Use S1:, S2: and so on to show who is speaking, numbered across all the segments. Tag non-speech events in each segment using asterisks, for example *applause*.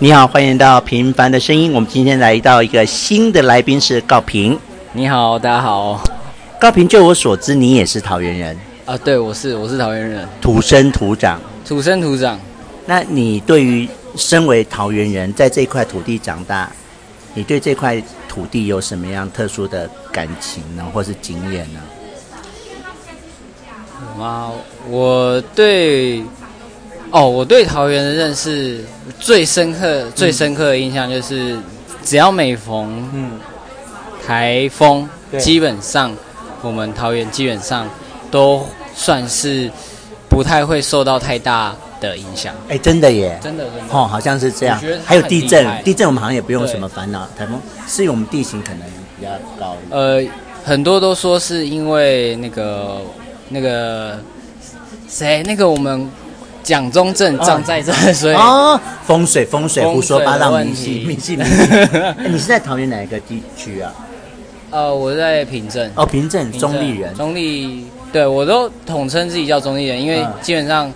S1: 你好，欢迎到《平凡的声音》。我们今天来到一个新的来宾是高平。
S2: 你好，大家好。
S1: 高平，就我所知，你也是桃园人，
S2: 啊，对，我是我是桃园人，
S1: 土生土长。
S2: 土生土长。
S1: 那你对于身为桃园人，在这块土地长大，你对这块土地有什么样特殊的感情呢，或是经验呢？
S2: 哇，啊我对哦，我对桃园的认识最深刻、最深刻的印象就是，只要每逢
S1: 嗯，
S2: 台风，
S1: 对
S2: 基本上我们桃园基本上都算是不太会受到太大的影响。
S1: 哎，真的耶。
S2: 真的，真的。
S1: 哦，好像是这样
S2: 我觉得。它
S1: 还有
S2: 很
S1: 地
S2: 厉
S1: 震
S2: 害，
S1: 地震我们好像也不用什
S2: 对
S1: 么烦恼。台风是因为我们地形可能比较高一点。
S2: 呃，很多都说是因为那个那个谁，那个我们蒋中正
S1: 哦
S2: 站在这，所以。
S1: 哦，风水风水胡
S2: 风
S1: 说
S2: 水
S1: 八
S2: 的
S1: 道
S2: 问
S1: 迷信
S2: 题
S1: 迷信迷信。
S2: *laughs*
S1: 哎你是在桃园哪一个地区啊？
S2: 呃，我在平镇，
S1: 哦，平镇
S2: 平镇
S1: 中立人。
S2: 中立，对我都统称自己叫中立人，因为
S1: 嗯
S2: 基本上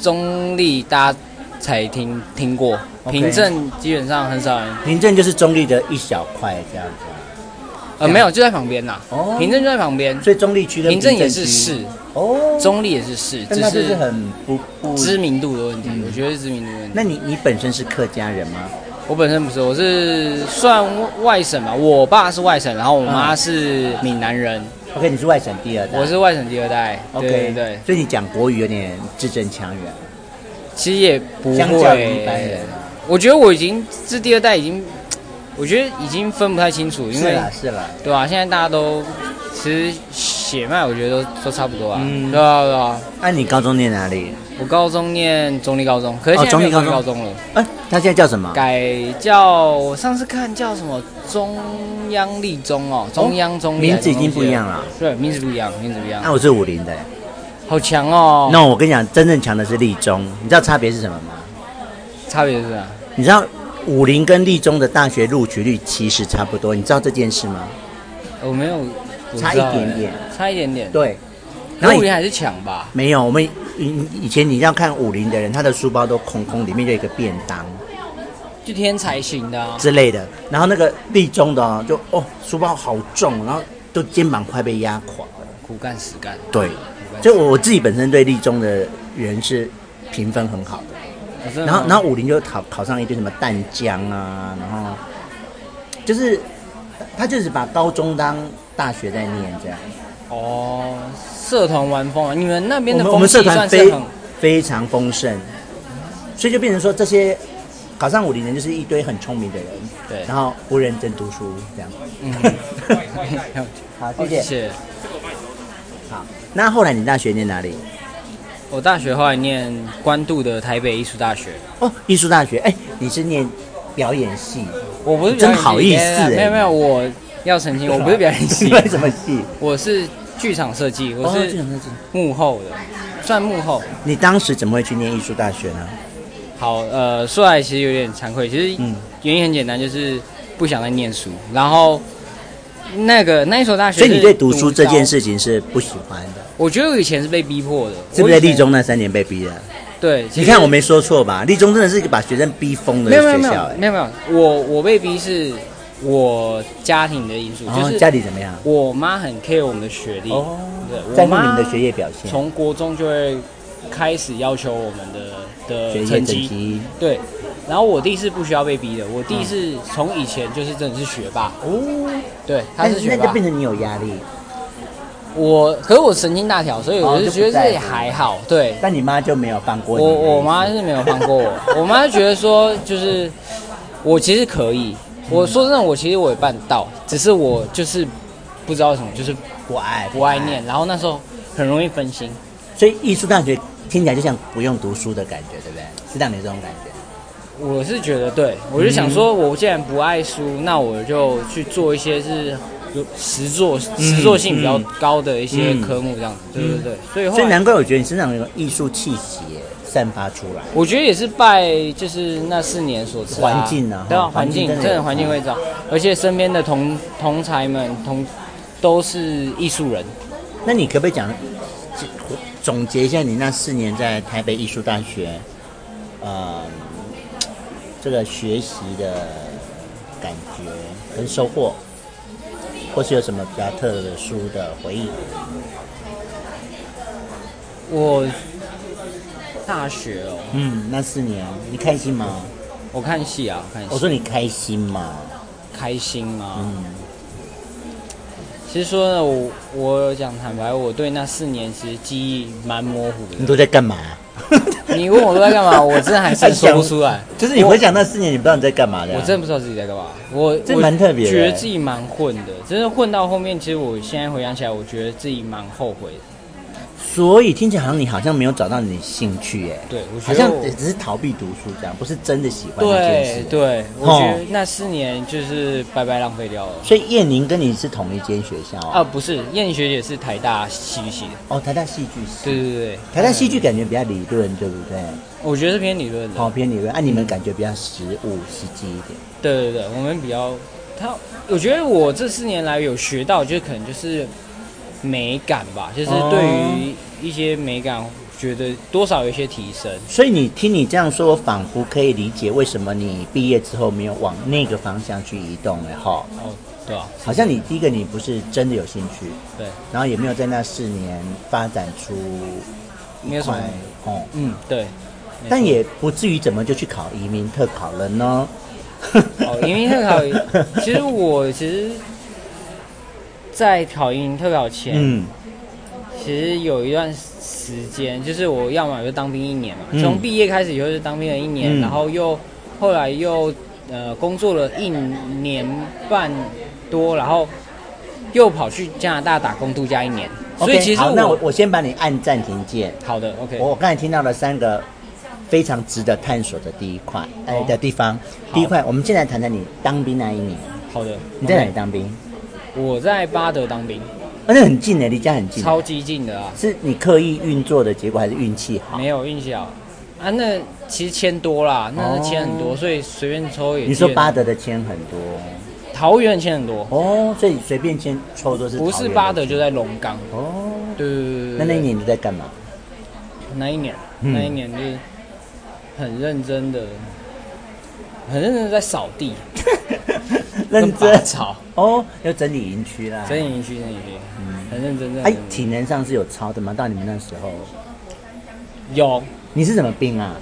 S2: 中立大家才听听过，
S1: OK
S2: 平镇基本上很少人，
S1: 平镇就是中立的一小块这样子啊
S2: 呃，没有就在旁边啦，
S1: 哦
S2: 平镇就在旁边
S1: 啊，，所以中立区跟
S2: 平镇也
S1: 区
S2: 是市，
S1: 哦，
S2: 中立也是市，
S1: 但
S2: 只
S1: 它就是
S2: 是
S1: 很嗯不不。
S2: 知名度的问题，我觉得是知名度的问题。
S1: 那你你本身是客家人吗？
S2: 我本身不是，我是算外省吧。我爸是外省，然后我妈是闽南人，
S1: OK，你是外省第二代。
S2: 我是外省第二代。
S1: 嗯 OK，
S2: 对对对，
S1: 所以你讲国语有点字正腔圆，
S2: 其实也不
S1: 相较于一般
S2: 会
S1: 人。。啊
S2: 我觉得我已经是第二代，已经，我觉得已经分不太清楚，因
S1: 是啊
S2: 为
S1: 啦是啦，
S2: 对啊吧、现在大家都其实血脉，我觉得都都差不多啊。
S1: 嗯
S2: 对啊对啊。
S1: 那、你高中念哪里？
S2: 我高中念中立高中，可是
S1: 哦
S2: 现在没
S1: 中
S2: 有中
S1: 立
S2: 立
S1: 高
S2: 高
S1: 中
S2: 中了，
S1: 哎、他现在叫什么？
S2: 改叫我上次看叫什么中央立中哦，中央中立
S1: 名
S2: 还
S1: 字
S2: 是
S1: 已
S2: 什么
S1: 经不
S2: 东西
S1: 一
S2: 的
S1: 样了。哦
S2: 对，名字不一样，名字不一样
S1: 啊那、，我是武林的、
S2: 好强哦。
S1: 那我跟你讲，真正强的是立中，你知道差别是什么吗？
S2: 差别是啥？
S1: 你知道武林跟立中的大学录取率其实差不多，你知道这件事吗？
S2: 我哦没有，我不知道
S1: 差一点点
S2: 欸，差一点点。
S1: 对。然
S2: 那
S1: 后
S2: 武
S1: 以
S2: 林还是强吧？
S1: 没有，我们以以前你要看武林的人，他的书包都空空，里面就有一个便当
S2: 就天才型的啊。
S1: 之类的。然后那个立中的哦，就哦，书包好重，然后都肩膀快被压垮了。
S2: 苦干实干，
S1: 对，
S2: 苦干实
S1: 就我我自己本身对立中的人是评分很好的。
S2: 干我真
S1: 然
S2: 的
S1: 后，
S2: 没有
S1: 然后武林就考考上一堆什么淡江啊，然后就是他就是把高中当大学在念这样。
S2: 哦，社团玩疯啊！你们那边的
S1: 我们我
S2: 风
S1: 们
S2: 气
S1: 社团
S2: 算是
S1: 非
S2: *laughs* 很
S1: 非常丰盛，所以就变成说这些考上武林人就是一堆很聪明的人，
S2: 对
S1: 然后不认真读书这样。
S2: 嗯
S1: 好，
S2: 哦
S1: 谢谢。
S2: 谢谢。
S1: *laughs* 好，那后来你大学念哪里？
S2: 我大学后来念关渡的台北艺术大学，
S1: 哦，艺术大学。哎，你是念表演系？
S2: 我不是
S1: 真
S2: 表演系
S1: 好意思
S2: 哎哎哎
S1: 哎
S2: 没有没有，我要澄清，我不是表演系
S1: *laughs* 你，念什么系？
S2: *laughs* 我是剧场设计，我
S1: 哦这
S2: 是
S1: 种东西
S2: 幕后的，算幕后。
S1: 你当时怎么会去念艺术大学呢？
S2: 好，呃，说来其实有点惭愧，其实
S1: 嗯
S2: 原因很简单，就是不想再念书。然后那个那一所大学，
S1: 所以你对读书这件，事情是不喜欢的，
S2: 我觉得我以前是被逼迫的，
S1: 是不是在
S2: 我以前
S1: 立？中那三年被逼的？
S2: 对，其
S1: 你
S2: 实
S1: 看我没说错吧？立中真的是一个把学生逼疯的
S2: 没有没有
S1: 学
S2: 没有
S1: 校、哎
S2: 没有没有，我我被逼是我家庭的因素，
S1: 然
S2: 就
S1: 后
S2: 是
S1: 哦家里怎么样？
S2: 我妈很 care 我们的学历，
S1: 哦
S2: 对，
S1: 在
S2: 我
S1: 乎你
S2: 妈
S1: 们的学业表现，
S2: 从国中就会开始要求我们
S1: 学
S2: 的的
S1: 业
S2: 成
S1: 成
S2: 绩，
S1: 绩
S2: 对。然后我弟是不需要被逼的，我弟是
S1: 嗯
S2: 从以前就是真的是学霸，
S1: 哦，
S2: 对，他
S1: 但
S2: 是
S1: 是
S2: 学
S1: 那就
S2: 霸
S1: 变。成你有压力，
S2: 我可是我神经大条，所以
S1: 哦
S2: 我就
S1: 就
S2: 觉
S1: 不
S2: 得
S1: 在
S2: 这也
S1: 乎
S2: 还好。对，
S1: 但你妈就没有放过你。
S2: 我我妈是没有放过
S1: *laughs*
S2: 我，我妈觉得说就是我其实可以，我说真的，我其实我也办到，只是我就是不知道为什么，就是
S1: 不爱
S2: 不爱，
S1: 哎
S2: 念，然后那时候很容易分心。
S1: 所以艺术大学听起来就像不用读书的感觉，对不对？是让你这种感觉。
S2: 我是觉得对，我就想
S1: 嗯
S2: 说，我既然不爱书，那我就去做一些是有实作、实作性比较高的一些
S1: 嗯
S2: 科目，这样子，对对对。所以后
S1: 所以
S2: 来
S1: 难怪我觉得你身上有一种艺术气息耶散发出来。
S2: 我觉得也是拜就是那四年所赐、
S1: 环境啊
S2: 对啊，
S1: 哈环
S2: 环
S1: 境
S2: 境
S1: 真的
S2: 真的
S1: 有嗯
S2: 环境会这样，而且身边的同同才们同都是艺术人。
S1: 那你可不可以讲总结一下你那四年在台北艺术大学，呃，这个学习的感觉跟收获，或是有什么比较特殊的回忆？
S2: 我大学哦，
S1: 嗯，那四年你开心吗？
S2: 我看戏啊，我看戏，
S1: 我说你开心吗？
S2: 开心吗？
S1: 嗯，
S2: 其实说呢，我我讲坦白，我对那四年其实记忆蛮模糊
S1: 你
S2: 的。
S1: 都在 *laughs* 干嘛？
S2: 你问我都在
S1: *laughs*
S2: 干嘛，我真的还是说不出来。
S1: 就是你回想那四年，你不知道你在干嘛的、
S2: 我真的不知道自己在干嘛，我
S1: 这
S2: 我
S1: 蛮特别的
S2: 觉得自己蛮混的，真的混到后面，其实我现在回想起来，我觉得自己蛮后悔的。
S1: 所以听起来好像你好像没有找到你的兴趣耶，
S2: 对，我觉
S1: 好
S2: 得
S1: 像
S2: 我
S1: 只是逃避读书这样，不是真的喜欢这件
S2: 对
S1: 事。
S2: 对，我
S1: 哦
S2: 觉得那四年就是白白浪费掉了。
S1: 所以燕宁跟你是同一间学校
S2: 啊，
S1: 哦，
S2: 不是，燕妮学姐是台大戏剧系的，
S1: 哦，台大戏剧系，
S2: 对对对，
S1: 台大戏剧感觉比较理论，对不对？
S2: 我觉得是偏理论的，
S1: 哦，偏理论，啊，你们感觉比较实务实际一点。
S2: 对对对，我们比较，他，我觉得我这四年来有学到，就是可能就是美感吧，就是
S1: 哦
S2: 对于一些美感，觉得多少有一些提升。
S1: 所以你听你这样说，我仿佛可以理解为什么你毕业之后没有往那个方向去移动了哈。
S2: 哦，对啊，
S1: 好像你第一个你不是真的有兴趣，
S2: 对，
S1: 然后也没有在那四年发展出
S2: 没
S1: 一
S2: 有什么
S1: 块哦，
S2: 嗯，对。没
S1: 但
S2: 错
S1: 也不至于怎么就去考移民特考了呢？
S2: 哦，移民特
S1: *laughs*
S2: 考，其实我其实，在考移民特考前，
S1: 嗯，
S2: 其实有一段时间，就是我要么就当兵一年嘛，
S1: 嗯
S2: 从毕业开始以后就当兵了一年，
S1: 嗯
S2: 然后又后来又呃工作了一年半多，然后又跑去加拿大打工度假一年，所以
S1: OK，
S2: 其实
S1: 好，
S2: 我
S1: 那我我先把你按暂停键。
S2: 好的 OK，
S1: 我刚才听到了三个非常值得探索的第一块，哎、
S2: 哦
S1: 的地方。第一块，我们先来谈谈你当兵那一年，
S2: 好的，
S1: 你在哪里
S2: OK
S1: 当兵？
S2: 我在巴德当兵，
S1: 而且很近呢，离家很近。
S2: 超激进的啊，
S1: 是你刻意运作的结果，还是运气好？
S2: 没有运气好啊，那其实签多啦，那
S1: 哦
S2: 那签很多，所以随便抽也
S1: 你说
S2: 签
S1: 巴德的签很多
S2: 桃园签很多，
S1: 哦，所以随便签抽都是
S2: 不
S1: 桃
S2: 是
S1: 园
S2: 巴德就在龙岗，
S1: 哦。
S2: 对对对对对
S1: 那那一年你在干
S2: *laughs*
S1: 嘛？
S2: 那一年，
S1: 嗯
S2: 那一年就是很认真的，很认真的在扫地，
S1: 认
S2: 跟拔
S1: 真 *laughs*
S2: 草，
S1: 哦，要整理营区啦。
S2: 整理营区，整理营区，很认真，
S1: 哎
S2: 认，
S1: 体
S2: 真。
S1: 能上是有超的吗？到你们那时候，
S2: 有，
S1: 你是什么兵啊？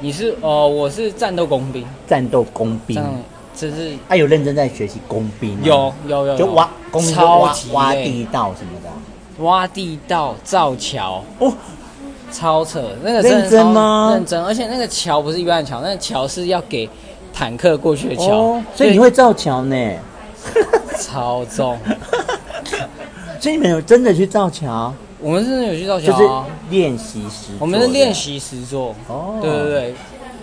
S2: 你是哦，我是战斗工兵，
S1: 战斗工兵
S2: 这。样真是
S1: 哎，有认真在学习工兵吗？
S2: 有有有，
S1: 就
S2: 有
S1: 挖工兵就
S2: 超
S1: 挖
S2: 级
S1: 挖
S2: 累
S1: 地道什么的啊。
S2: 挖地道、造桥，
S1: 哦，
S2: 超扯，那个真的
S1: 认真
S2: 超
S1: 吗
S2: 认真，而且那个桥不是一般的桥，那个桥是要给坦克过去的桥，
S1: 哦，所以你会造桥呢？ *laughs*
S2: 超重。
S1: 所以你们有真的去造桥，
S2: 我们真的有去造
S1: 就
S2: 桥
S1: 是
S2: 啊，
S1: 练习时。
S2: 我们是练。习实做。
S1: 哦，
S2: 对对。对，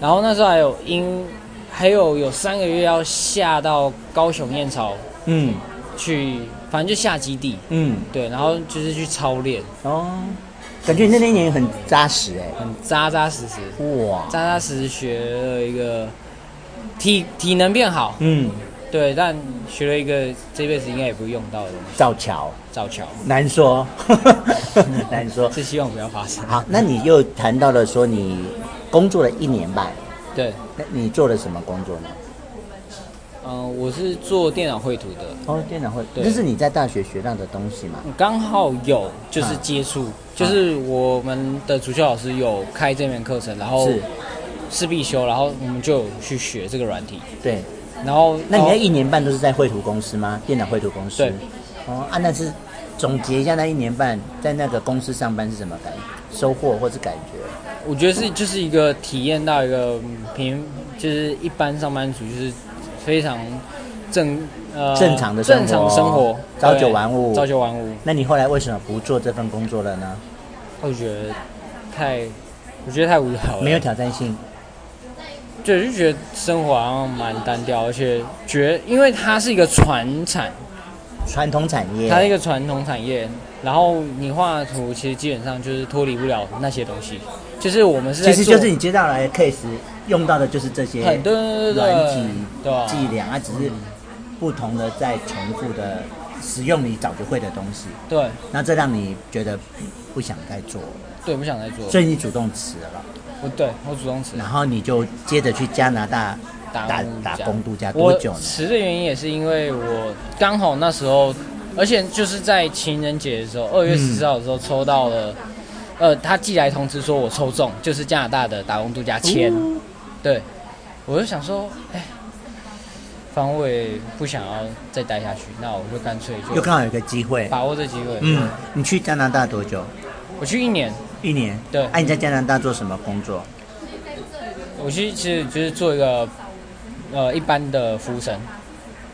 S2: 然后那时候还有因，还有有三个月要下到高雄燕巢
S1: 嗯
S2: 去，反正就下基地，
S1: 嗯，
S2: 对，然后就是去操练，
S1: 哦，感觉你那一年很扎实哎。
S2: 很扎扎实实，
S1: 哇。
S2: 扎扎实实学了一个体体能变好，
S1: 嗯，
S2: 对，但学了一个这辈子应该也不会用到的东西，
S1: 造桥
S2: 造桥，
S1: 难说， *laughs* 难说。
S2: 这希望不要发生。
S1: 好，那你又谈到了说你工作了一年半，
S2: 对，
S1: 那你做了什么工作呢？
S2: 嗯、我是做电脑绘图的，
S1: 哦，电脑会，
S2: 对
S1: 这是你在大学学到的东西嘛？
S2: 刚好有就是
S1: 嗯
S2: 接触，就是我们的主教老师有开这门课程，然后
S1: 是，
S2: 是必修，然后我们就有去学这个软体，
S1: 对。
S2: 然后哦
S1: 那你那
S2: 然后
S1: 一年半都是在绘图公司吗？电脑绘图公司？
S2: 对。
S1: 哦，啊，那是总结一下那一年半在那个公司上班是什么感觉、收获或是感觉？
S2: 我觉得是就是一个体验到一个嗯平，就是一般上班族就是非常正呃
S1: 正常的生活
S2: 正常生活，
S1: 朝
S2: 对
S1: 九晚五
S2: 朝九晚五，
S1: 那你后来为什么不做这份工作了呢？
S2: 我觉得太我觉得太无聊了，
S1: 没有挑战性。
S2: 对，就觉得生活好像蛮单调，而且觉得因为它是一个传产。
S1: 传统产业，
S2: 它是一个传统产业，然后你画的图其实基本上就是脱离不了那些东西，就是我们是在
S1: 其实就
S2: 做
S1: 是你接到来的 case 用到的就是这些
S2: 很对对对
S1: 软
S2: 对
S1: 体
S2: 对吧？
S1: 伎俩，啊，只是不同的在重复的使用你早就会的东西，
S2: 对
S1: 那这让你觉得不想再做了，
S2: 对，不想再做，
S1: 所以你主动辞了。
S2: 我对我主动辞
S1: 然后你就接着去加拿大
S2: 打
S1: 打
S2: 工
S1: 打
S2: 这样
S1: 工度假
S2: 我
S1: 多久呢？
S2: 辞的原因也是因为我刚好那时候，而且就是在情人节的时候，二
S1: 嗯
S2: 月十四号的时候抽到了，呃，他寄来通知说我抽中，就是加拿大的打工度假签。
S1: 哦
S2: 对，我就想说，哎，反正我也不想要再待下去，那我就干脆
S1: 又
S2: 就
S1: 刚好有个机会。
S2: 把握这机会。
S1: 嗯，你去加拿大多久？
S2: 我去一年，
S1: 一年。
S2: 对
S1: 哎、你在加拿大做什么工作？
S2: 我去其实就是做一个呃一般的服务生，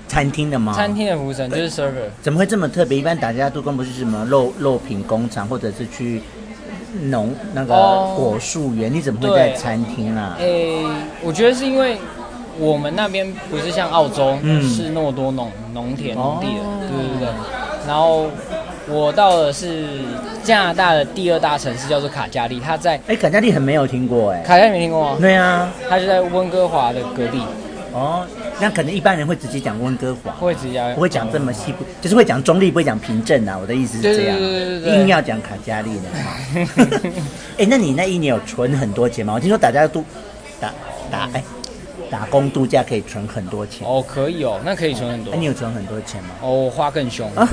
S1: 餐厅的吗？
S2: 餐厅的服务生就是 server。
S1: 怎么会这么特别？一般大家都跟不是什么肉肉品工厂，或者是去农那个
S2: 哦
S1: 果树园，你怎么会
S2: 对
S1: 在餐厅啊？
S2: 诶、我觉得是因为我们那边不是像澳洲、
S1: 嗯
S2: 是那么多农农田农地的，
S1: 哦
S2: 对对对。然后我到的是加拿大的第二大城市，叫做卡加利，它在
S1: 哎，卡加利很没有听过哎。
S2: 卡加利没听过吗？
S1: 对啊，
S2: 它就在温哥华的隔壁，
S1: 哦，那可能一般人会直接讲温哥华，
S2: 会直接
S1: 不会讲这么细部，就是会讲中立，不会讲平镇啊。我的意思是
S2: 对
S1: 这样，
S2: 对对对对对
S1: 硬要讲卡加利的话。
S2: *laughs*
S1: 哎，那你那一年有存很多钱吗？我听说大家都打打哎打工度假可以存很多钱，
S2: 哦，可以哦，那可以存很多
S1: 哎，。你有存很多钱吗？
S2: 哦，我花更凶，
S1: 啊，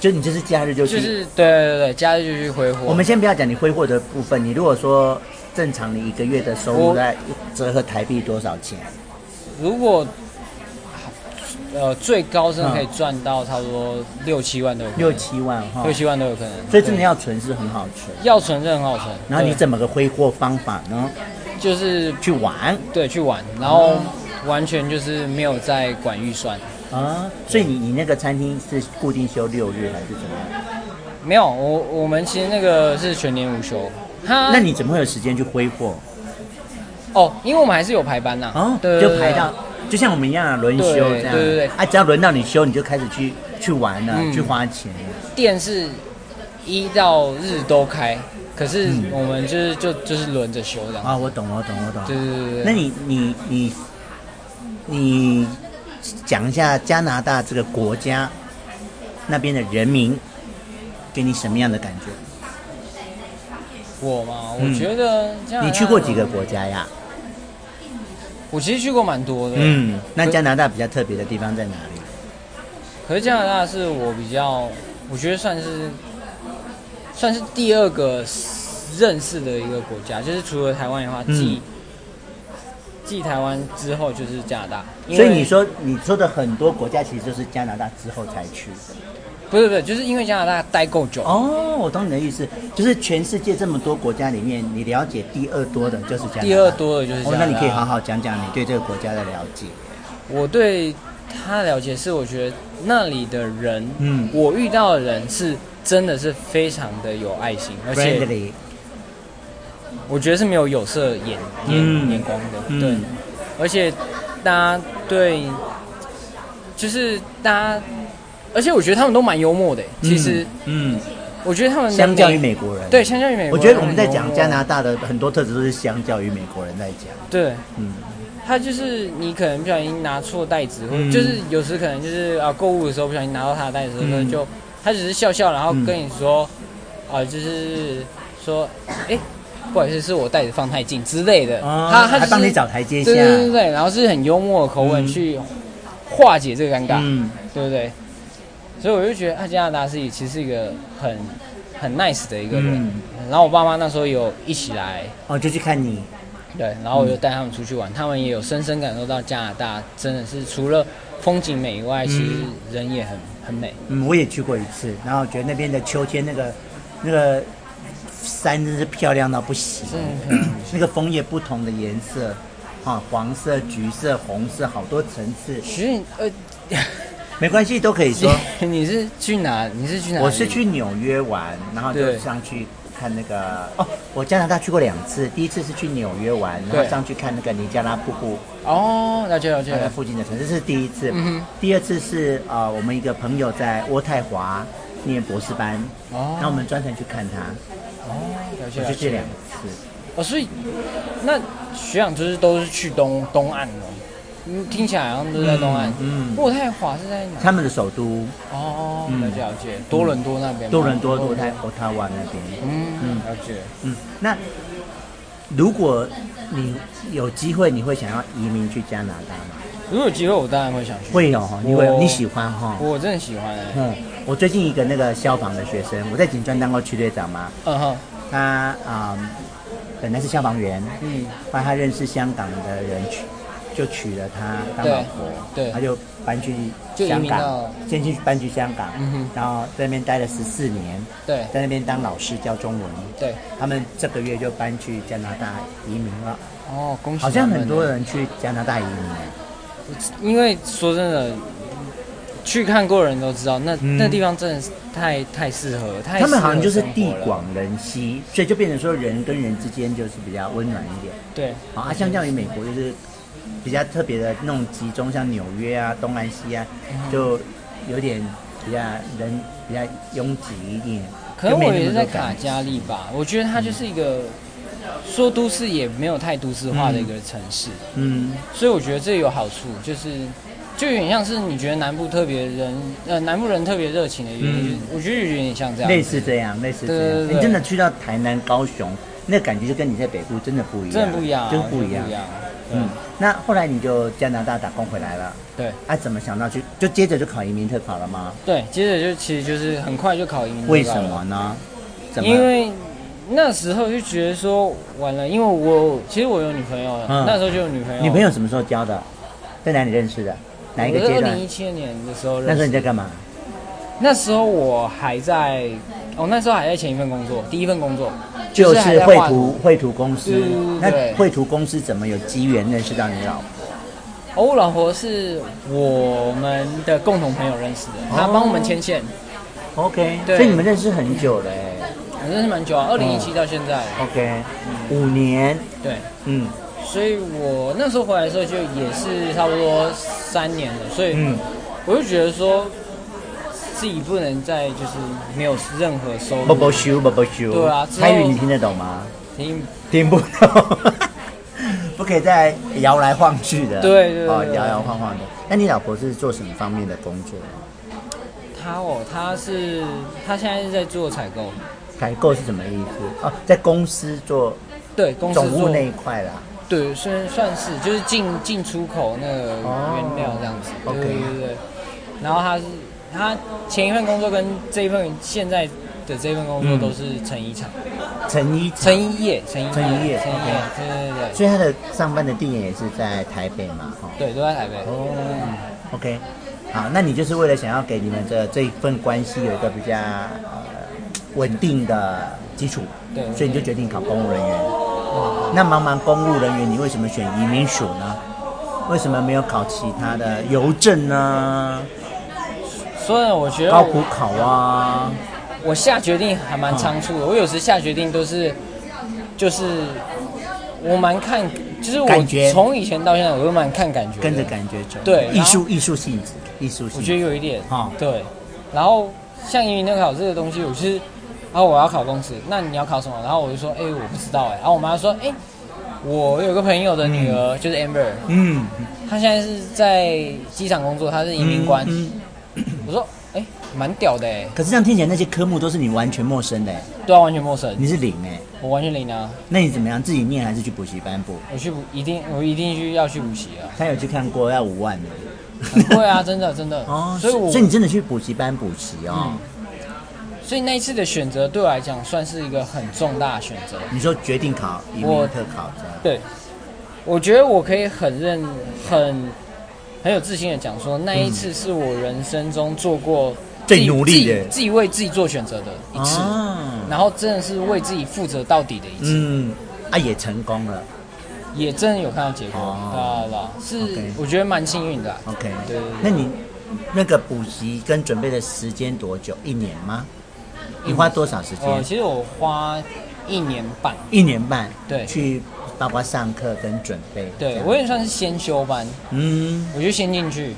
S1: 就你就是假日就去。
S2: 就是对对对，假日就去挥霍。
S1: 我们先不要讲你挥霍的部分，你如果说正常你一个月的收入
S2: 我
S1: 在折合台币多少钱？
S2: 如果呃最高真的可以赚到差不多六七万都有可
S1: 嗯
S2: 能，
S1: 六七万哈
S2: 六，七万都有可能。
S1: 所以真的
S2: 对
S1: 要存是很好存。
S2: 要存是很好存。
S1: 然后你
S2: 对
S1: 怎么个挥霍方法呢？
S2: 就是
S1: 去玩
S2: 对去玩，然后完全就是没有在管预算，
S1: 啊？所以你你那个餐厅是固定休六日还是怎么样？
S2: 没有我我们其实那个是全年无休。哈
S1: 那你怎么会有时间去挥霍？
S2: 哦，因为我们还是有排班呐、
S1: 哦，
S2: 对，
S1: 就排到就像我们一样啊轮休
S2: 对
S1: 这样。
S2: 对对对
S1: 啊，只要轮到你休，你就开始去去玩了，
S2: 嗯
S1: 去花钱了。
S2: 店是一到日都开，可是
S1: 嗯
S2: 我们就是就就是轮着休这样。
S1: 啊，我懂了，我懂了，我懂了。
S2: 对对对
S1: 那
S2: 对，
S1: 你你你你讲一下加拿大这个国家那边的人民给你什么样的感觉？
S2: 我嘛，
S1: 嗯
S2: 我觉得这样。
S1: 你去过几个？国家呀？
S2: 我其实去过蛮多的，嗯，
S1: 嗯，那加拿大比较特别的地方在哪里？
S2: 可是加拿大是我比较，我觉得算是算是第二个认识的一个国家，就是除了台湾的话，
S1: 嗯
S2: 继继台湾之后就是加拿大。因
S1: 所
S2: 为
S1: 以你说你说的很多国家其实就是加拿大之后才去的。
S2: 不是不是，就是因为加拿大待够久，
S1: 哦，我懂你的意思，就是全世界这么多国家里面，你了解第二多的就是加拿大。
S2: 第二多的就是加
S1: 哦
S2: 拿，大。
S1: 那你可以好好讲讲你对这个国家的了解。
S2: 我对他的了解是，我觉得那里的人，
S1: 嗯
S2: 我遇到的人是真的是非常的有爱心，而且
S1: ，friendly，
S2: 我觉得是没有有色眼眼
S1: 嗯
S2: 眼光的，
S1: 嗯
S2: 对，而且大家对，就是大家，而且我觉得他们都蛮幽默的。其实
S1: 嗯，
S2: 我觉得他们的
S1: 相较于美国人，
S2: 对，相较于美国
S1: 我觉
S2: 人，
S1: 得我们在讲加
S2: 他
S1: 拿
S2: 们
S1: 大的很多特质都是相较于美国人在讲，
S2: 很幽默，对
S1: 嗯，
S2: 他就是你可能不小心拿错袋子，或
S1: 嗯
S2: 者就是有时可能就是啊购物的时候不小心拿到他的袋子的时候，
S1: 嗯
S2: 就他只是笑笑，然后
S1: 嗯
S2: 跟你说，啊就是说，哎，不好意思，是我袋子放太近之类的，
S1: 哦
S2: 他他
S1: 还帮
S2: 就是
S1: 你找台阶下，
S2: 对对对对，然后是很幽默的口吻
S1: 嗯
S2: 去化解这个尴尬，
S1: 嗯，
S2: 对不对？所以我就觉得啊，加拿大是一其实是一个很很 nice 的一个人。
S1: 嗯
S2: 然后我爸妈那时候也有一起来，
S1: 哦，就去看你，
S2: 对，然后我就带他们出去玩，他们也有深深感受到加拿大真的是除了风景美以外，其实人也很很美。
S1: 嗯，我也去过一次，然后我觉得那边的秋天那个那个山真是漂亮到不行，
S2: 真的很美
S1: 那个枫叶不同的颜色。啊，黄色、橘色、红色，好多层次，
S2: 其实你呃，
S1: 没关系，都可以说。
S2: 你是啊去哪？你是去哪里？
S1: 我是去纽约玩，然后就
S2: 对
S1: 上去看那个哦，我加拿大去过两次，第一次是去纽约玩，然后
S2: 对
S1: 上去看那个尼加拉瀑布，
S2: 哦，了解了解
S1: 在
S2: 了
S1: 那
S2: 解。
S1: 附近的城市，这是第一次。
S2: 嗯哼
S1: 第二次是呃，我们一个朋友在渥太华念博士班，
S2: 哦
S1: 然，后我们专程去看他，
S2: 哦，了
S1: 就
S2: 解了
S1: 这啊
S2: 解。
S1: 两次。
S2: 哦，所以那学长就是都是去东东岸哦，嗯，听起来好像都是在东岸。
S1: 嗯，嗯
S2: 渥太华是在哪？
S1: 他们的首都
S2: 哦，
S1: 嗯
S2: 了解了解，多伦多那边吗。
S1: 多伦多、
S2: 哦
S1: 渥太渥太华那边。
S2: 嗯，了解。
S1: 嗯，那如果你有机会，你会想要移民去加拿大吗？
S2: 如果有机会，我当然会想去。
S1: 会有哈，你会有你喜欢哈？
S2: 我真的喜欢、欸。
S1: 嗯，我最近一个那个消防的学生，我在警专当过区队长嘛，
S2: 嗯哼，
S1: 他啊、嗯本来是消防员，
S2: 嗯，
S1: 后来他认识香港的人娶，就娶了他当老婆，
S2: 对对
S1: 他就搬去
S2: 就移
S1: 香
S2: 民
S1: 港
S2: 到，
S1: 先去搬去香港，
S2: 嗯哼
S1: 然后在那边待了十四年，
S2: 对
S1: 在那边当老师教中文，
S2: 对。
S1: 他们这个月就搬去加拿大移民了，
S2: 哦，恭喜！
S1: 好像很多，人去加拿大移民，
S2: 因为说真的，去看过的人都知道，那、
S1: 嗯
S2: 那地方真的是太太适合，太
S1: 他们好像就是
S2: 适合生
S1: 地
S2: 活了，
S1: 广人稀，所以就变成说人跟人之间就是比较温暖一点。
S2: 对，
S1: 好啊，相较于美国就是比较特别的那种集中，像纽约啊、东岸、西岸，就有点比较人比较拥挤一点。
S2: 可能
S1: 就没
S2: 我
S1: 那
S2: 也
S1: 么
S2: 是
S1: 多
S2: 在卡
S1: 感觉嗯
S2: 加利吧，我觉得它就是一个、说都市也没有太都市化的一个城市，
S1: 嗯，
S2: 所以我觉得这有好处，就是就有点像是你觉得南部特别人呃南部人特别热情的原因，
S1: 嗯
S2: 我觉得有点像这样
S1: 类
S2: 子
S1: 似这样，类似
S2: 对
S1: 这
S2: 对
S1: 样。
S2: 对
S1: 你真的去到台南、高雄，那感觉就跟你在北部真的不一样，
S2: 真的不一样啊，
S1: 真
S2: 我觉
S1: 不
S2: 得
S1: 一样
S2: 不一。样，
S1: 嗯，那后来你就加拿大打工回来了，
S2: 对
S1: 啊，怎么想到去就接着就考移民特考了吗？
S2: 对，接着就其实就是很快就考移民了吧
S1: 为什么呢？怎么？
S2: 嗯因为那时候就觉得说完了，因为我其实我有女朋友了，
S1: 嗯
S2: 那时候就有女朋友。
S1: 女朋友什么时候交的？在哪里认识的？哪一个阶
S2: 我是二
S1: 段
S2: 零？一七年的时候认识。
S1: 那时候你在干嘛？
S2: 那时候我还在，哦，那时候还在前一份工作，第一份工作
S1: 就
S2: 还
S1: 是
S2: 在
S1: 绘
S2: 画
S1: 图。绘图公司
S2: 嗯，
S1: 那
S2: 对
S1: 绘图公司怎么有机缘认识到你老婆？
S2: 哦，我老婆是我们的共同朋友认识的，她帮我们牵线，
S1: 哦 OK，
S2: 对
S1: 所以你们认识很久了欸
S2: 我认识蛮久啊，二零一七
S1: 哦
S2: 到现在。
S1: ，OK，五年，
S2: 嗯对，
S1: 嗯
S2: 所以我那时候回来的时候就也是差不多三年了，所以
S1: 嗯，
S2: 我就觉得说，自己不能再就是没有任何收
S1: 不不
S2: 入，
S1: 修不不修，
S2: 对啊之后
S1: 台语你听得懂吗？
S2: 你
S1: 听不懂， *laughs* 不可以再摇来晃去的，
S2: 对对对
S1: 哦，
S2: 对
S1: 摇摇晃晃的。那你老婆是做什么方面的工作？
S2: 他哦，他是他现在是在做采购，
S1: 采购是什么意思？哦，在公司做
S2: 对公司
S1: 总务
S2: 做
S1: 那一块啦。
S2: 对，算算是就是进进出口那个
S1: 哦
S2: 原料这样子，对
S1: OK
S2: 对对对。然后他是他前一份工作跟这一份现在的这一份工作
S1: 嗯
S2: 都是成衣厂、
S1: 成衣，
S2: 成衣业、成衣
S1: 成衣业
S2: 成衣
S1: OK
S2: 业，对对对对
S1: 所以她的上班的地点也是在台北嘛，哈、
S2: 对，都在台北。
S1: 哦，OK，好，那你就是为了想要给你们的这一份关系有一个比较呃稳定的基础，
S2: 对
S1: 所以你就决定考公务人员。那茫茫公务人员，你为什么选移民署呢？为什么没有考其他的邮政呢、
S2: 所以我觉得
S1: 高
S2: 我
S1: 普考啊？
S2: 我下决定还蛮仓促的，我有时下决定都是，就是我蛮看，就是
S1: 感觉
S2: 我从以前到现在，我都蛮看感觉的，
S1: 跟着感觉走。
S2: 对
S1: 艺术艺术性质，艺术性
S2: 我
S1: 质。
S2: 觉得有一点，
S1: 哦
S2: 对。然后像英语那考这个东西，我就是，然后我要考公职，那你要考什么？然后我就说，哎、我不知道哎、然后我妈说，哎、我有个朋友的女儿、就是 Amber，
S1: 嗯，
S2: 她现在是在机场工作，她是移民官。
S1: 嗯嗯
S2: 我说，哎、蛮屌的哎、
S1: 可是这样听起来，那些科目都是你完全陌生的，欸
S2: 对啊，完全陌生，
S1: 你是零哎。
S2: 我完全零啊，
S1: 那你怎么样？自己念还是去补习班补？
S2: 我去补一定我一定去要去补习啊。
S1: 他有去看过，要五万的。
S2: 很
S1: *laughs*
S2: 贵啊，真的真的。
S1: 哦，
S2: 所以嗯我
S1: 所以你真的去补习班补习哦？
S2: 所以那一次的选择对我来讲算是一个很重大的选择。
S1: 你说决定考移民
S2: 我
S1: 特考这样？
S2: 对，我觉得我可以很认很很有自信的讲说，那一次是我人生中做过
S1: 嗯最
S2: 自己
S1: 努力的
S2: 自己自己为自己做选择的一次，
S1: 哦，
S2: 然后真的是为自己负责到底的一次，
S1: 嗯，啊也成功了。
S2: 也真的有看到结果，啊
S1: 哦
S2: 知道吧？是
S1: OK
S2: 我觉得蛮幸运的啊、
S1: OK，
S2: 对对对
S1: 那你那个补习跟准备的时间多久？一年吗？你花多少时
S2: 呃，
S1: 间？
S2: 其实我花一年半，
S1: 一年半。
S2: 对
S1: 去包括上课跟准备。这
S2: 对
S1: 样
S2: 我也算是先修班，
S1: 嗯
S2: 我就先进去，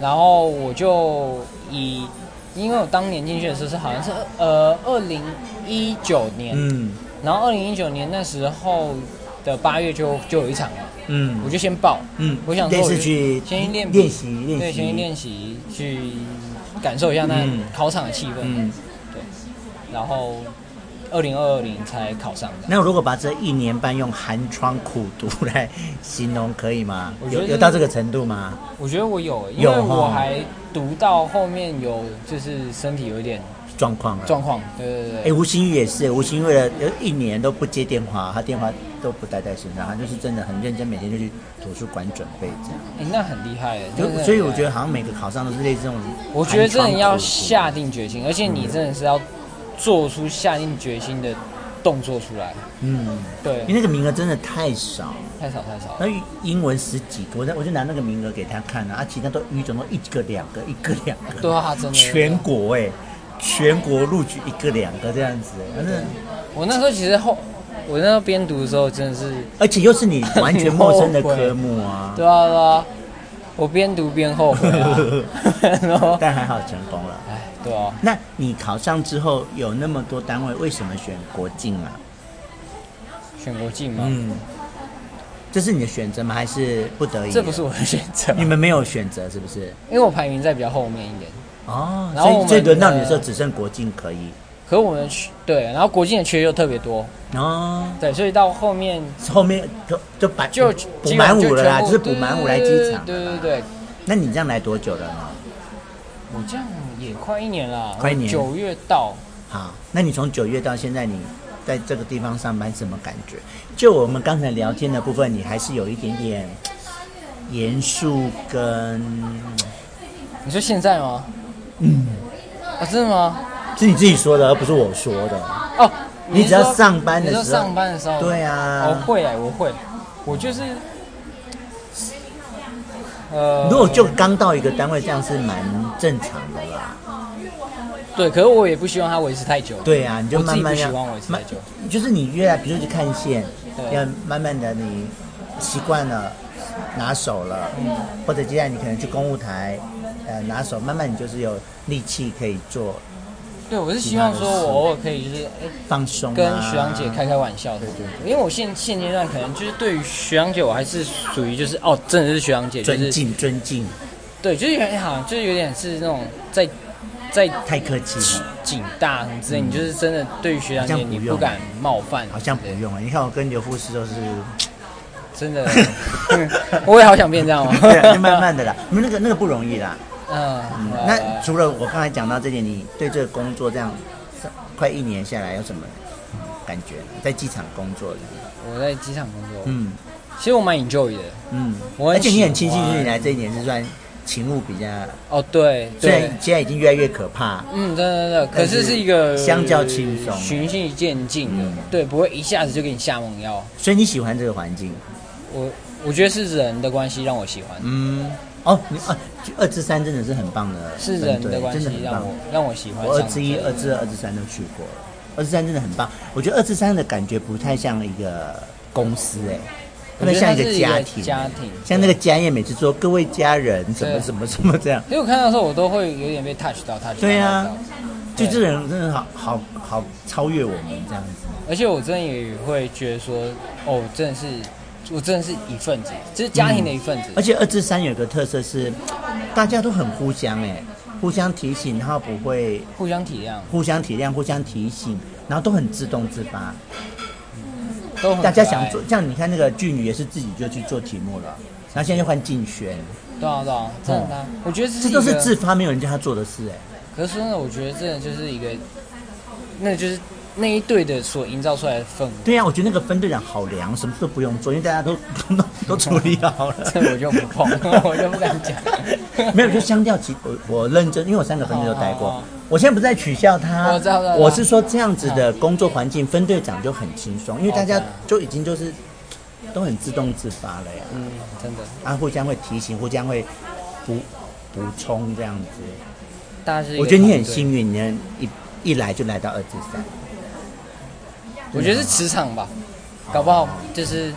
S2: 然后我就以，因为我当年进去的时候是好像是呃二零一九年，
S1: 嗯
S2: 然后二零一九年那时候的八月就就有一场了，我
S1: 嗯
S2: 就先报，
S1: 嗯，
S2: 我想说
S1: 类
S2: 我
S1: 似
S2: 就
S1: 去
S2: 先去练
S1: 练习练习
S2: 对，先去练习去感受一下那
S1: 嗯
S2: 考场的气氛，
S1: 嗯
S2: 然后二零二二零才考上的。
S1: 那如果把这一年半用寒窗苦读来形容，可以吗？
S2: 我觉
S1: 有
S2: 得
S1: 有到这个程度吗？
S2: 我觉得我有，因
S1: 有
S2: 为我
S1: 哦
S2: 还读到后面有就是身体有一点
S1: 状况了。啊
S2: 状况，对对对
S1: 哎、吴昕也是，吴昕为了有一年都不接电话，他电话都不带在身上，他就是真的很认真，每天就去图书馆准备这样。
S2: 哎那很厉害耶，
S1: 就所以我觉
S2: 得，
S1: 得好像每个考上都是类似这种寒窗苦读，
S2: 我觉得真的要下定决心，而且你真的是要做出下定决心的动作出来，
S1: 嗯，
S2: 对
S1: 因为，那个名额真的太少，
S2: 太少太少了，
S1: 那英文十几个，我就我就拿那个名额给他看啊，啊其他都语种都一个两个，一个两个，
S2: 对啊，真的
S1: 全国哎、全国录取一个两个这样子、反正
S2: 我那时候其实后，我那时候边读的时候真的是，
S1: 而且又是你完全陌生的科目啊，
S2: 对啊对啊，我边读边后悔
S1: *laughs*
S2: 啊， *laughs* 然后，
S1: 但还好成功了。
S2: 哎，对啊，
S1: 那你考上之后有那么多单位，为什么选国境啊？
S2: 选国际嘛，
S1: 嗯，这是你的选择吗？还是不得已？啊
S2: 这不是我的选择，
S1: 你们没有选择是不是？
S2: 因为我排名在比较后面一点。
S1: 哦，
S2: 然后
S1: 所以
S2: 我们
S1: 所以轮到你的
S2: 的
S1: 时候只剩国境可以
S2: 可是我们缺对，然后国境的缺又特别多，
S1: 哦。
S2: 对，所以到后面
S1: 后面就就把
S2: 就
S1: 补满五了啦，
S2: 就
S1: 就是补满五来机场。啊
S2: 对对对对对，对
S1: 那你这样来多久了呢？
S2: 我这样也快一年了，啊
S1: 快一年
S2: 九月到，
S1: 好，那你从九月到现在，你在这个地方上班什么感觉？就我们刚才聊天的部分，你还是有一点点严肃跟，
S2: 你说现在吗？嗯，啊，真的吗？
S1: 是你自己说的，而不是我说的。
S2: 哦，
S1: 你
S2: 是
S1: 只要
S2: 说
S1: 上班的
S2: 你说
S1: 时候
S2: 上班的时候，
S1: 对
S2: 我
S1: 啊，
S2: 会哎，我会，我就是，呃，
S1: 如果就刚到一个单位，这样是蛮正常的啦。
S2: 对，可是我也不希望它维持太久，
S1: 对啊，你就
S2: 我
S1: 慢
S2: 自己不
S1: 慢
S2: 喜
S1: 要
S2: 欢维持
S1: 慢
S2: 太久，
S1: 就是你越来，比如说去看线，
S2: 对
S1: 要慢慢的你习惯了，拿手了，
S2: 嗯
S1: 或者接下来你可能去公务台，呃，拿手，慢慢你就是有力气可以做
S2: 对，我是希望说我偶尔可以就是哎
S1: 放松、啊，
S2: 跟学长姐开开玩笑的，因为我现现阶段可能就是对于学长姐，我还是属于就是哦，真的是学长姐，就
S1: 尊
S2: 是
S1: 敬尊敬，
S2: 对，就是有点好像就是有点是那种在在
S1: 太客气了，
S2: 警大什么之类，你就是真的对于学长姐
S1: 嗯好像不
S2: 你
S1: 用
S2: 不敢冒犯，
S1: 好像不
S2: 对
S1: 用了。你看我跟刘护士都是，，
S2: 真的， *laughs* 我也好想变这样哦
S1: *laughs* 对啊，就慢慢的啦，你们那个那个不容易啦。
S2: *laughs* 嗯，
S1: 那
S2: 那
S1: 除了我刚才讲到这点，你对这个工作这样快一年下来有什么感觉呢？在机场工作的，
S2: 我在机场工作，
S1: 嗯
S2: 其实我蛮 enjoy 的，
S1: 嗯，
S2: 我
S1: 而且你很
S2: 喜
S1: 庆幸
S2: 欢
S1: 是你来这一年是算勤务比较，
S2: 哦，对
S1: 虽然
S2: 对。
S1: 现在已经越来越可怕，
S2: 嗯，对对对，可
S1: 但是
S2: 是是一个
S1: 相较轻松
S2: 循序渐进的
S1: 嗯，
S2: 对，不会一下子就给你下猛药。
S1: 所以你喜欢这个环境，
S2: 我我觉得是人的关系让我喜欢，
S1: 嗯，哦，你啊，二至三真的是很棒的
S2: 是
S1: 分队，
S2: 人的关
S1: 真
S2: 系
S1: 的很
S2: 让我
S1: 棒。
S2: 让我喜欢
S1: 我二
S2: 上
S1: 至一、呃
S2: 这
S1: 二至二、二至三都去过了，二至三真的很棒。我觉得二至三的感觉不太像一个公司、哎，特
S2: 我
S1: 别
S2: 觉得
S1: 像
S2: 它
S1: 一
S2: 是
S1: 个
S2: 一
S1: 家
S2: 个
S1: 庭，
S2: 家庭，
S1: 像那个家宴每次说各位家人什么
S2: 对
S1: 什么什么这样，
S2: 所以我看到的时候，我都会有点被 touch 到 touch 到。
S1: 对啊
S2: touch 到，
S1: 就
S2: 对
S1: 这个人真的好好好超越我们这样子。
S2: 而且我真的也会觉得说，哦，真的是我真的是一份子，这是家庭的一份子。
S1: 而且二至三有个特色是，大家都很互相哎、互相提醒，然后不会
S2: 互相体谅，
S1: 互相体谅、互相提醒，然后都很自动自发。
S2: 都很
S1: 大家
S2: 可爱
S1: 想做，像你看那个剧女也是自己就去做题目了，然后现在又换静轩，
S2: 对啊对啊，真的啊，我觉得这
S1: 嗯这都
S2: 是一
S1: 是
S2: 个
S1: 自发，没有人叫他做的事哎、
S2: 可是说真的，我觉得真的就是一个，那就是那一队的所营造出来的氛围，
S1: 对呀、我觉得那个分队长好凉，什么都不用做，因为大家都都 *laughs* 都处理好了。
S2: *laughs* 这我就不碰，我就不敢讲。
S1: *laughs* 没有，就相较起我我认真，因为我三个分队都待
S2: 好好
S1: 过
S2: 好。
S1: 我现在不是在取笑他，
S2: 我知道知道
S1: 我是说这样子的工作环境，分队长就很轻松，因为大家
S2: OK
S1: 就已经就是都很自动自发了呀，
S2: 嗯，真的，
S1: 啊，互相会提醒，互相会补补充这样子。
S2: 大家是一个
S1: 我觉得你很
S2: 团队
S1: 幸运，你能一一来就来到二至三。啊
S2: 我觉得是磁场吧，搞不好就是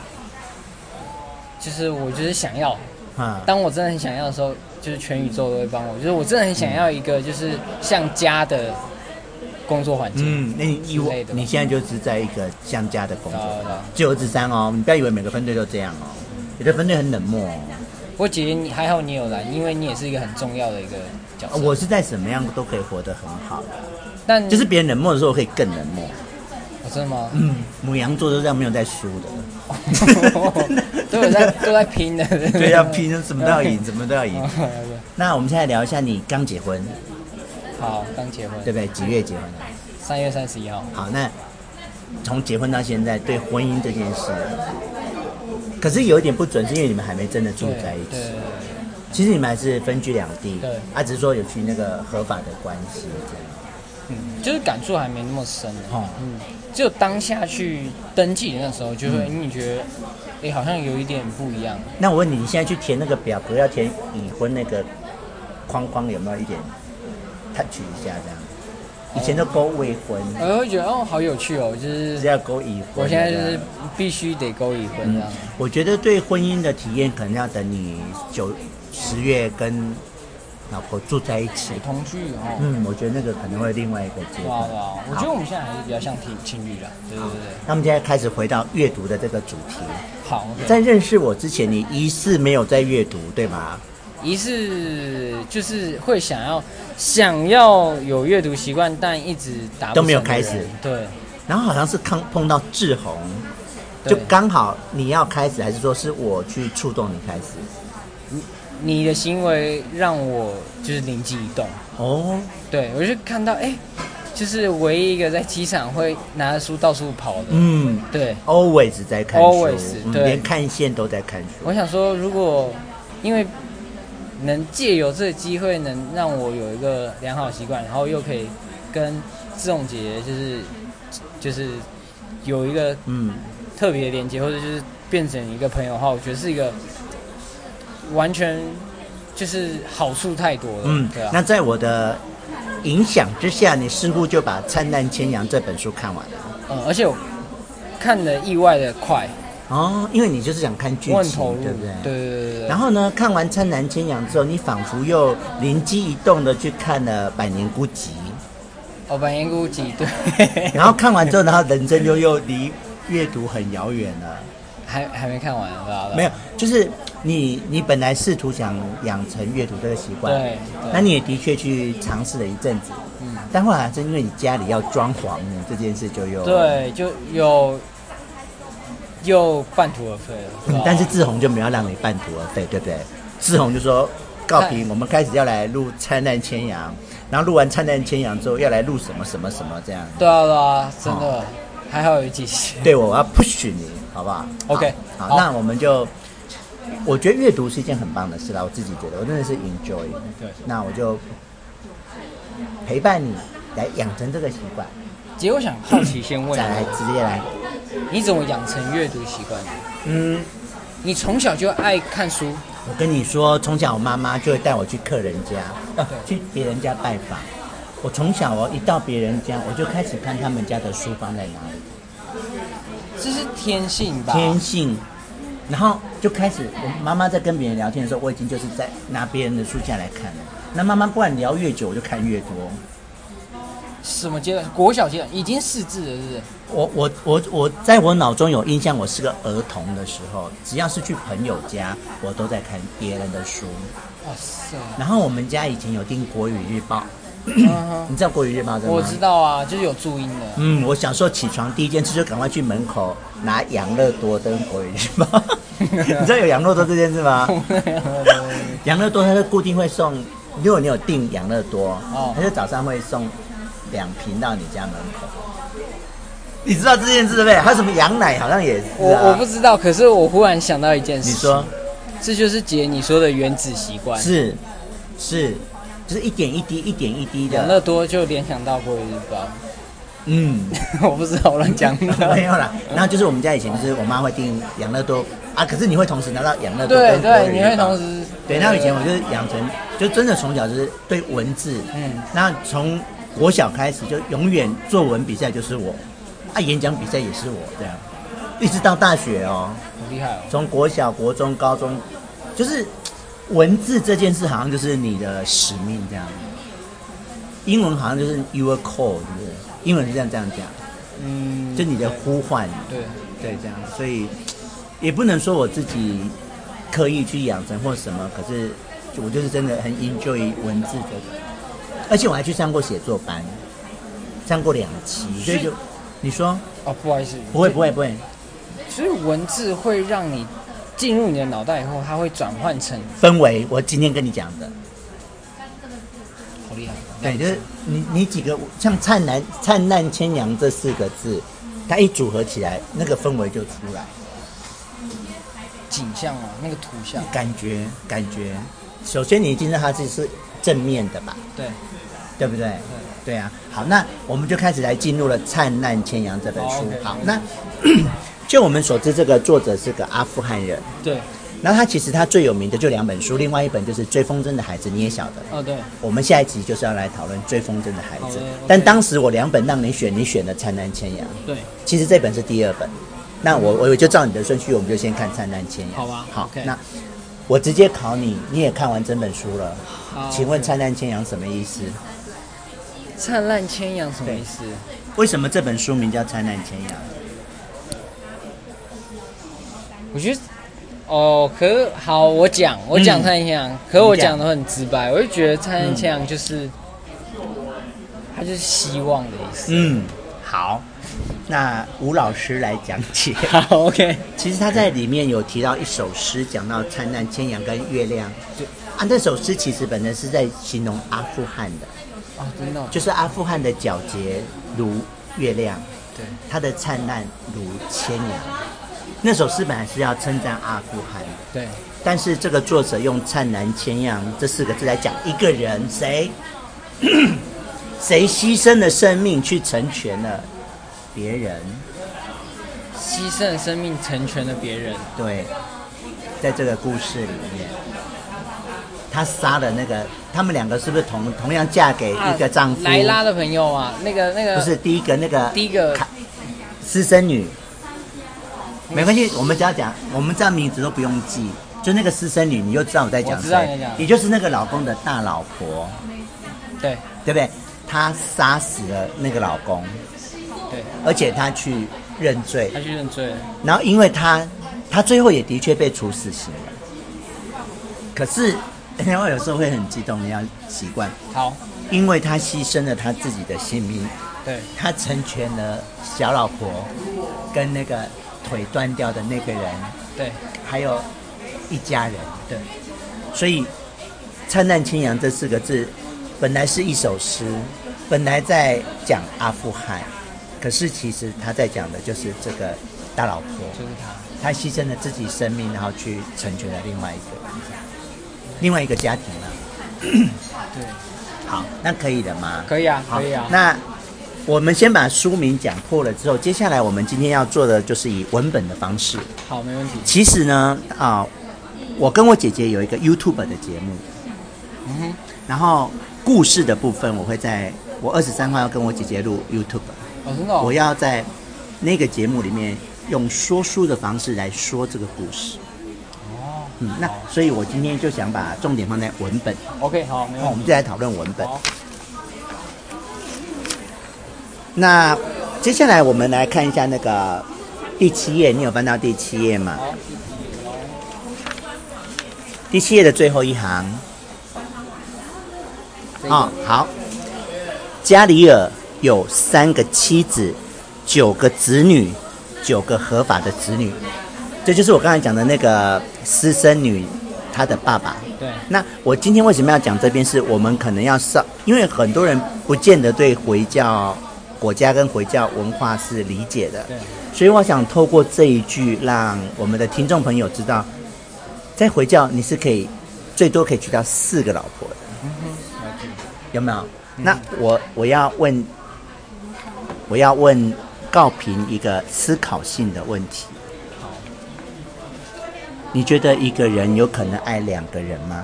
S2: 就是我就是想要，
S1: 啊，
S2: 当我真的很想要的时候，就是全宇宙都会帮我。就是我真的很想要一个就是像家的工作环境。
S1: 嗯，那你以
S2: 之
S1: 我
S2: 类的吧
S1: 你现在就是在一个像家的工
S2: 知道
S1: 作，
S2: 知道
S1: 只有二至三哦，你不要以为每个分队都这样哦，有的分队很冷漠哦。
S2: 不过姐姐你还好你有来，因为你也是一个很重要的一个角
S1: 啊
S2: 色。
S1: 我是在什么样都可以活得很好，
S2: 但哦
S1: 就是别人冷漠的时候，我可以更冷漠。
S2: 真的吗？
S1: *laughs* 嗯，母羊座都这样，没有在输
S2: *laughs*
S1: 的。
S2: 都有在都在拼的。
S1: *laughs* 对，要拼，怎么都
S2: *laughs*
S1: 要赢，怎么都要赢。
S2: 哦对
S1: 那我们现在聊一下，你刚结婚，
S2: 好，刚结婚，
S1: 对不对？几月结婚的？
S2: 三月三十一号。
S1: 好，那从结婚到现在，对婚姻这件事，可是有一点不准，是因为你们还没真的住
S2: 对
S1: 在一起。
S2: 对
S1: 其实你们还是分居两地，
S2: 对
S1: 啊，只是说有去那个合法的关系这
S2: 嗯，就是感触还没那么深呢。
S1: 样。哦，
S2: 嗯，只有当下去登记的那时候，就会
S1: 嗯
S2: 你觉得，哎、好像有一点不一样。
S1: 那我问你，你现在去填那个表格，要填已婚那个框框，有没有一点 touch 一下这样？以前都勾未婚，
S2: 我会觉得哦，好有趣哦，就
S1: 只
S2: 是
S1: 要勾已婚。
S2: 我现在就
S1: 对
S2: 是
S1: 吧
S2: 必须得勾已婚这样。
S1: 我觉得对婚姻的体验，可能要等你九十月跟老婆住在一起。
S2: 同居哦，
S1: 嗯，我觉得那个可能会另外一个阶
S2: 对啊
S1: 段
S2: 对。啊，我觉得我们现在还是比较像情情侣的，对对对。
S1: 那我们现在开始回到阅读的这个主题。
S2: 好，
S1: 在认识我之前，你疑似没有在阅读，对吗？
S2: 一是就是会想要想要有阅读习惯，但一直达不
S1: 都没有
S2: 成的人
S1: 开始。
S2: 对，
S1: 然后好像是刚碰到志宏，
S2: 对
S1: 就刚好你要开始，还是说是我去触动你开始？
S2: 你的行为让我就是灵机一动。
S1: 哦，
S2: 对，我就看到哎、诶就是唯一一个在机场会拿着书到处跑的。
S1: 嗯
S2: 对，
S1: ，always 在看书
S2: Always，
S1: 嗯
S2: 对
S1: 连看线都在看书。
S2: 我想说，如果因为能借由这个机会，能让我有一个良好习惯，然后又可以跟志勇姐姐就是就是有一个
S1: 嗯，
S2: 特别的连接，或者就是变成一个朋友的话，我觉得是一个完全就是好处太多了。
S1: 嗯
S2: 对，啊。
S1: 那在我的影响之下，你似乎就把《灿烂千阳》这本书看完了。
S2: 嗯，而且我看的意外的快，
S1: 哦，因为你就是想看剧
S2: 我很投
S1: 情，
S2: 入。
S1: 对不对？
S2: 对对对对对
S1: 然后呢，看完《灿烂千阳》之后，你仿佛又灵机一动的去看了《百年孤寂
S2: 哦，百年孤寂，对》，，
S1: 然后看完之后，然后人生就又离阅读很遥远了。
S2: 还还没看完，对吧？
S1: 没有，就是你你本来试图想养成阅读这个习惯，
S2: 对对
S1: 那你也的确去尝试了一阵子，
S2: 嗯
S1: 但后来还是因为你家里要装潢这件事就又，
S2: 对，就有又半途而废了，对
S1: 嗯
S2: 啊吧
S1: 但是志宏就没有让你半途而废，对不对？志宏就说告平，我们开始要来录《灿烂千阳》，然后录完《灿烂千阳》之后要来录什么什么什么这样，
S2: 对啊对啊，真的还好有几集，
S1: 对我要 push 你，好不好
S2: OK，
S1: 好，
S2: 好
S1: 好那我们就。我觉得阅读是一件很棒的事啦，我自己觉得，我真的是 enjoy。
S2: 对，
S1: 那我就陪伴你来养成这个习惯，
S2: 结果想好奇先
S1: *coughs*
S2: 问
S1: 再来
S2: 你，
S1: 直接来，
S2: 你怎么养成阅读习惯的？
S1: 嗯，
S2: 你从小就爱看书，
S1: 我跟你说，从小我妈妈就会带我去客人家，呃，去别人家拜访。我从小哦，一到别人家，我就开始看他们家的书放在哪里，
S2: 这是天性吧？
S1: 天性，然后就开始，我妈妈在跟别人聊天的时候，我已经就是在拿别人的书架来看了。那妈妈不然聊越久，我就看越多。
S2: 什么阶段？国小阶段已经识字了，是不是？
S1: 我我我我在我脑中有印象，我是个儿童的时候，只要是去朋友家，我都在看别人的书。
S2: 哇塞！
S1: 然后我们家以前有订《国语日报》，
S2: 嗯哼
S1: 你知道《国语日报》的吗？
S2: 我知。道啊，就是有注音的。
S1: 嗯，我小时候起床第一件事就赶快去门口拿养乐多跟《国语日
S2: *laughs*
S1: 报》，你知道有养乐多这件事吗？养乐多它是固定会送，如果你有订养乐多，
S2: 哦
S1: 它就早上会送两瓶到你家门口。你知道这件事对不对？还有什么羊奶好像也是、啊。
S2: 我我不知道，可是我忽然想到一件事，
S1: 你说，
S2: 这就是姐你说的原子习惯。
S1: 是啊是，就是一点一滴，一点一滴
S2: 养
S1: 的。
S2: 乐多就联想到国语日报，
S1: 嗯，
S2: *laughs* 我不知道我乱
S1: *laughs*
S2: 讲
S1: 没
S2: 的。
S1: 有啦。然后就是我们家以前就是我妈会订养乐多啊，可是你会同时拿到养乐多
S2: 对
S1: 跟国语日报。
S2: 对，你会同时
S1: 对，那以前我就是养成，就真的从小就是对文字，
S2: 嗯，
S1: 那从国小开始就永远作文比赛就是我，啊，演讲比赛也是我这样，一直到大学哦，
S2: 好厉害哦，
S1: 从国小、国中、高中，就是文字这件事好像就是你的使命这样，英文好像就是 your call，对不对？英文是这样这样讲，
S2: 嗯，
S1: 就你的呼唤，
S2: 对，
S1: 对，这样，所以也不能说我自己刻意去养成或什么，可是我就是真的很 enjoy 文字这个，而且我还去上过写作班，上过两期，所以就你说
S2: 哦，不好意思，
S1: 不会不会不会，
S2: 所以文字会让你进入你的脑袋以后，它会转换成
S1: 氛围我今天跟你讲的，
S2: 好厉害。
S1: 对，就是你你几个像灿烂灿烂千阳这四个字，它一组合起来，那个氛围就出来，
S2: 景象啊，那个图像，
S1: 感觉感觉。首先你一定让它这是正面的吧，
S2: 对，
S1: 对不对？对啊，好，那我们就开始来进入了《灿烂千阳》这本
S2: 好
S1: 书。
S2: 哦，OK，
S1: 好，
S2: 没
S1: 那 *clears throat* 就我们所知，这个作者是个阿富汗人。
S2: 对，
S1: 然后他其实他最有名的就两本书，另外一本就是《追风筝的孩子》，你也晓得。
S2: 哦对，
S1: 我们下一集就是要来讨论《追风筝的孩
S2: 好
S1: 子
S2: 的》，OK，哦
S1: 但当时我两本让你选，你选了《灿烂千阳》，
S2: 对，嗯
S1: 其实这本是第二本。那我我就照你的顺序，我们就先看《灿烂千阳》。
S2: 好吧
S1: 好
S2: OK
S1: 那我直接考你，你也看完整本书了，
S2: 好
S1: 请问《灿烂千阳》什么意思？
S2: 灿烂千阳什么意思？
S1: 为什么这本书名叫《灿烂千阳》？
S2: 我觉得。哦，可是好，我讲，我讲
S1: 嗯
S2: 灿烂千阳，可是我
S1: 你讲
S2: 讲的很直白，我就觉得灿烂千阳就是，它就是希望的意思。
S1: 嗯，好，那吴老师来讲解。
S2: *laughs* 好，OK，
S1: 其实他在里面有提到一首诗，讲到灿烂千阳跟月亮。就啊，那首诗其实本身是在形容阿富汗的，
S2: 哦，真的哦，
S1: 就是阿富汗的皎洁如月亮，
S2: 对，
S1: 它的灿烂如千阳。那首诗本来是要称赞阿富汗的，
S2: 对，
S1: 但是这个作者用“灿烂千阳”这四个字来讲一个人，谁 *coughs* 谁牺牲了生命去成全了别人，
S2: 牺牲了生命成全了别人，
S1: 对，在这个故事里面，他杀了那个，他们两个是不是同同样嫁给一个丈夫？
S2: 啊莱拉的朋友啊，那个那个
S1: 不是第一个那个
S2: 第一个
S1: 卡私生女，没关系，我们只要讲，我们这样名字都不用记，就那个私生女，你就知道我在讲
S2: 我知道你在
S1: 谁
S2: 讲，
S1: 也就是那个老公的大老婆，
S2: 对
S1: 对不对？她杀死了那个老公，
S2: 对，
S1: 而且她去认罪，
S2: 他去认罪了，
S1: 然后因为她，她最后也的确被处死刑了。可是， *laughs* 然后有时候会很激动，你要习惯，
S2: 好，
S1: 因为她牺牲了她自己的性命，
S2: 对，
S1: 他成全了小老婆跟那个腿断掉的那个人，
S2: 对
S1: 还有一家人。
S2: 对，
S1: 所以“灿烂清扬”这四个字本来是一首诗，本来在讲阿富汗，可是其实他在讲的就是这个大老婆，
S2: 就是
S1: 她
S2: 他，
S1: 牺牲了自己生命，然后去成全了另外一个人另外一个家庭了。
S2: 对，
S1: 好，那可以的吗？
S2: 可以啊，
S1: 好，
S2: 可以啊，
S1: 那我们先把书名讲破了之后，接下来我们今天要做的就是以文本的方式。
S2: 好，没问题，
S1: 其实呢，啊、我跟我姐姐有一个 YouTube 的节目，
S2: 嗯哼，
S1: 然后故事的部分我会在我二十三号要跟我姐姐录 YouTube，
S2: 哦，真的哦，
S1: 我要在那个节目里面用说书的方式来说这个故事。
S2: 哦
S1: 嗯，那所以我今天就想把重点放在文本，
S2: ，OK，好，没
S1: 那我
S2: 问
S1: 们
S2: 题，
S1: 就来讨论文本。
S2: 好，
S1: 那接下来我们来看一下那个第七页，你有翻到第七页吗？
S2: 好，
S1: 第七页的最后一行
S2: 这
S1: 啊、
S2: 个
S1: 好。加里尔有三个妻子，九个子女，九个合法的子女，这就是我刚才讲的那个私生女，她的爸爸。
S2: 对
S1: 那我今天为什么要讲这边？是我们可能要上，因为很多人不见得对回教国家跟回教文化是理解的，
S2: 对，
S1: 所以我想透过这一句，让我们的听众朋友知道，在回教你是可以最多可以娶到四个老婆的，
S2: 嗯哼，了解，嗯
S1: 有没有？那我我要问，我要问告平一个思考性的问题。你觉得一个人有可能爱两个人吗？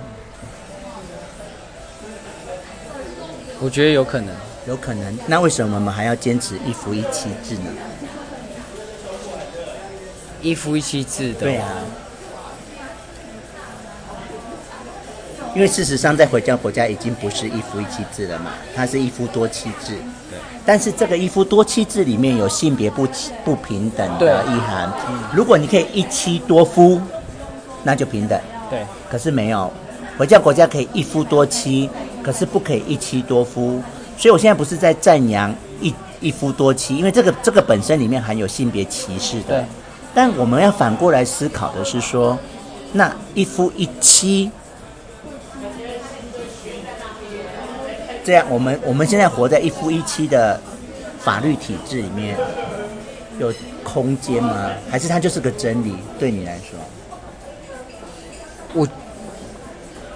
S2: 我觉得有可能，
S1: 有可能。那为什么我们还要坚持一夫一妻制呢？
S2: 一夫一妻制的，
S1: 啊，因为事实上在回教国家已经不是一夫一妻制了嘛，它是一夫多妻制。
S2: 对。
S1: 但是这个一夫多妻制里面有性别不齐不平等
S2: 对啊
S1: 的意涵。如果你可以一妻多夫，那就平等。
S2: 对，
S1: 可是没有，回教国家可以一夫多妻，可是不可以一妻多夫。所以我现在不是在赞扬一一夫多妻，因为这个这个本身里面含有性别歧视的
S2: 对。
S1: 但我们要反过来思考的是说，那一夫一妻，这样我们我们现在活在一夫一妻的法律体制里面，有空间吗？还是它就是个真理？对你来说，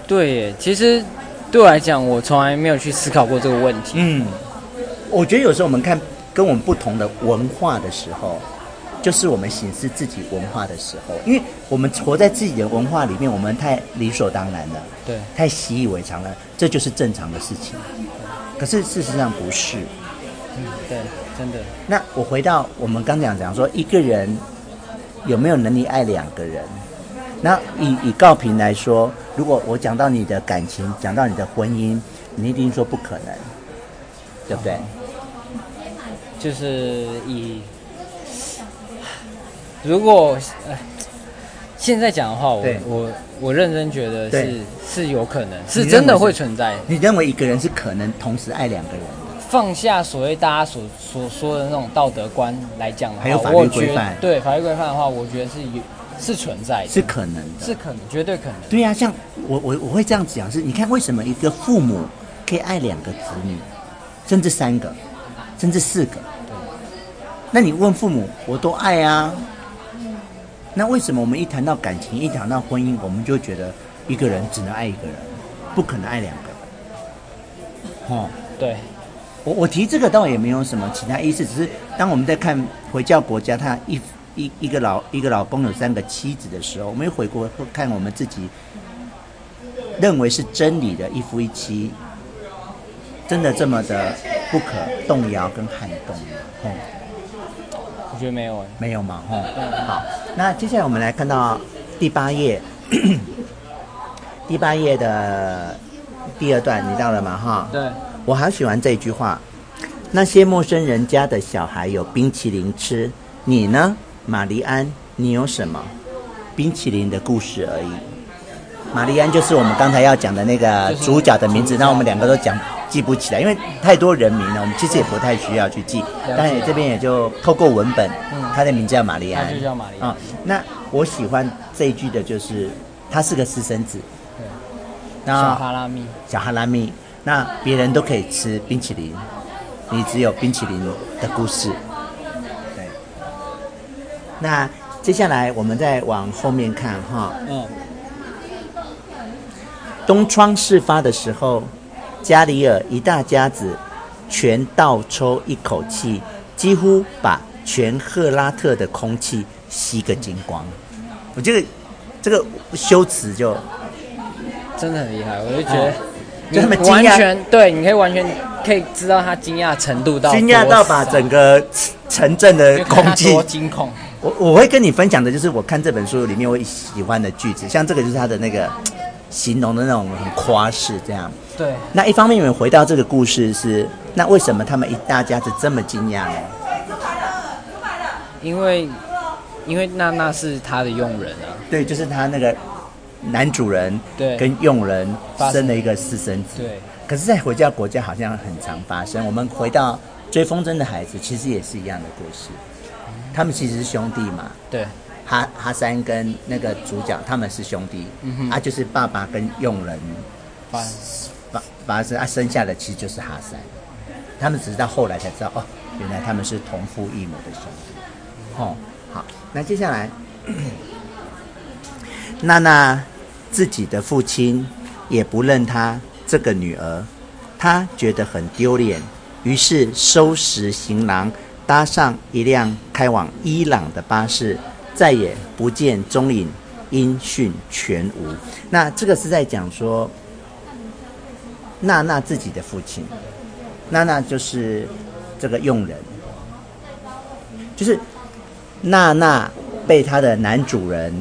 S2: 对耶，其实对我来讲，我从来没有去思考过这个问题。
S1: 嗯，我觉得有时候我们看跟我们不同的文化的时候，就是我们审视自己文化的时候，因为我们活在自己的文化里面，我们太理所当然了。
S2: 对，
S1: 太习以为常了，这就是正常的事情。可是事实上不是。
S2: 对，真的，
S1: 那我回到我们刚讲讲说，一个人有没有能力爱两个人？那以以告平来说，如果我讲到你的感情，讲到你的婚姻，你一定说不可能，对不对？
S2: 就是以如果呃现在讲的话，我
S1: 对
S2: 我我认真觉得
S1: 对
S2: 是是有可能，
S1: 为
S2: 是
S1: 是
S2: 真的会存在。
S1: 你认为一个人是可能同时爱两个人的？
S2: 放下所谓大家所所说的那种道德观来讲的话，
S1: 还有法律
S2: 我觉
S1: 规
S2: 得
S1: 范
S2: 对法律规范的话，我觉得是有是存在的，
S1: 是可能的。
S2: 是可能，绝对可能。
S1: 对呀、啊像我我我会这样讲，是你看为什么一个父母可以爱两个子女，甚至三个，甚至四个？那你问父母，我都爱啊。那为什么我们一谈到感情，一谈到婚姻，我们就觉得一个人只能爱一个人，不可能爱两个人？哦，
S2: 对，
S1: 我我提这个倒也没有什么其他意思，只是当我们在看回教国家，他一一一个老一个老公有三个妻子的时候，我们又回国会看我们自己认为是真理的一夫一妻，真的这么的不可动摇跟撼动吗？哦，
S2: 我觉得没有哎、
S1: 没有嘛，哦，好，那接下来我们来看到第八页， *coughs* 第八页的第二段，你到了吗？哈，
S2: 对，
S1: 我好喜欢这句话。那些陌生人家的小孩有冰淇淋吃，你呢，玛丽安？你有什么？冰淇淋的故事而已。玛丽安就是我们刚才要讲的那个
S2: 就是
S1: 主角的名字，
S2: 主角
S1: 那我们两个都讲记不起来，因为太多人名了，我们其实也不太需要去记。
S2: 解嗯
S1: 当然这边也就透过文本，他的名字叫玛丽安，
S2: 他就叫玛丽安
S1: 啊、那我喜欢这一句的就是，他是个私生子。
S2: 对
S1: 那
S2: 小哈拉米，
S1: 小哈拉米，那别人都可以吃冰淇淋，你只有冰淇淋的故事。对。那接下来我们再往后面看哈，
S2: 嗯，
S1: 东窗事发的时候，加里尔一大家子全倒抽一口气，几乎把全赫拉特的空气吸个精光。我这个这个修辞就
S2: 真的很厉害，我就觉得
S1: 哦
S2: 你
S1: 就他们惊讶
S2: 完全对，你可以完全可以知道他惊讶程度到
S1: 惊讶到把整个城镇的
S2: 就看
S1: *laughs* 空
S2: 他
S1: 气
S2: 多惊恐，
S1: 我我会跟你分享的就是我看这本书里面我喜欢的句子，像这个就是他的那个形容的那种很夸饰这样。
S2: 对，
S1: 那一方面，你们回到这个故事是，那为什么他们一大家子这么惊讶呢？
S2: 因为因为娜娜是他的佣人啊，
S1: 对，就是他那个男主人
S2: 对
S1: 跟佣人
S2: 发生
S1: 生了一个私生子。
S2: 对，
S1: 可是，在回教国家好像很常发生。我们回到追风筝的孩子，其实也是一样的故事。他们其实是兄弟嘛，
S2: 对，
S1: 哈哈三跟那个主角他们是兄弟，
S2: 嗯哼
S1: 啊，就是爸爸跟佣人
S2: 反
S1: 发发生啊生下的其实就是哈三，他们只是到后来才知道哦，原来他们是同父异母的兄弟。哦，好，那接下来， *clears throat* 娜娜自己的父亲也不认她这个女儿，她觉得很丢脸，于是收拾行囊，搭上一辆开往伊朗的巴士，再也不见踪影，音讯全无。那这个是在讲说娜娜自己的父亲，娜娜就是这个佣人，就是娜娜被她的男主人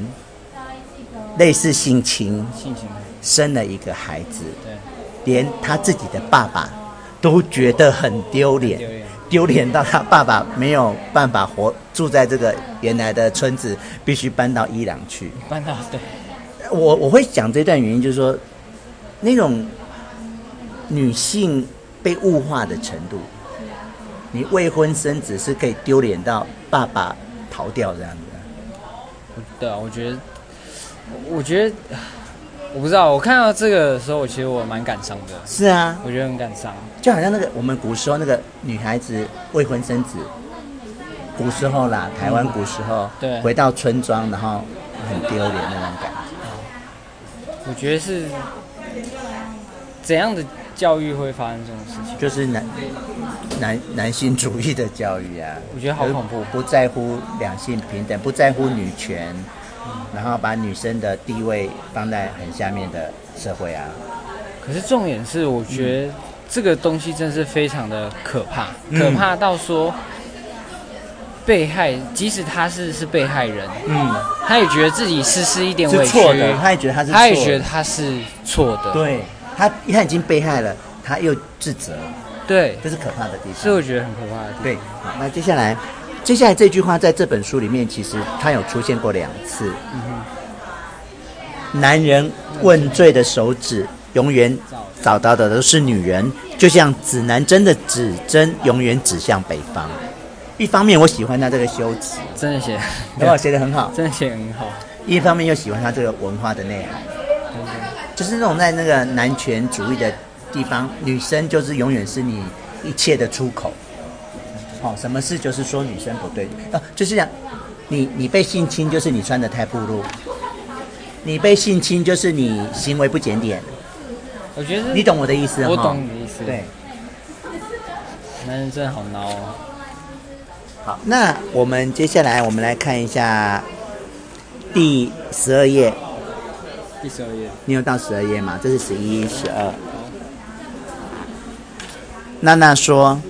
S1: 类似性侵，
S2: 性情，
S1: 生了一个孩子，
S2: 对，
S1: 连她自己的爸爸都觉得很丢
S2: 丢脸
S1: 脸，丢脸到她爸爸没有办法活住在这个原来的村子，必须搬到伊朗去。
S2: 搬到对，
S1: 我我会讲这段原因，就是说那种女性被物化的程度，你未婚生子是可以丢脸到爸爸逃掉这样子啊。
S2: 对啊，我觉得，我觉得，我不知道，我看到这个的时候，我其实我蛮感伤的，
S1: 是啊，
S2: 我觉得很感伤。
S1: 就好像那个我们古时候那个女孩子未婚生子，古时候啦，台湾古时候，
S2: 对
S1: 回到村庄然后很丢脸那种感觉。
S2: 我觉得是怎样的教育会发生这种事情？
S1: 就是男男男性主义的教育啊，
S2: 我觉得好恐怖。
S1: 不在乎两性平等，不在乎女权，然后把女生的地位放在很下面的社会啊。
S2: 可是重点是，我觉
S1: 嗯
S2: 得这个东西真是非常的可怕，可怕到说被害，即使他是是被害人，
S1: 嗯，
S2: 他也觉得自己丝丝一点委
S1: 是
S2: 屈，
S1: 错的，他也觉得他是错的，
S2: 他也觉得他是错的，
S1: 对他他已经被害了，他又自责，
S2: 对，
S1: 这是可怕的地方
S2: 所以。我觉得很可怕的地方。
S1: 对，好，那接下来，接下来这句话在这本书里面，其实它有出现过两次。男人问罪的手指，永远找到的都是女人，就像指南针的指针永远指向北方。一方面我喜欢他这个修辞，
S2: 真的写，
S1: 然后写得很好；
S2: *laughs* 真的写得很好，
S1: 一方面又喜欢他这个文化的内涵，
S2: 真的
S1: 就是那种在那个男权主义的地方，女生就是永远是你一切的出口。哦，什么事就是说女生不对哦，就是讲你你被性侵就是你穿的太暴露，你被性侵就是你行为不检点，
S2: 我觉得
S1: 你懂我的意思
S2: 我
S1: 哈
S2: 懂你的意思。
S1: 对，，
S2: 男人真的好孬哦。
S1: 好，那我们接下来我们来看一下第十二页，
S2: 第十二页，
S1: 你有到十二页吗？这是十一、十二。娜娜说，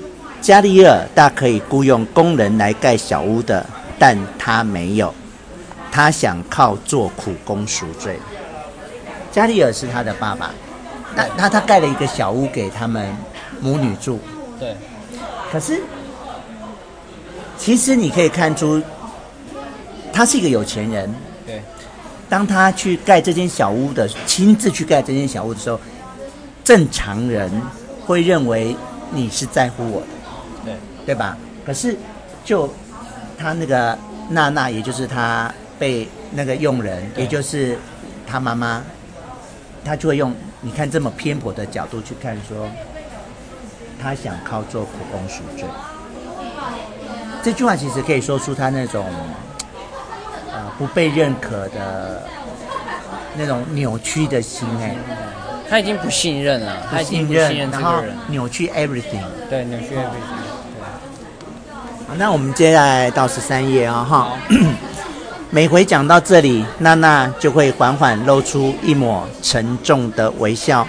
S1: 加利尔大可以雇佣工人来盖小屋的，但他没有，他想靠做苦工赎罪。加利尔是他的爸爸，那那他盖了一个小屋给他们母女住，
S2: 对，
S1: 可是，其实你可以看出，他是一个有钱人。
S2: 对，
S1: 当他去盖这间小屋的，亲自去盖这间小屋的时候，正常人会认为你是在乎我的，
S2: 对，
S1: 对吧？可是，就他那个娜娜，也就是他被那个佣人，
S2: 对
S1: 也就是他妈妈，他就会用你看这么偏颇的角度去看说，他想靠做苦工赎罪。这句话其实可以说出他那种，呃，不被认可的那种扭曲的心哎、
S2: 他已经不信任了，嗯他已经不信任这
S1: 然
S2: 个
S1: 后
S2: 人。
S1: 扭曲 everything。
S2: 对，扭曲也不行。
S1: 好那我们接下来到十三页哦，哈。 *clears throat* 每回讲到这里，娜娜就会缓缓露出一抹沉重的微笑。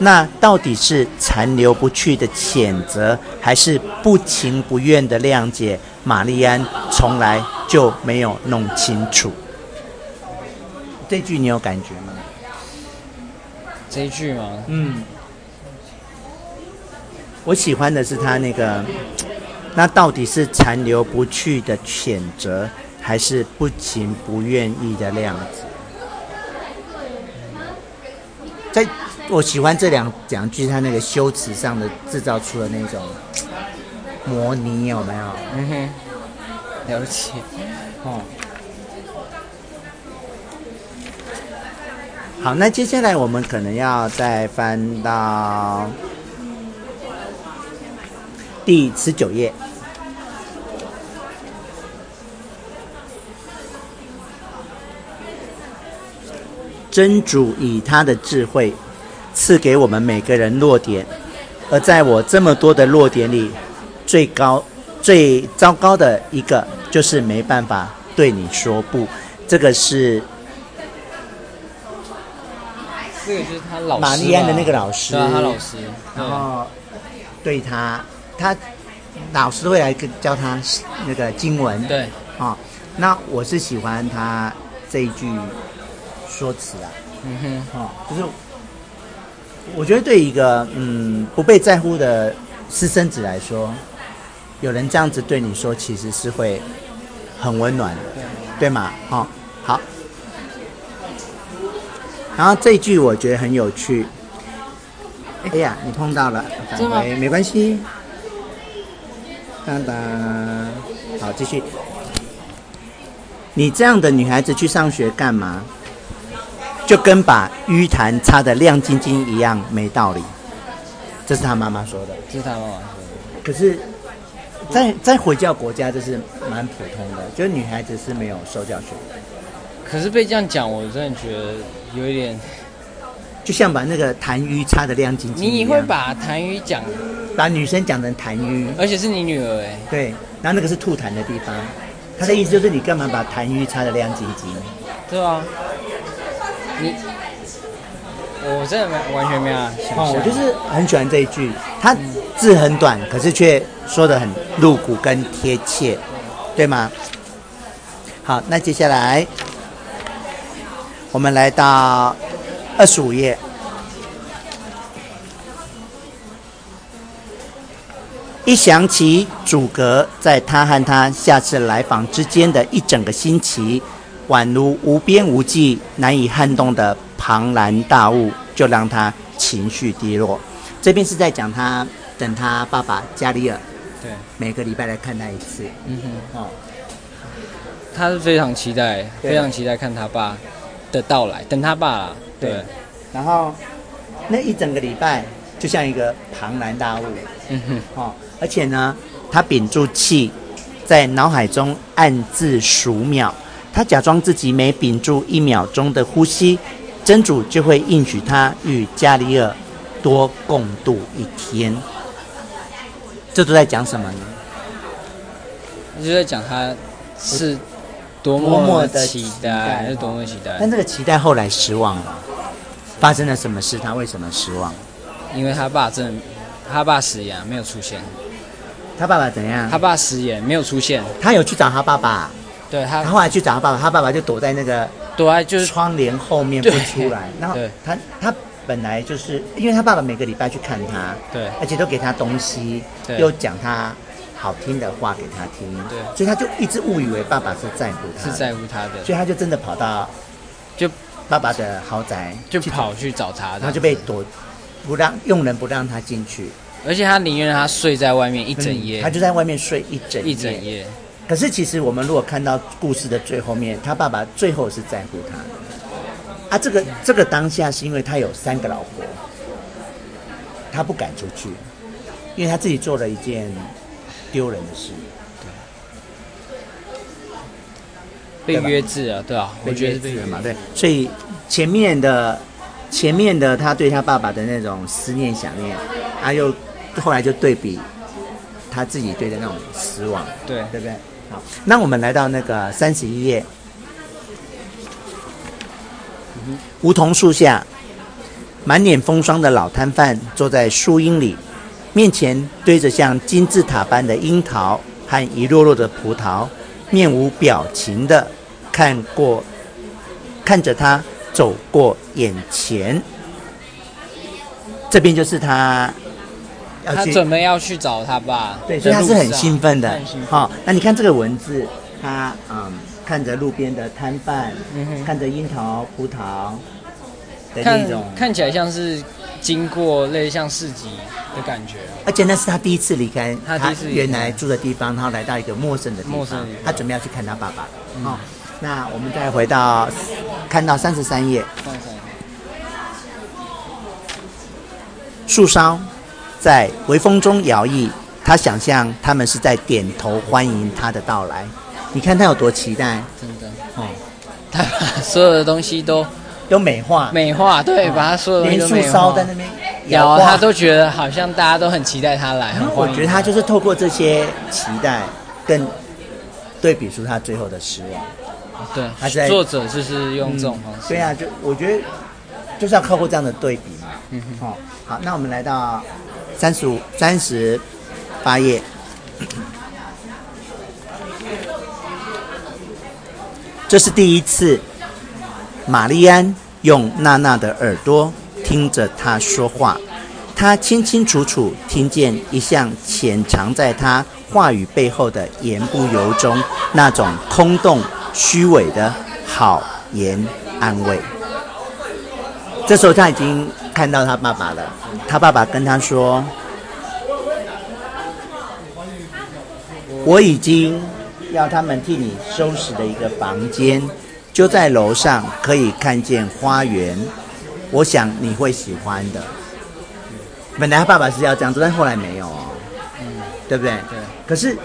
S1: 那到底是残留不去的谴责，还是不情不愿的谅解？玛丽安从来就没有弄清楚。这句你有感觉吗？
S2: 对，这一句嘛，
S1: 嗯，我喜欢的是他那个，那到底是残留不去的谴责，还是不情不愿意的谅解？在我喜欢这两两句，他那个修辞上的制造出了那种模拟，有没有？
S2: 嗯哼，了解。哦，
S1: 好，那接下来我们可能要再翻到第十九页。真主以他的智慧赐给我们每个人弱点，而在我这么多的弱点里，最高、最糟糕的一个就是没办法对你说不。这个是
S2: 这个就是他老师嘛
S1: 玛丽安的那个老师
S2: 对啊，他老师。哦对
S1: 然后哦对他，他老师会来跟教他那个经文，
S2: 对， *laughs*
S1: 哦。那我是喜欢他这一句说辞啊，
S2: 嗯哼，
S1: 哦，就是我觉得对一个嗯不被在乎的私生子来说，有人这样子对你说，其实是会很温暖的，对吗？哦，好。然后这一句我觉得很有趣。哎呀，你碰到了，返
S2: 真的吗
S1: 回没关系。当当，好，继续。你这样的女孩子去上学干嘛？就跟把淤痰擦得亮晶晶一样，没道理。这是他妈妈说的。
S2: 这是他妈妈说
S1: 可是在，在回教国家，这是蛮普通的，就是女孩子是没有受教学的，
S2: 的。可是被这样讲，我真的觉得有一点。
S1: 就像把那个痰盂擦得亮晶晶一
S2: 你
S1: 样。
S2: 会把痰盂讲，
S1: 把女生讲成痰盂，
S2: 而且是你女儿哎，
S1: 对，然后那个是吐痰的地方。他的意思就是你干嘛把痰盂擦得亮晶晶？
S2: 对啊。你，我真的没完全没有想象。
S1: 哦，我就是很喜欢这一句，它字很短，可是却说的很露骨跟贴切，对吗？好，那接下来我们来到二十五页。一想起阻隔在他和他下次来访之间的一整个星期，宛如无边无际、难以撼动的庞然大物，就让他情绪低落。这边是在讲他等他爸爸加里尔
S2: 对，
S1: 每个礼拜来看他一次
S2: 嗯哼，
S1: 哦，
S2: 他是非常期待，
S1: 对
S2: 非常期待看他爸的到来，等他爸啦。
S1: 对
S2: 对，
S1: 然后那一整个礼拜就像一个庞然大物
S2: 嗯哼，
S1: 哦，而且呢，他屏住气，在脑海中暗自数秒，他假装自己每屏住一秒钟的呼吸，真主就会应许他与加里尔多共度一天。这都在讲什么呢？
S2: 他就在讲他是
S1: 多
S2: 多
S1: 么
S2: 么
S1: 地
S2: 的期
S1: 期待
S2: 待，哦是多么期待
S1: 但，这个期待后来失望了，发生了什么事？他为什么失望？
S2: 因为他爸真的，他爸食言没有出现，
S1: 他爸爸怎样？
S2: 他爸食言没有出现，
S1: 他有去找他爸爸，
S2: 对
S1: 他
S2: 他
S1: 后来去找他爸爸，他爸爸就躲在那个
S2: 躲在就是
S1: 窗帘后面不出来。
S2: 对
S1: 然后
S2: 对
S1: 他他本来就是因为他爸爸每个礼拜去看他，
S2: 对
S1: 而且都给他东西，
S2: 对
S1: 又讲他好听的话给他听，
S2: 对
S1: 所以他就一直误以为爸爸是在乎他，
S2: 是在乎他的，
S1: 所以他就真的跑到
S2: 就
S1: 爸爸的豪宅，
S2: 就跑去找他，
S1: 然后就被躲，不让佣人不让他进去，嗯
S2: 而且他宁愿他睡在外面一整夜，
S1: 嗯他就在外面睡一整
S2: 一整夜，
S1: 可是其实我们如果看到故事的最后面，他爸爸最后是在乎他的。啊，这个这个当下是因为他有三个老婆，他不敢出去，因为他自己做了一件丢人的事。
S2: 被
S1: 对吧
S2: 约制了，对啊，我觉得是被
S1: 人
S2: 约
S1: 嘛，对。所以前面的前面的他对他爸爸的那种思念想念，啊，又后来就对比他自己对的那种失望。
S2: 对
S1: 对不对？好，那我们来到那个三十一页，梧桐树下，满脸风霜的老摊贩坐在树荫里，面前堆着像金字塔般的樱桃和一落落的葡萄，面无表情的看过，看着他走过眼前。这边就是他要
S2: 他
S1: 去
S2: 准备要去找他爸的
S1: 对，
S2: 路上，
S1: 所以他是很兴奋的
S2: 他很兴。奋
S1: 好、那你看这个文字，他嗯看着路边的摊贩，
S2: 嗯哼
S1: 看着樱桃、葡萄的那种，
S2: 看看起来像是经过类似像市集的感觉，
S1: 而且那是他第一次离开
S2: 他第一次离开
S1: 原来住的地方，然后来到一个陌生的地
S2: 陌生
S1: 方
S2: 的地，方嗯
S1: 他准备要去看他爸爸了。哦，那我们再回到看到三十三页，
S2: 放松
S1: 树梢在微风中摇曳，他想象他们是在点头欢迎他的到来。你看他有多期待
S2: 真的，
S1: 哦，
S2: 他把所有的东西都
S1: 有美化，
S2: 美化，对，把他所有的东西
S1: 哦连
S2: 都
S1: 树
S2: 美化
S1: 梢在那边
S2: 有
S1: 摇
S2: 啊，
S1: 晃
S2: 他都觉得好像大家都很期待他来，
S1: 然
S2: 很
S1: 啊后我
S2: 欢迎。
S1: 觉得他就是透过这些期待，跟对比出他最后的失望。他是在
S2: 对，作者就是用这种方式。
S1: 对啊，就我觉得就是要透过这样的对比嘛。
S2: 嗯
S1: 哦，好，那我们来到三十五、三十八页。这是第一次，玛丽安用娜娜的耳朵听着她说话，她清清楚楚听见一向潜藏在她话语背后的言不由衷那种空洞、虚伪的好言安慰。这时候他已经看到他爸爸了，他爸爸跟他说：“我已经要他们替你收拾的一个房间，就在楼上，可以看见花园。我想你会喜欢的。本来他爸爸是要这样做，但后来没有哦，对不对？
S2: 对。
S1: 可是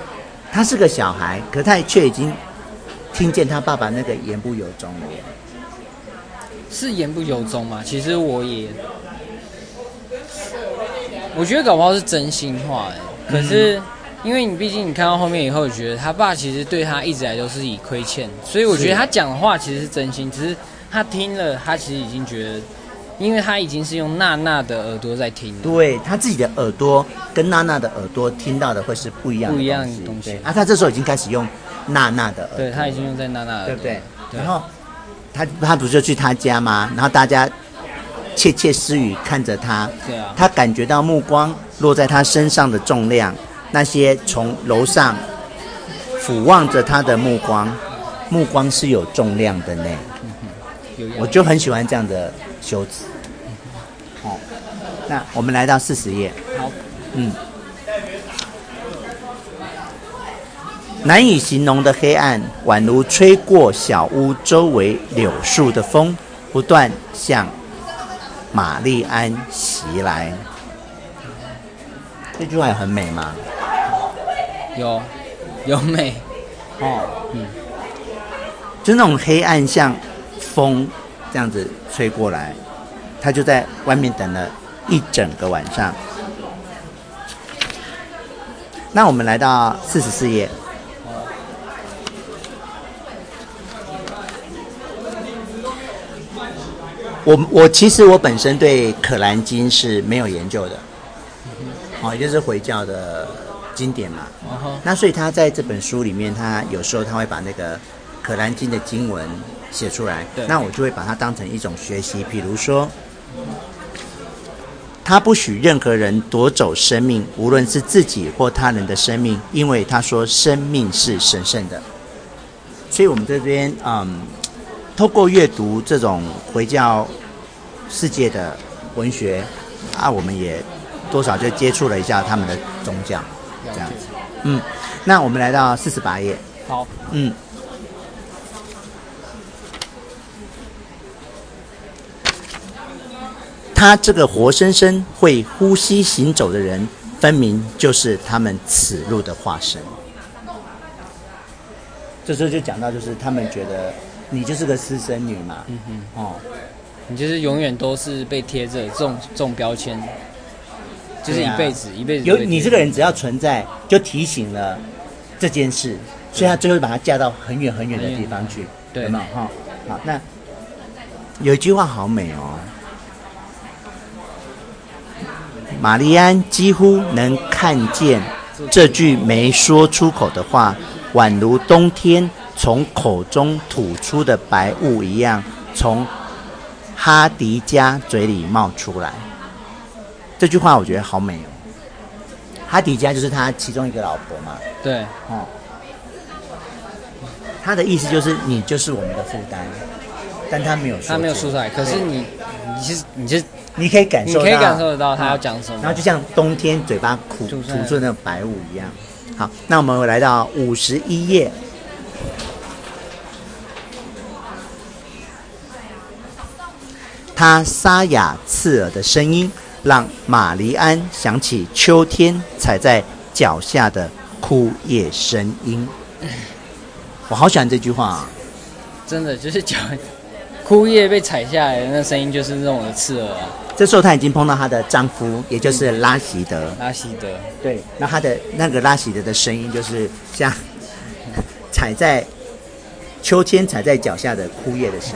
S1: 他是个小孩，可他却已经听见他爸爸那个言不由衷了耶。
S2: 是言不由衷嘛？其实我也，我觉得搞不好是真心话哎、可
S1: 嗯
S2: 是，因为你毕竟你看到后面以后，觉得他爸其实对他一直来都是以亏欠，所以我觉
S1: 是
S2: 得他讲的话其实是真心，只是他听了，他其实已经觉得，因为他已经是用娜娜的耳朵在听了。
S1: 对他自己的耳朵跟娜娜的耳朵听到的会是不一样的
S2: 不一样
S1: 东西
S2: 的东西
S1: 对啊，他这时候已经开始用娜娜的耳朵，
S2: 对他已经用在娜娜的耳
S1: 对
S2: 朵，
S1: 不对？
S2: 对
S1: 然后他他不就去他家吗？然后大家窃窃私语看着他，
S2: 对啊，
S1: 他感觉到目光落在他身上的重量，那些从楼上俯望着他的目光，目光是有重量的呢。
S2: 有样
S1: 我就很喜欢这样的修辞。好，那我们来到四十页。
S2: 好，
S1: 嗯，难以形容的黑暗，宛如吹过小屋周围柳树的风，不断向玛丽安袭来。这句话有很美吗？
S2: 有有美，
S1: 哦，嗯，就那种黑暗像风这样子吹过来，他就在外面等了一整个晚上。那我们来到四十四页。我我其实我本身对《可兰经》是没有研究的，哦，也就是回教的经典嘛。
S2: 然后
S1: 那所以他在这本书里面，他有时候他会把那个《可兰经》的经文写出来
S2: 对，
S1: 那我就会把它当成一种学习。比如说，他不许任何人夺走生命，无论是自己或他人的生命，因为他说生命是神圣的。所以我们这边，嗯，透过阅读这种回教世界的文学，啊，我们也多少就接触了一下他们的宗教。
S2: 了
S1: 这样
S2: 解，
S1: 嗯，那我们来到四十八页。
S2: 好，
S1: 嗯，他这个活生生会呼吸行走的人，分明就是他们此路的化身。这时候就讲到，就是他们觉得你就是个私生女嘛，嗯哼，哦，
S2: 你就是永远都是被贴着这种这种标签，就是
S1: 对
S2: 一
S1: 啊
S2: 辈子、一辈子都
S1: 有
S2: 被贴着。
S1: 你这个人只要存在，就提醒了这件事，所以他最后把它嫁到很远很远的地方去，
S2: 对
S1: 有没有哈？好，那有一句话好美哦，玛丽安几乎能看见这句没说出口的话，宛如冬天从口中吐出的白雾一样，从哈迪加嘴里冒出来。这句话我觉得好美哦。哈迪加就是他其中一个老婆嘛，
S2: 对，
S1: 哦，他的意思就是你就是我们的负担，但他没有说，
S2: 他没有说出，来，可是你，你是你是
S1: 你可以感
S2: 你
S1: 受到，啊
S2: 可以感受得到他要讲什
S1: 然
S2: 么
S1: 后。就像冬天嘴巴苦吐
S2: 吐出来
S1: 出那个白雾一样。好，那我们来到五十一页。他沙哑刺耳的声音，让玛丽安想起秋天踩在脚下的枯叶声
S2: *laughs*
S1: 音。我好喜欢这句话、啊，
S2: 真的就是脚枯叶被踩下来的那声音，就是那种的刺耳啊，
S1: 这时候她已经碰到她的丈夫，也就是拉希德。
S2: 拉希德。
S1: 对，那他的那个拉希德的声音就是像 *laughs* 踩在秋千踩在脚下的枯叶的声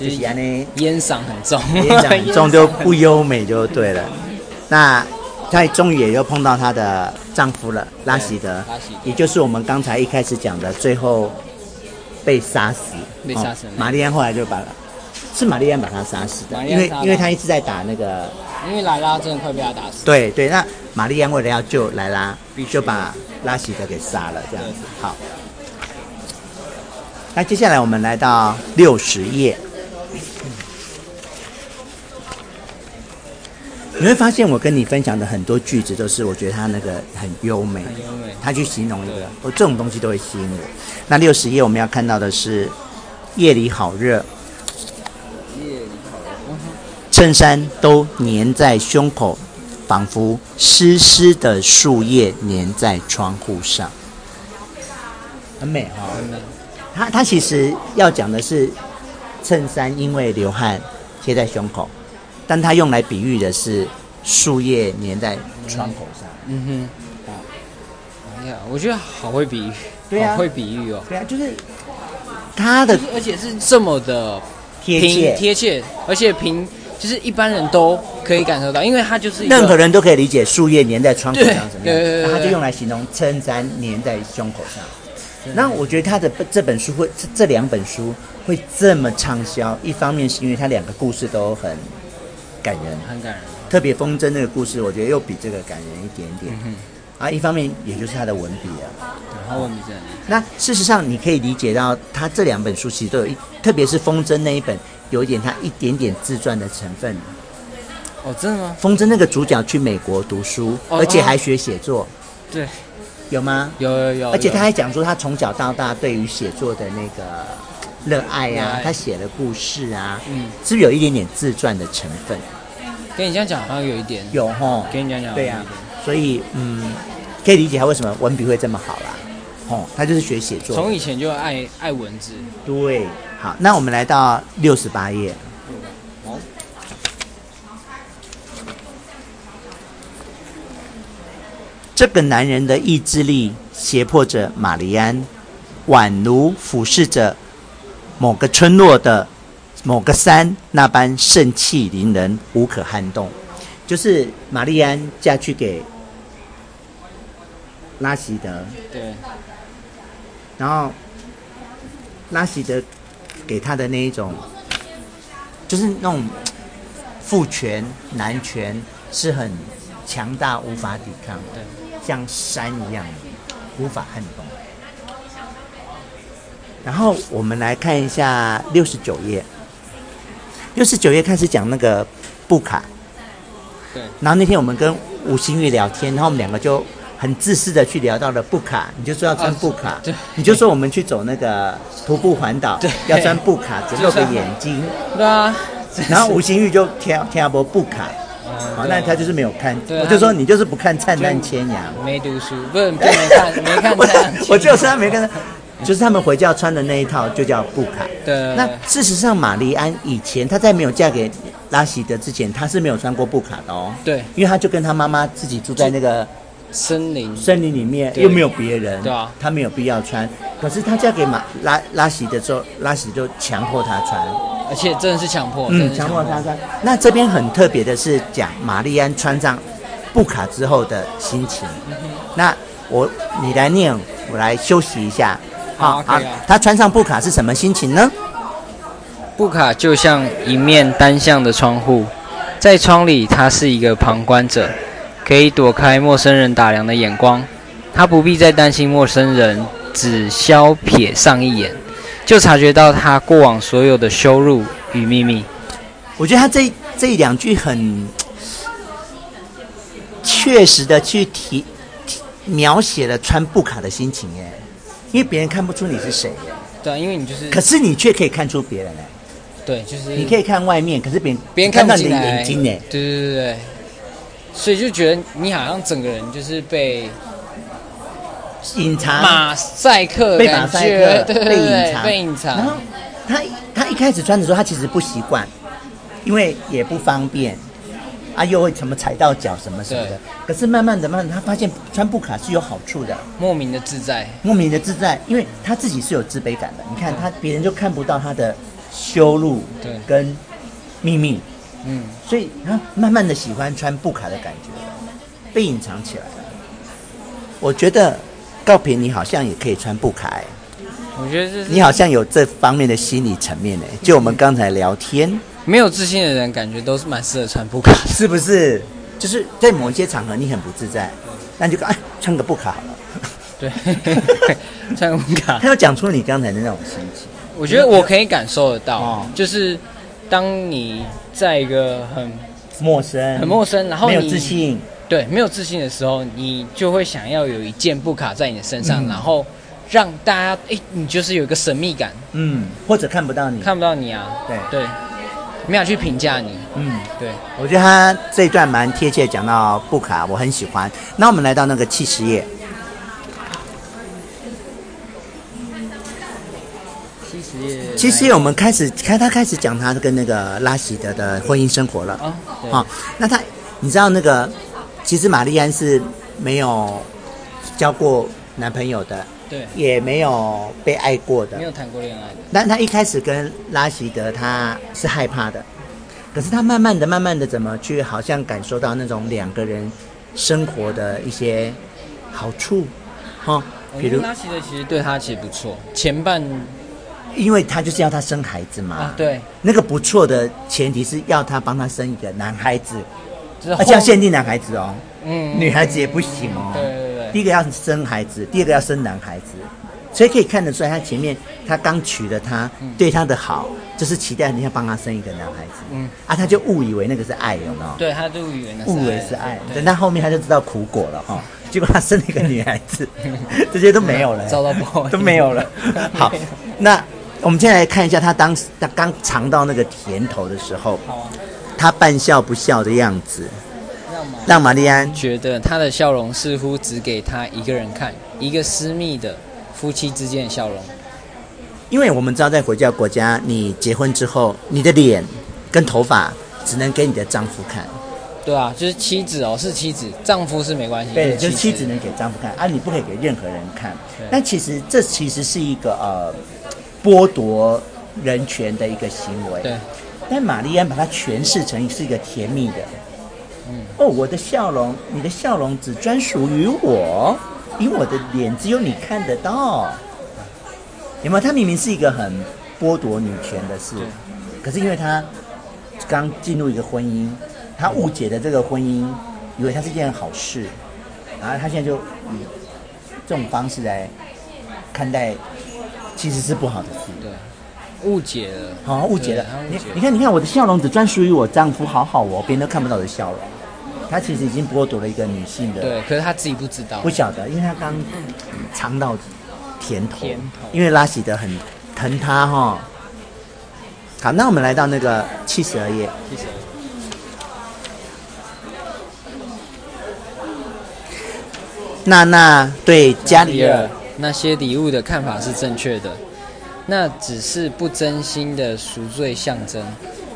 S1: 音，就是安
S2: *laughs*
S1: 呢，哎
S2: 烟嗓很重，
S1: 也讲很
S2: *laughs*
S1: 重就不优美就对了。那她终于也又碰到她的丈夫了，拉希德
S2: 对拉希德，
S1: 也就是我们刚才一开始讲的，最后被杀死，
S2: 被杀死
S1: 哦玛丽安后来就把是玛丽安把他杀死
S2: 玛
S1: 的，
S2: 丽
S1: 因
S2: 安
S1: 为
S2: 杀的
S1: 因为他一直在打那个
S2: 因为莱拉真的快被他打死。
S1: 对对，那玛丽安为了要救莱拉
S2: 必，须
S1: 就把拉希德给杀了，这样子。好，那接下来我们来到六十页。你会发现我跟你分享的很多句子都是我觉得它那个很优美，
S2: 很优美
S1: 他去形容一个，我这种东西都会吸引我。那六十页我们要看到的是夜里好热，
S2: 夜里好
S1: 衬衫都粘在胸口，仿佛湿湿的树叶粘在窗户上，很美哈、
S2: 热，很美，
S1: 他他其实要讲的是衬衫因为流汗贴在胸口，但他用来比喻的是树叶粘在窗口上。
S2: 嗯哼，哎呀，我觉得好会比喻，
S1: 对啊
S2: 好会比喻哦，
S1: 对啊，就是他的
S2: 而且是这么的
S1: 贴
S2: 平
S1: 切，
S2: 贴切，而且平就是一般人都可以感受到，因为它就是一
S1: 任何
S2: 个
S1: 人都可以理解树叶粘在窗口上什么
S2: 对对对对
S1: 样，
S2: 对
S1: 他就用来形容衬衫粘在胸口上。那我觉得他的这本书会这这两本书会这么畅销，一方面是因为他两个故事都很感人，
S2: 很感人，
S1: 特别风筝那个故事，我觉得又比这个感人一点点。
S2: 嗯哼
S1: 啊，一方面也就是他的文笔啊。
S2: 然后文笔真的很厉害
S1: 那事实上，你可以理解到他这两本书其实都有一，特别是风筝那一本，有一点他一点点自传的成分。
S2: 哦，真的吗？
S1: 风筝那个主角去美国读书，
S2: 哦
S1: 而且还学写作，
S2: 对，哎
S1: 有吗？
S2: 有有有，
S1: 而且他
S2: 有
S1: 还讲说，他从小到大对于写作的那个热爱
S2: 热
S1: 啊
S2: 爱，
S1: 他写了故事啊，
S2: 嗯，
S1: 是不是有一点点自传的成分？
S2: 跟你这样讲好像有一点，
S1: 有吼，
S2: 跟你这样讲，
S1: 对啊呀、所以嗯，可以理解他为什么文笔会这么好啦。哦，他就是学写作的，
S2: 从以前就爱爱文字，
S1: 对，好，那我们来到六十八页。
S2: 好
S1: 这个男人的意志力胁迫着玛丽安，宛如俯视着某个村落的某个山那般盛气凌人，无可撼动。就是玛丽安嫁去给拉希德，
S2: 对，
S1: 然后拉希德给他的那一种，就是那种父权男权是很强大，无法抵抗的，像山一样的，无法撼动。然后我们来看一下六十九页，六十九页开始讲那个布卡。
S2: 对。
S1: 然后那天我们跟吴新玉聊天，然后我们两个就很自私的去聊到了布卡，你就说要穿布卡，
S2: 对
S1: 你就说我们去走那个徒步环岛
S2: 对，
S1: 要穿布卡，只露个眼睛。
S2: 对啊，
S1: 然后吴新玉就挑挑拨布卡，好，那他就是没有看。
S2: 对啊
S1: 我就说你就是不看《灿烂千阳
S2: 呃没读书，不是就没看，没》
S1: *laughs*
S2: 看
S1: 我
S2: 这样，
S1: 我就是他没看到，就是他们回家穿的那一套就叫布卡。
S2: 对
S1: 那事实上，玛丽安以前她在没有嫁给拉希德之前，她是没有穿过布卡的哦，
S2: 对
S1: 因为她就跟她妈妈自己住在那个
S2: 森林，
S1: 森林里面
S2: 对
S1: 又没有别人，
S2: 对啊
S1: 她没有必要穿。可是她嫁给马拉拉希的时候，拉希就强迫她穿，
S2: 而且真的是哦强迫，真的
S1: 嗯，
S2: 是
S1: 强迫她穿。那这边很特别的是讲玛丽安穿上布卡之后的心情。
S2: 嗯
S1: 那我你来念，我来休息一下。
S2: 好可以啊
S1: 她穿上布卡是什么心情呢？
S2: 布卡就像一面单向的窗户，在窗里，他是一个旁观者，可以躲开陌生人打量的眼光。他不必再担心陌生人，只消瞥上一眼，就察觉到他过往所有的羞辱与秘密。
S1: 我觉得他这这两句很确实的去提提描写了穿布卡的心情耶，因为别人看不出你是谁耶，
S2: 对、因为你就是
S1: 可是你却可以看出别人哎，
S2: 对，就是
S1: 你可以看外面，可是别人
S2: 别人
S1: 看
S2: 看
S1: 到你
S2: 不进
S1: 的
S2: 来，
S1: 眼睛哎，
S2: 对对对对，所以就觉得你好像整个人就是被
S1: 隐藏
S2: 马赛克
S1: 被马
S2: 感
S1: 赛
S2: 觉，
S1: 克
S2: 对对
S1: 被隐
S2: 对，
S1: 藏
S2: 被隐
S1: 然后
S2: 藏，
S1: 他他一开始穿的时候，他其实不习惯，因为也不方便。啊，又会什么踩到脚什么什么的
S2: 对，
S1: 可是慢慢的、慢慢的，他发现穿布卡是有好处的。
S2: 莫名的自在，
S1: 莫名的自在，因为他自己是有自卑感的。你看他，别人就看不到他的羞辱
S2: 对
S1: 跟秘密，
S2: 嗯。
S1: 所以他慢慢的喜欢穿布卡的感觉，被隐藏起来了。我觉得告平你好像也可以穿布卡、欸，
S2: 我觉得这
S1: 你
S2: 是
S1: 好像有这方面的心理层面呢、
S2: 嗯
S1: 欸。就我们刚才聊天，
S2: 没有自信的人，感觉都是蛮适合穿布卡的。
S1: 是不是？就是在某一些场合你很不自在，那你就哎穿个布卡好了。
S2: 对，
S1: *laughs*
S2: 穿布卡
S1: 他，要讲出你刚才的那种心情。
S2: 我觉得我可以感受得到
S1: 哦，
S2: 就是当你在一个很
S1: 陌生，
S2: 很陌生，然后
S1: 没
S2: 你
S1: 有自信，
S2: 对，没有自信的时候，你就会想要有一件布卡在你的身
S1: 嗯
S2: 上，然后让大家，哎，你就是有一个神秘感，
S1: 嗯，或者看不到你，
S2: 看不到你啊，
S1: 对
S2: 对，没有去评价你，
S1: 嗯，
S2: 对，
S1: 我觉得他这一段蛮贴切，讲到布卡，我很喜欢。那我们来到那个七十页，
S2: 七十页，
S1: 七十页我们开始开他开始讲他跟那个拉希德的婚姻生活了。
S2: 啊，对，
S1: 啊、那他，你知道那个，其实玛丽安是没有交过男朋友的，
S2: 对，
S1: 也没有被爱过的
S2: 没。有谈过恋爱的，
S1: 但他一开始跟拉希德他是害怕的，可是他慢慢的、慢慢的怎么去，好像感受到那种两个人生活的一些好处，哈、
S2: 我
S1: 比
S2: 觉得
S1: 如
S2: 拉希德其实对他其实不错，前半
S1: 因为他就是要他生孩子嘛，
S2: 啊，，对，
S1: 那个不错的前提是要他帮他生一个男孩子，
S2: 就是
S1: 而
S2: 后
S1: 且要限定男孩子哦，
S2: 哦嗯，
S1: 女孩子也不行哦。
S2: 对对对
S1: 第一个要生孩子，第二个要生男孩子，所以可以看得出来，他前面他刚娶了她，
S2: 嗯
S1: 对她的好就是期待人家帮她生一个男孩子，
S2: 嗯
S1: 啊，他就误以为那个是爱，有没有？
S2: 对他就以为那
S1: 误以为是爱，
S2: 对
S1: 等到后面他就知道苦果了
S2: *laughs*
S1: 哈、哦，结果他生了一个女孩子，这些都没有了，
S2: 遭到不好意思。
S1: 都没有了好
S2: 没有，
S1: 那我们先来看一下他当时他刚尝到那个甜头的时候，
S2: 好啊，
S1: 他半笑不笑的样子，
S2: 让嘛。
S1: 让玛丽安
S2: 觉得他的笑容似乎只给他一个人看，一个私密的夫妻之间的笑容。
S1: 因为我们知道，在回教国家，你结婚之后，你的脸跟头发只能给你的丈夫看，
S2: 对啊，就是妻子哦，是妻子，丈夫是没关系。
S1: 对，就
S2: 就是
S1: 妻子
S2: 呢，
S1: 能给丈夫看，啊，你不可以给任何人看
S2: 对。
S1: 但其实这其实是一个呃剥夺人权的一个行为。
S2: 对，
S1: 但玛丽安把它诠释成是一个甜蜜的，嗯，哦，我的笑容，你的笑容只专属于我，因为我的脸只有你看得到。有没有？它明明是一个很剥夺女权的事
S2: 对，
S1: 可是因为她刚进入一个婚姻，她误解的这个婚姻，以为它是一件好事，然后她现在就以这种方式来看待，其实是不好的事。
S2: 对，误解了。
S1: 好、误解了
S2: 对他。误
S1: 你
S2: 解
S1: 你看，你看，我的笑容只专属于我丈夫，好好哦，别人都看不到我的笑容。他其实已经剥夺了一个女性的，
S2: 对，可是他自己不知道
S1: 不。晓得，因为他刚尝到甜头，
S2: 甜头
S1: 因为拉喜德很疼他哈、好，那我们来到那个七十二页，
S2: 其实
S1: 娜娜对加里尔，
S2: 那些礼物的看法是正确的，那只是不真心的赎罪象征，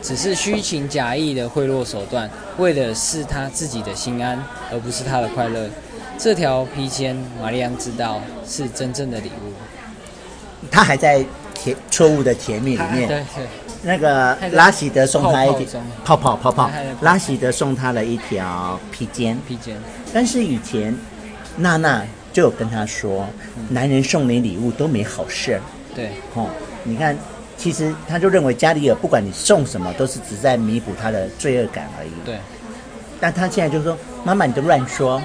S2: 只是虚情假意的贿赂手段，为的是他自己的心安，而不是他的快乐。这条披肩，玛丽安知道是真正的礼物。
S1: 他还在甜错误的甜蜜里
S2: 对
S1: 面。
S2: 对，
S1: 那个
S2: 还在
S1: 拉喜德送他一
S2: 泡泡
S1: 条
S2: 中
S1: 泡泡泡泡
S2: 还在泡，泡
S1: 拉喜德送他了一条披肩。
S2: 披肩，
S1: 但是以前娜娜就有跟他说，
S2: 嗯
S1: 男人送你礼物都没好事儿，
S2: 对
S1: 哦，你看，其实他就认为加里尔不管你送什么，都是只在弥补他的罪恶感而已。
S2: 对，
S1: 但他现在就说，妈妈你都乱说，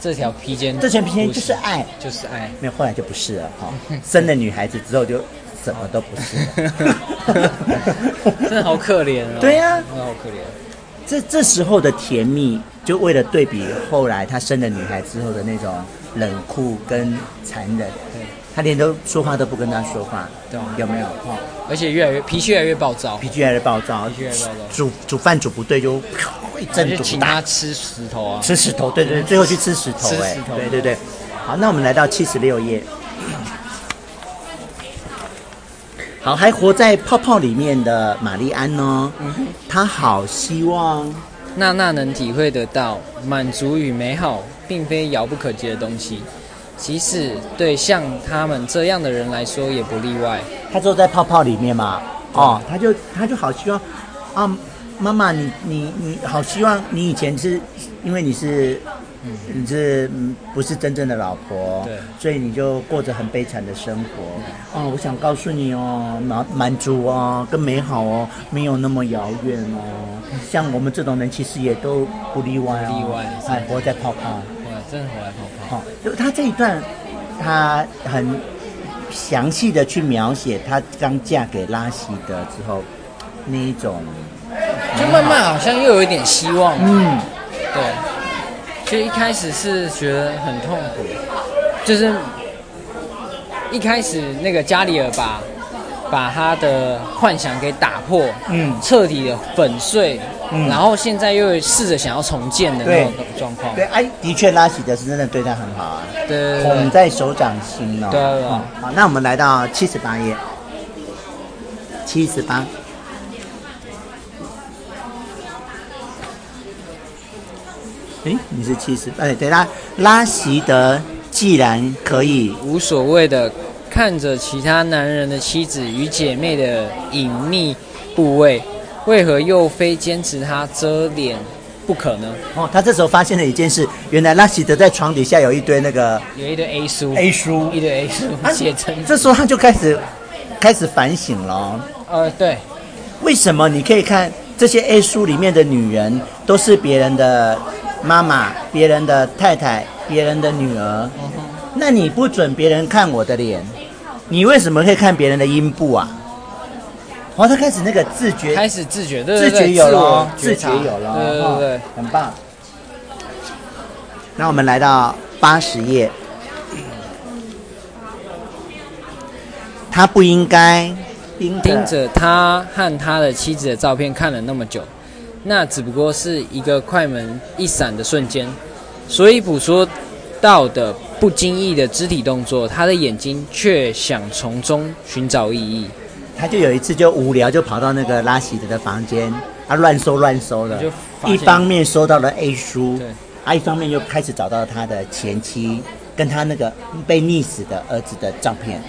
S2: 这条披肩，
S1: 这全偏就是爱，
S2: 嗯就是爱，。
S1: 没有，后来就不是了哈、哦，生了女孩子之后就什么都不是 *laughs* 了
S2: *laughs* 真的好可怜哦。
S1: 对呀
S2: 真的好可怜。
S1: 这这时候的甜蜜，就为了对比后来他生了女孩之后的那种冷酷跟残忍，
S2: 对，
S1: 他连都说话都不跟他说话，
S2: 对
S1: 有没有？哦，
S2: 而且越来越脾气越来越暴躁，
S1: 脾气越来越暴躁，
S2: 脾气越来越暴躁
S1: 煮煮饭煮不对就一
S2: 我
S1: 阵
S2: 就
S1: 毒
S2: 请
S1: 打，
S2: 他吃石头啊。
S1: 吃石头，对对对，最后去吃石头，
S2: 吃
S1: 哎
S2: 石头
S1: 对对对。好，那我们来到七十六页。好，还活在泡泡里面的玛丽安呢，
S2: 嗯
S1: 她好希望
S2: 娜娜能体会得到，满足与美好并非遥不可及的东西，即使对像他们这样的人来说也不例外。
S1: 他坐在泡泡里面嘛，哦，他就他就好希望啊，妈妈，你你你好希望你以前是因为你是。你是嗯不是真正的老婆？
S2: 对
S1: 所以你就过着很悲惨的生活。哦，我想告诉你哦，满满足哦，跟美好哦，没有那么遥远哦。像我们这种人，其实也都不例外哦。
S2: 不例外
S1: 哎，活在泡泡。
S2: 哇，真的活来泡泡。
S1: 哦，就他这一段，他很详细的去描写她刚嫁给拉希德之后那一种
S2: 就慢慢好像又有一点希望。
S1: 嗯，
S2: 对，就一开始是觉得很痛苦，就是一开始那个加里尔把把他的幻想给打破，
S1: 嗯
S2: 彻底的粉碎，
S1: 嗯
S2: 然后现在又试着想要重建的那种状况，
S1: 对，哎、的确拉喜德是真的对他很好啊，
S2: 对对对
S1: 捧在手掌心哦。
S2: 对啊对对
S1: 嗯好，那我们来到七十八页，七十八，哎，你是七十，哎，对啦，拉希德既然可以
S2: 无所谓的看着其他男人的妻子与姐妹的隐秘部位，为何又非坚持他遮脸不可呢？
S1: 哦，他这时候发现了一件事，原来拉希德在床底下有一堆那个
S2: 有一堆 A 书，
S1: 书啊
S2: 一堆 A 书写成
S1: 这时候他就开始开始反省了哦、
S2: 呃，对，
S1: 为什么你可以看这些 A 书里面的女人都是别人的妈妈、别人的太太、别人的女儿？那你不准别人看我的脸，你为什么可以看别人的阴部啊？哦，他开始那个自觉
S2: 开始自觉，对
S1: 自
S2: 对对，
S1: 觉有
S2: 自
S1: 了
S2: 我
S1: 哦，自觉
S2: 察
S1: 有了
S2: 对
S1: 哦，
S2: 对对，
S1: 很棒。那我们来到八十页，他不应该盯
S2: 盯着他和他的妻子的照片看了那么久，那只不过是一个快门一闪的瞬间，所以捕捉到的不经意的肢体动作，他的眼睛却想从中寻找意义，
S1: 他就有一次就无聊，就跑到那个拉希德的房间，他乱搜乱搜了
S2: 就，发现
S1: 一方面搜到了 A 书
S2: 对，
S1: 啊，一方面又开始找到他的前妻跟他那个被溺死的儿子的照片。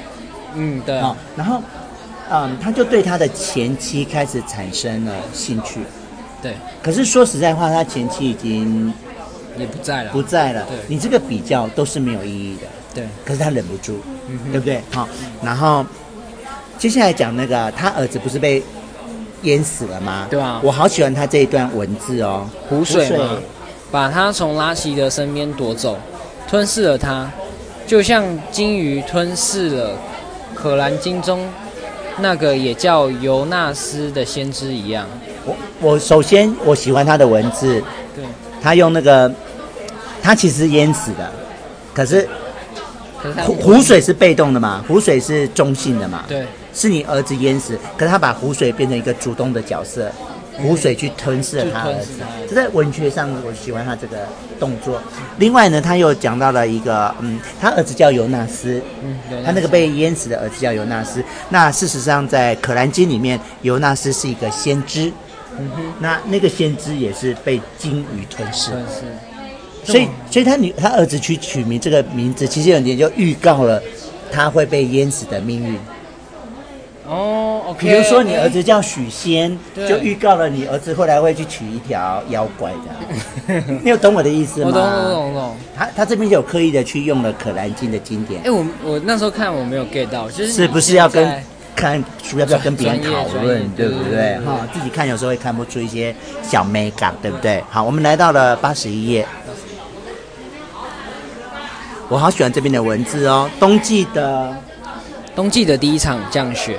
S2: 嗯，对，
S1: 哦，然后，嗯，他就对他的前妻开始产生了兴趣。
S2: 对，
S1: 可是说实在话，他前妻已经
S2: 也不在了，
S1: 不在了
S2: 对，
S1: 你这个比较都是没有意义的。
S2: 对，
S1: 可是他忍不住，
S2: 嗯
S1: 对不对？好、然后接下来讲那个他儿子不是被淹死了吗？
S2: 对啊
S1: 我好喜欢他这一段文字哦，
S2: 湖水嘛，把他从拉希德身边夺走，吞噬了他，就像鲸鱼吞噬了《可兰经》中那个也叫尤纳斯的先知一样。
S1: 我我首先我喜欢他的文字，
S2: 对，
S1: 他用那个他其实淹死的，可是
S2: 可是他
S1: 湖湖水是被动的嘛，湖水是中性的嘛，
S2: 对，
S1: 是你儿子淹死，可是他把湖水变成一个主动的角色，湖水去吞噬了他儿
S2: 去吞
S1: 子
S2: 噬他儿。子
S1: 这在文学上，我喜欢他这个动作。另外呢，他又讲到了一个，嗯，他儿子叫尤纳斯，
S2: 嗯，对
S1: 他那个被淹死的儿子叫尤纳斯。那事实上，在《可兰经》里面，尤纳斯是一个先知，
S2: 嗯
S1: 那那个先知也是被鲸鱼吞噬。
S2: 吞噬，
S1: 所以，所以他女他儿子去取名这个名字，其实有点就预告了他会被淹死的命运。
S2: 哦，OK，
S1: 比如说你儿子叫许仙，
S2: 对
S1: 就预告了你儿子后来会去娶一条妖怪的。
S2: *laughs*
S1: 你有懂我的意思吗？
S2: 我懂，我懂，我懂。
S1: 他他这边就有刻意的去用了《可兰经》的经典
S2: 哎、，我我那时候看我没有 get 到，就是
S1: 是不是
S2: 你
S1: 要
S2: 现
S1: 跟
S2: 在
S1: 看书要不要跟别人
S2: 专业
S1: 讨
S2: 专业嗯
S1: 论，对不
S2: 对对
S1: 对
S2: 对？对
S1: 哈，自己看有时候会看不出一些小美感，对不对？好，我们来到了八十一页。我好喜欢这边的文字哦，冬季的
S2: 冬季的第一场降雪，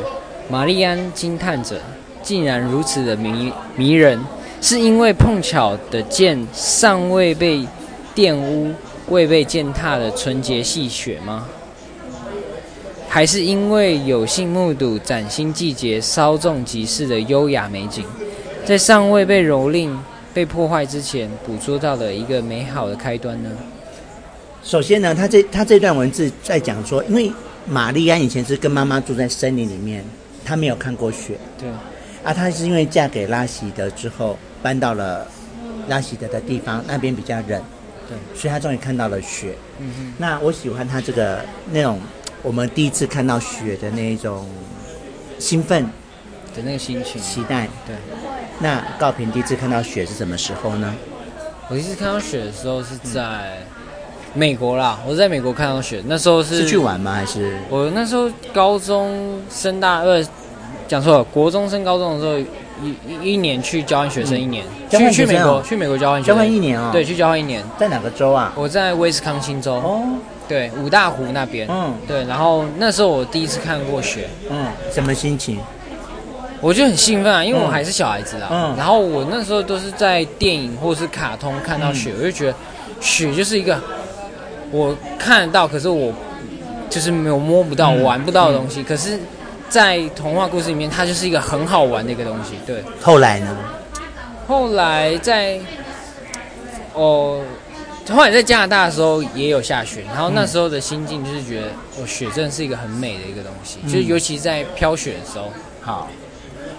S2: 玛丽安惊叹着，竟然如此的迷迷人，是因为碰巧的见尚未被玷污、未被践踏的纯洁细雪吗？还是因为有幸目睹崭新季节稍纵即逝的优雅美景，在尚未被蹂躏、被破坏之前，捕捉到了一个美好的开端呢？
S1: 首先呢，他这他这段文字在讲说，因为玛丽安以前是跟妈妈住在森林里面，她没有看过雪
S2: 对，
S1: 啊，她是因为嫁给拉希德之后搬到了拉希德的地方，那边比较冷，
S2: 对，
S1: 所以她终于看到了雪。
S2: 嗯哼，
S1: 那我喜欢她这个那种我们第一次看到雪的那一种兴奋
S2: 的那个心情。
S1: 期待。
S2: 对，
S1: 那高平第一次看到雪是什么时候呢？
S2: 我第一次看到雪的时候是在美国啦，我是在美国看到雪，那时候是
S1: 是去。玩吗？还是
S2: 我那时候高中升大二，讲错了，国中升高中的时候，一一一年去交换学生一年，
S1: 交换
S2: 去
S1: 学
S2: 去
S1: 生
S2: 美
S1: 哦
S2: 国去美国交换学生
S1: 交换一年哦
S2: 对，去交换一年。
S1: 在哪个州啊？
S2: 我在威斯康星州，
S1: 哦，
S2: 对，五大湖那边，
S1: 嗯
S2: 对，然后那时候我第一次看过雪，
S1: 嗯，什么心情？
S2: 我就很兴奋啊，因为我还是小孩子啦。
S1: 嗯
S2: 然后我那时候都是在电影或是卡通看到
S1: 嗯
S2: 雪，我就觉得雪就是一个我看得到，可是我就是没有摸不到、
S1: 嗯
S2: 玩不到的东西。可是，在童话故事里面，它就是一个很好玩的一个东西。对，
S1: 后来呢？
S2: 后来在哦。后来在加拿大的时候也有下雪，然后
S1: 嗯
S2: 那时候的心境就是觉得，哦，雪真的是一个很美的一个东西，
S1: 嗯
S2: 就是尤其在飘雪的时候，
S1: 好，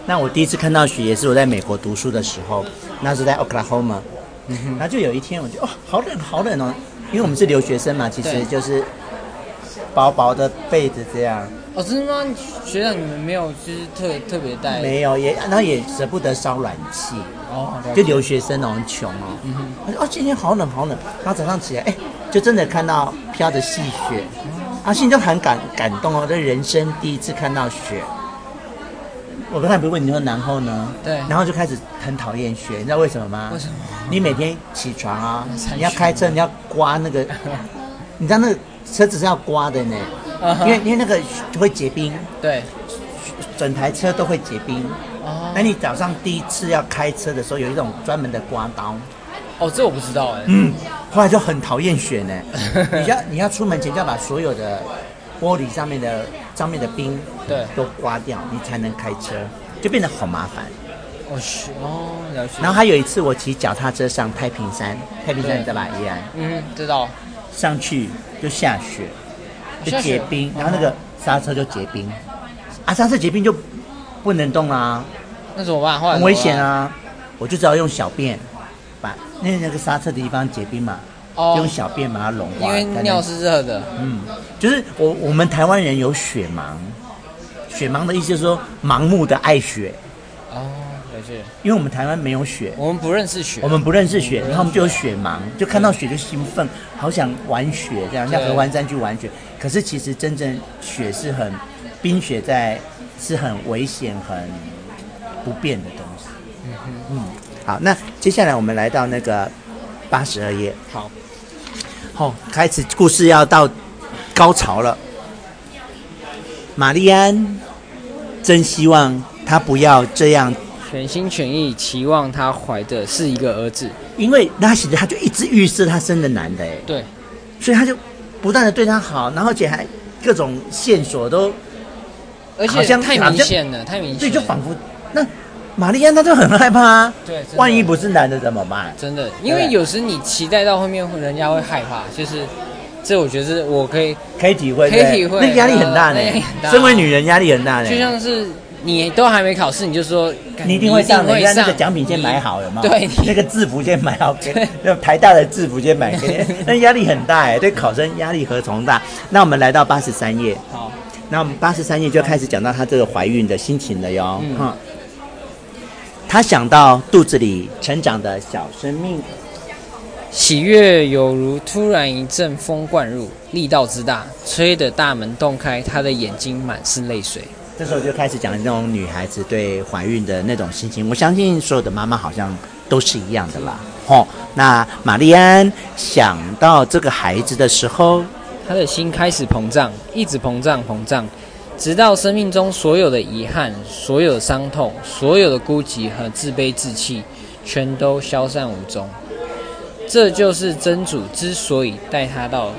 S1: 那我第一次看到雪也是我在美国读书的时候，那时候在 Oklahoma，然后就有一天我就哦，好冷好冷哦，因为我们是留学生嘛，其实
S2: 对
S1: 就是薄薄的被子这样，
S2: 哦，真的吗？学长，你们没有就是特特别带
S1: 没有也然后也舍不得烧暖气，
S2: 哦，了解
S1: 就留学生哦，很穷哦，他说哦今天好冷好冷，然后早上起来哎，就真的看到飘着细雪，啊心里就很感感动哦，这人生第一次看到雪。我刚才不是问你说然后呢？
S2: 对
S1: 然后就开始很讨厌雪，你知道为什么吗？
S2: 为什么？
S1: 你每天起床啊
S2: 铲，雪
S1: 你要开车，你要刮那
S2: *laughs*
S1: 个，你知道那个车子是要刮的呢，
S2: 嗯哼
S1: 因为因为那个会结冰，
S2: 对
S1: 整台车都会结冰。
S2: 哦
S1: 那你早上第一次要开车的时候，有一种专门的刮刀，
S2: 哦，这我不知道哎、
S1: 嗯，后来就很讨厌雪呢。
S2: *laughs*
S1: 你要你要出门前就要把所有的玻璃上面的上面的冰
S2: 对
S1: 都刮掉，你才能开车，就变得好麻烦。
S2: 哦雪哦了解，
S1: 然后还有一次，我骑脚踏车上太平山，太平山
S2: 对
S1: 你知道吧？宜兰。
S2: 嗯知道
S1: 上去就下雪，就
S2: 下雪嗯
S1: 结冰，然后那个刹车就结冰，啊，刹车结冰就不能动啦、
S2: 那怎么办？后来
S1: 很
S2: 怎么
S1: 危险
S2: 办！
S1: 啊！我就只好用小便把那那个刹车的地方结冰嘛，
S2: 哦
S1: 用小便把它融
S2: 因
S1: 化。
S2: 为
S1: 才能
S2: 尿是热的，
S1: 嗯，就是我我们台湾人有雪盲，雪盲的意思就是说盲目的爱雪，
S2: 哦了解，
S1: 因为我们台湾没有雪，
S2: 我们不认识雪，
S1: 我们不认识雪，然后我们就有雪盲，就看到雪就兴奋，好想玩雪，这样像
S2: 对
S1: 合欢山去玩雪。可是其实真正雪是很冰雪在是很危险、很不便的东西。嗯，好，那接下来我们来到那个八十二页，
S2: 好
S1: 好，开始故事要到高潮了。玛丽安真希望她不要这样，
S2: 全心全意期望他怀的是一个儿子，
S1: 因为她写的，她就一直预设她生的男的哎。
S2: 对
S1: 所以他就不断的对他好，然后而且还各种线索都，
S2: 而
S1: 好
S2: 且
S1: 像
S2: 太
S1: 好
S2: 明
S1: 像
S2: 显了，太明
S1: 所以
S2: 显
S1: 就
S2: 了，
S1: 仿佛那玛丽安她就很害怕啊，
S2: 对，真的
S1: 万一不是男的怎么办？
S2: 真的，因为有时你期待到后面，人家会害怕，就是这，我觉得是我可以，
S1: 可以体会，
S2: 可以
S1: 对
S2: 体会
S1: 那压力很大呢
S2: 那压力很。大
S1: 身为女人压力很大呢，
S2: 就像是你都还没考试，你就说干
S1: 哎你一定
S2: 会
S1: 会上的，
S2: 会
S1: 人家那个
S2: 上
S1: 奖品先买好了嘛，
S2: 对，你
S1: 那个制服先买好给
S2: 对，
S1: 那台大的制服先买给你，那压力很大哎，对考生压力何从大？那我们来到八十三页，
S2: 好，
S1: 那我们八十三页就开始讲到她这个怀孕的心情了哟。
S2: 嗯
S1: 嗯，她想到肚子里成长的小生命，
S2: 喜悦有如突然一阵风灌入，力道之大，吹得大门洞开，他的眼睛满是泪水。
S1: 这时候就开始讲那种女孩子对怀孕的那种心情。我相信所有的妈妈好像都是一样的啦。哦，那玛丽安想到这个孩子的时候，
S2: 他的心开始膨胀，一直膨胀膨胀，直到生命中所有的遗憾、所有的伤痛、所有的孤寂和自卑自弃，全都消散无踪。这就是真主之所以带他到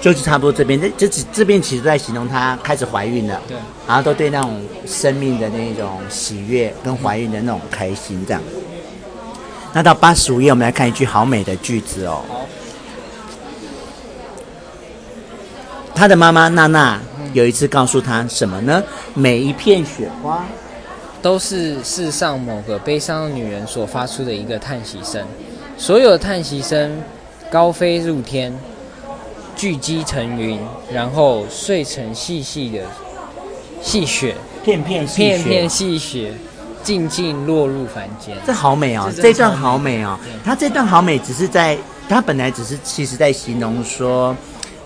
S1: 就是差不多这边，这这这这边其实在形容她开始怀孕了。
S2: 对
S1: 然后都对那种生命的那种喜悦跟怀孕的那种开心这样。那到八十五页，我们来看一句好美的句子哦
S2: 好。
S1: 他的妈妈娜娜有一次告诉他什么呢？每一片雪花，
S2: 都是世上某个悲伤的女人所发出的一个叹息声。所有的叹息声高飞入天，聚积成云，然后碎成细细的细雪，
S1: 片片细雪，
S2: 片片细雪，静静落入凡间。
S1: 这好美哦，
S2: 这真的
S1: 这段好美哦
S2: 好美对。
S1: 他这段好美，只是在他本来只是其实在形容说，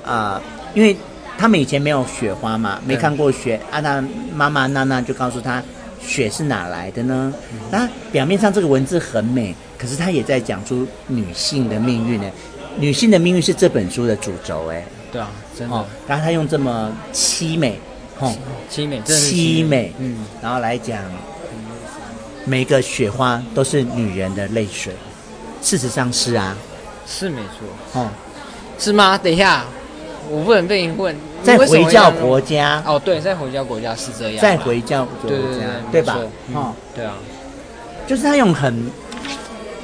S1: 呃，因为他们以前没有雪花嘛，没看过雪。阿娜妈妈娜娜就告诉他，雪是哪来的呢？
S2: 嗯
S1: 那表面上这个文字很美，可是他也在讲出女性的命运呢。女性的命运是这本书的主轴哎，
S2: 对啊，真
S1: 哦
S2: 的，
S1: 然后他用这么凄美，哦，
S2: 凄美，真的是
S1: 凄美，
S2: 嗯，
S1: 然后来讲每个雪花都是女人的泪水。事实上是啊，
S2: 是没错，
S1: 哦，
S2: 是吗？等一下，我不能被你问。你
S1: 在
S2: 为什么
S1: 回教
S2: 要弄
S1: 国家，
S2: 哦，对，在回教国家是这样啦，
S1: 在回教国
S2: 对
S1: 家
S2: 对对，
S1: 对吧
S2: 没错？嗯
S1: 哦，
S2: 对啊，
S1: 就是他用很，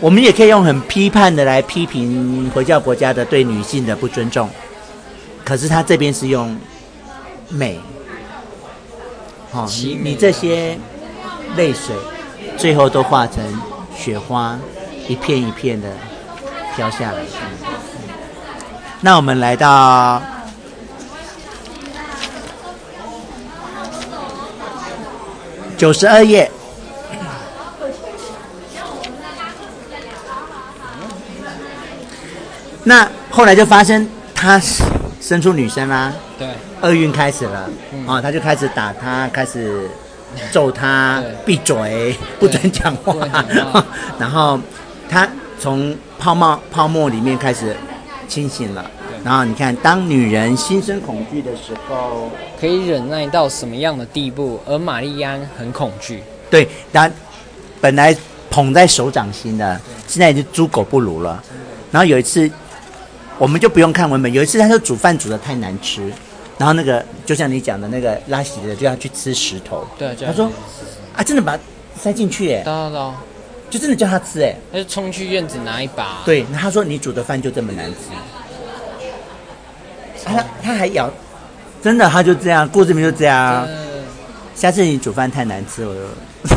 S1: 我们也可以用很批判的来批评回教国家的对女性的不尊重，可是他这边是用美，好、你
S2: 凄美
S1: 你这些泪水最后都化成雪花，一片一片的飘下来。嗯那我们来到九十二页。那后来就发生他生出女生啦、
S2: 对
S1: 厄运开始了，
S2: 嗯
S1: 哦，他就开始打他，开始揍他
S2: 对，
S1: 闭嘴，不准讲话
S2: 不准讲话，
S1: *laughs* 然后他从泡沫泡沫里面开始清醒了
S2: 对。
S1: 然后你看，当女人心生恐惧的时候，
S2: 可以忍耐到什么样的地步？而玛丽安很恐惧，
S1: 对，她本来捧在手掌心的，现在已经猪狗不如了。然后有一次，我们就不用看文本，有一次他就煮饭煮的太难吃，然后那个就像你讲的那个拉稀的就要去吃石头，
S2: 对啊，就
S1: 他说啊，真的把它塞进去哎，
S2: 到到，
S1: 就真的叫他吃哎。
S2: 他就冲去院子拿一把，
S1: 对，那他说你煮的饭就这么难吃，啊他他还咬，真的他就这样，故事名就这样。
S2: 呃，
S1: 下次你煮饭太难吃，我就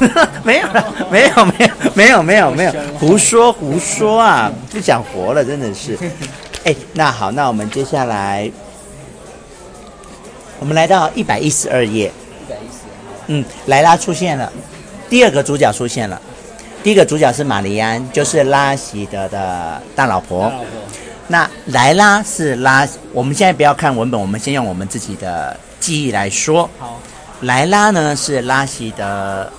S1: *laughs* 没有了，没有没有没有没有没有
S2: 好凶哦，
S1: 胡说胡说啊，不想活了，真的是。哎，那好，那我们接下来，我们来到一百一十二页。
S2: 一百一十，
S1: 嗯，莱拉出现了，第二个主角出现了。第一个主角是玛丽安，就是拉希德的大老婆。
S2: 大老婆，
S1: 那莱拉是拉，我们现在不要看文本，我们先用我们自己的记忆来说。
S2: 好，
S1: 莱拉呢是拉希德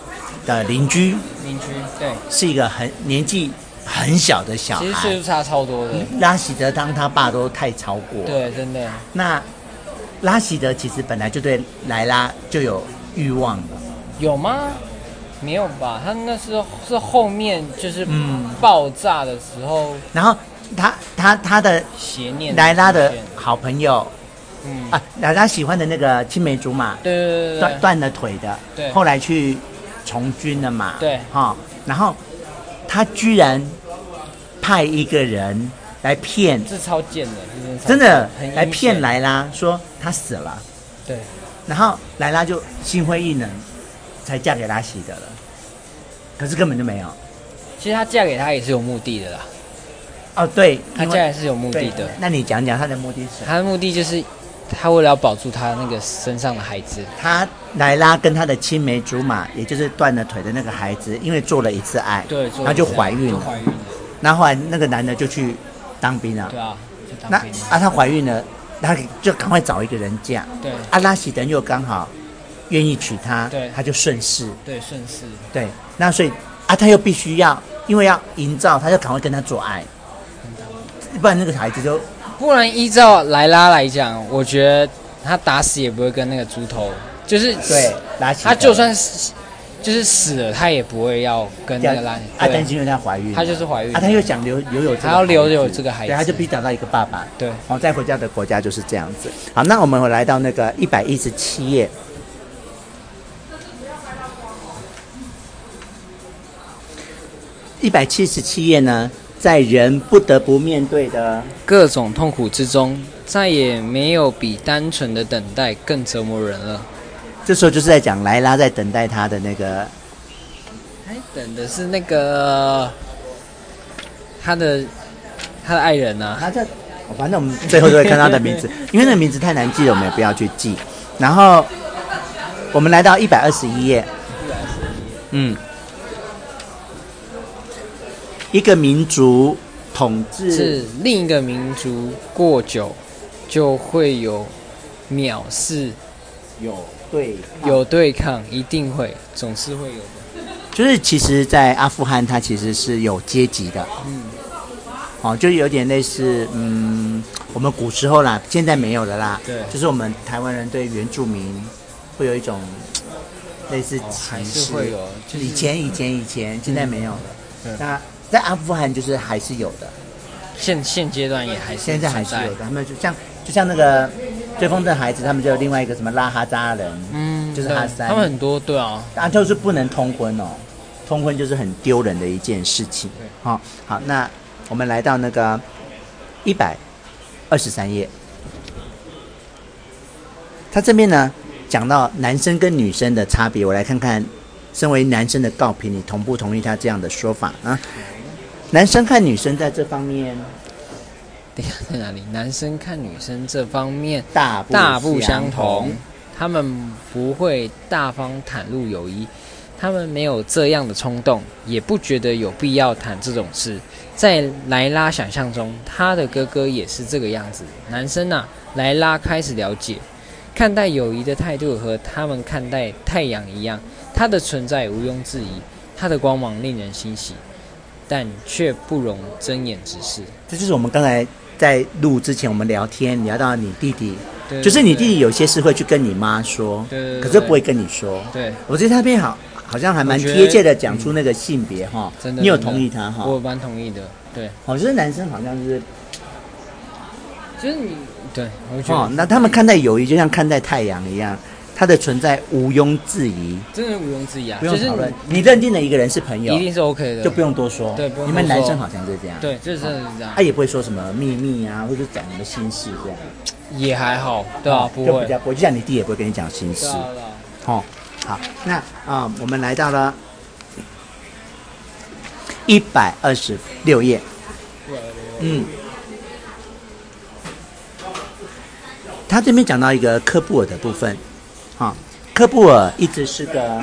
S1: 的邻居，
S2: 邻居，对，
S1: 是一个很年纪很小的小
S2: 其实岁
S1: 孩
S2: 数。差超多的，
S1: 拉希德当他爸都太超过。
S2: 对，真的，
S1: 那拉希德其实本来就对莱拉就有欲望了。
S2: 有吗？没有吧？他那时候是后面就是
S1: 嗯
S2: 爆炸的时候
S1: 然后他他他的
S2: 邪念
S1: 莱拉的
S2: 出现
S1: 好朋友
S2: 嗯，
S1: 啊，莱拉喜欢的那个青梅竹马，
S2: 对对对
S1: 断
S2: 对
S1: 断了腿的，
S2: 对
S1: 后来去从军了嘛，
S2: 对
S1: 哈、然后他居然派一个人来骗，
S2: 对，这超贱的，这真超
S1: 真的
S2: 贱很
S1: 来
S2: 阴
S1: 骗
S2: 险，
S1: 莱拉说他死了，
S2: 对，
S1: 然后莱拉就心灰意冷，才嫁给拉希德了，可是根本就没有
S2: 其实她嫁给他也是有目的的啦，
S1: 哦，对，
S2: 她
S1: 因
S2: 嫁
S1: 为
S2: 也是有目的的
S1: 对，那你讲讲他的目的是什么？
S2: 她的目的就是她为了要保住她那个身上的孩子，
S1: 他莱拉跟他的青梅竹马，也就是断了腿的那个孩子，因为做了一次爱，
S2: 对，
S1: 然后就怀孕
S2: 就
S1: 了。
S2: 怀孕了，
S1: 然后后来那个男的就去当兵了。
S2: 对啊，就
S1: 那
S2: 当兵了，
S1: 啊，她怀孕了，她就赶快找一个人嫁。
S2: 对
S1: 阿拉喜德又刚好愿意娶她
S2: 对，
S1: 她就顺势。
S2: 对，顺势，
S1: 对，那所以啊，她又必须要，因为要营造，她就赶快跟他做爱，
S2: 嗯
S1: 不然那个孩子就
S2: 不然依照莱拉来讲，我觉得她打死也不会跟那个猪头，就是
S1: 对拉希德。
S2: 她就算死，就是死了，她也不会要跟
S1: 这
S2: 那
S1: 样
S2: 个拉
S1: 啊，
S2: 对
S1: 但是因为她怀孕了，
S2: 她就是怀孕
S1: 啊，她又想留留有这个孩子，
S2: 她要留有这个孩子
S1: 对，她就必须找到一个爸爸。
S2: 对，
S1: 哦，在回教的国家就是这样子。好，那我们回来到那个一百一十七页。一百七十七页呢，在人不得不面对的，
S2: 各种痛苦之中，再也没有比单纯的等待更折磨人了。
S1: 这时候就是在讲莱拉在等待他的那个，
S2: 还等的是那个他的他的爱人呢、
S1: 啊，这反正我们最后就会看到他的名字， *laughs* 因为那个名字太难记了，我们也不要去记。然后我们来到一百二十一页，嗯，一个民族统治
S2: 是另一个民族过久就会有藐视，
S1: 有对抗
S2: 有对抗，一定会，总是会有的。
S1: 就是其实，在阿富汗，它其实是有阶级的，
S2: 嗯，
S1: 哦，就有点类似，嗯，我们古时候啦，现在没有了啦，
S2: 对
S1: 就是我们台湾人对原住民会有一种类似
S2: 哦还
S1: 歧
S2: 是
S1: 视。
S2: 会有，就是
S1: 以前以前以前，现在没有了。
S2: 嗯
S1: 那在阿富汗就是还是有的，
S2: 现现阶段也还是
S1: 现在还是
S2: 存
S1: 有的。他们就像就像那个追风筝孩子，他们就有另外一个什么拉哈扎人，
S2: 嗯，
S1: 就是
S2: 对
S1: 哈三
S2: 他们很多对啊，
S1: 啊，就是不能通婚哦，通婚就是很丢人的一件事情
S2: 对。
S1: 好、好，那我们来到那个一百二十三页，他这边呢讲到男生跟女生的差别，我来看看，身为男生的告评，你同不同意他这样的说法啊？男生和女生在这方面
S2: 等一下在哪里？男生看女生这方面
S1: 大不
S2: 大不相
S1: 同
S2: 同，，他们不会大方袒露友谊，他们没有这样的冲动，也不觉得有必要谈这种事。在莱拉想象中，他的哥哥也是这个样子。男生啊，莱拉开始了解，看待友谊的态度和他们看待太阳一样，它的存在毋庸置疑，它的光芒令人欣喜，但却不容睁眼直视。
S1: 这就是我们刚才在录之前我们聊天聊到你弟弟，
S2: 对
S1: 就是你
S2: 对
S1: 弟弟有些事会去跟你妈说，
S2: 对对对
S1: 可是不会跟你说。
S2: 对。
S1: 我觉得他边好好像还蛮
S2: 我觉得
S1: 贴切的讲出那个性别哈，
S2: 真的，
S1: 你有
S2: 真的
S1: 同意他哈？
S2: 我蛮同意的，对，
S1: 哦我觉得男生好像是
S2: 就是你，对，我觉得、
S1: 哦，那他们看待友谊就像看待太阳一样，它的存在毋庸置疑，
S2: 真的毋庸置疑啊，
S1: 不用
S2: 就是
S1: 讨论。
S2: 你
S1: 你认定了一个人是朋友
S2: 一，定是 OK 的，
S1: 就不用多说。
S2: 对不用
S1: 你们
S2: 多
S1: 男
S2: 说
S1: 生好像是这啊样。哦
S2: 对，就是真的是这样，
S1: 他也不会说什么秘密啊，或者讲什么心事这样。
S2: 也还好，对啊，不
S1: 哦就
S2: 会，
S1: 比
S2: 对
S1: 较
S2: 啊
S1: 不会，就像你弟也不会跟你讲心事。
S2: 对啊，
S1: 哦，好，那啊、我们来到了一百二十六页。嗯，他这边讲到一个科布尔的部分，啊、科布尔一直是个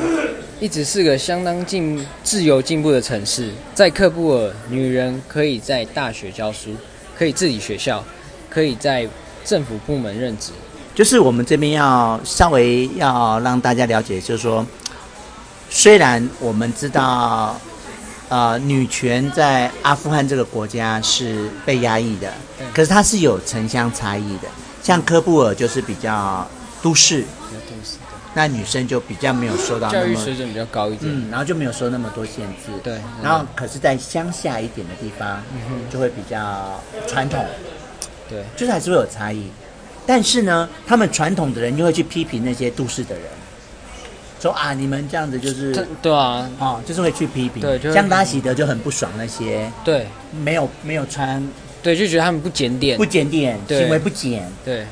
S2: 一直是个相当进自由进步的城市，在喀布尔，女人可以在大学教书，可以自己学校，可以在政府部门任职，
S1: 就是我们这边要稍微要让大家了解，就是说，虽然我们知道，呃，女权在阿富汗这个国家是被压抑的
S2: 对，
S1: 可是它是有城乡差异的。像科布尔就是比较都市，
S2: 比较重视
S1: 那女生就比较没有受到
S2: 教
S1: 那
S2: 育
S1: 么
S2: 水准比较高一点，
S1: 嗯，然后就没有受啊那么多限制。
S2: 对嗯
S1: 然后可是，在乡下一点的地方，就会比较传统。嗯
S2: 对，
S1: 就是还是会有差异。但是呢，他们传统的人就会去批评那些都市的人，说啊，你们这样子就是
S2: 这对啊，
S1: 哦，就是会去批评。
S2: 对就是
S1: 像拉希德就很不爽那些
S2: 对
S1: 没有没有穿
S2: 对，就觉得他们不检点
S1: 不，检点，
S2: 对
S1: 行为不检，
S2: 对。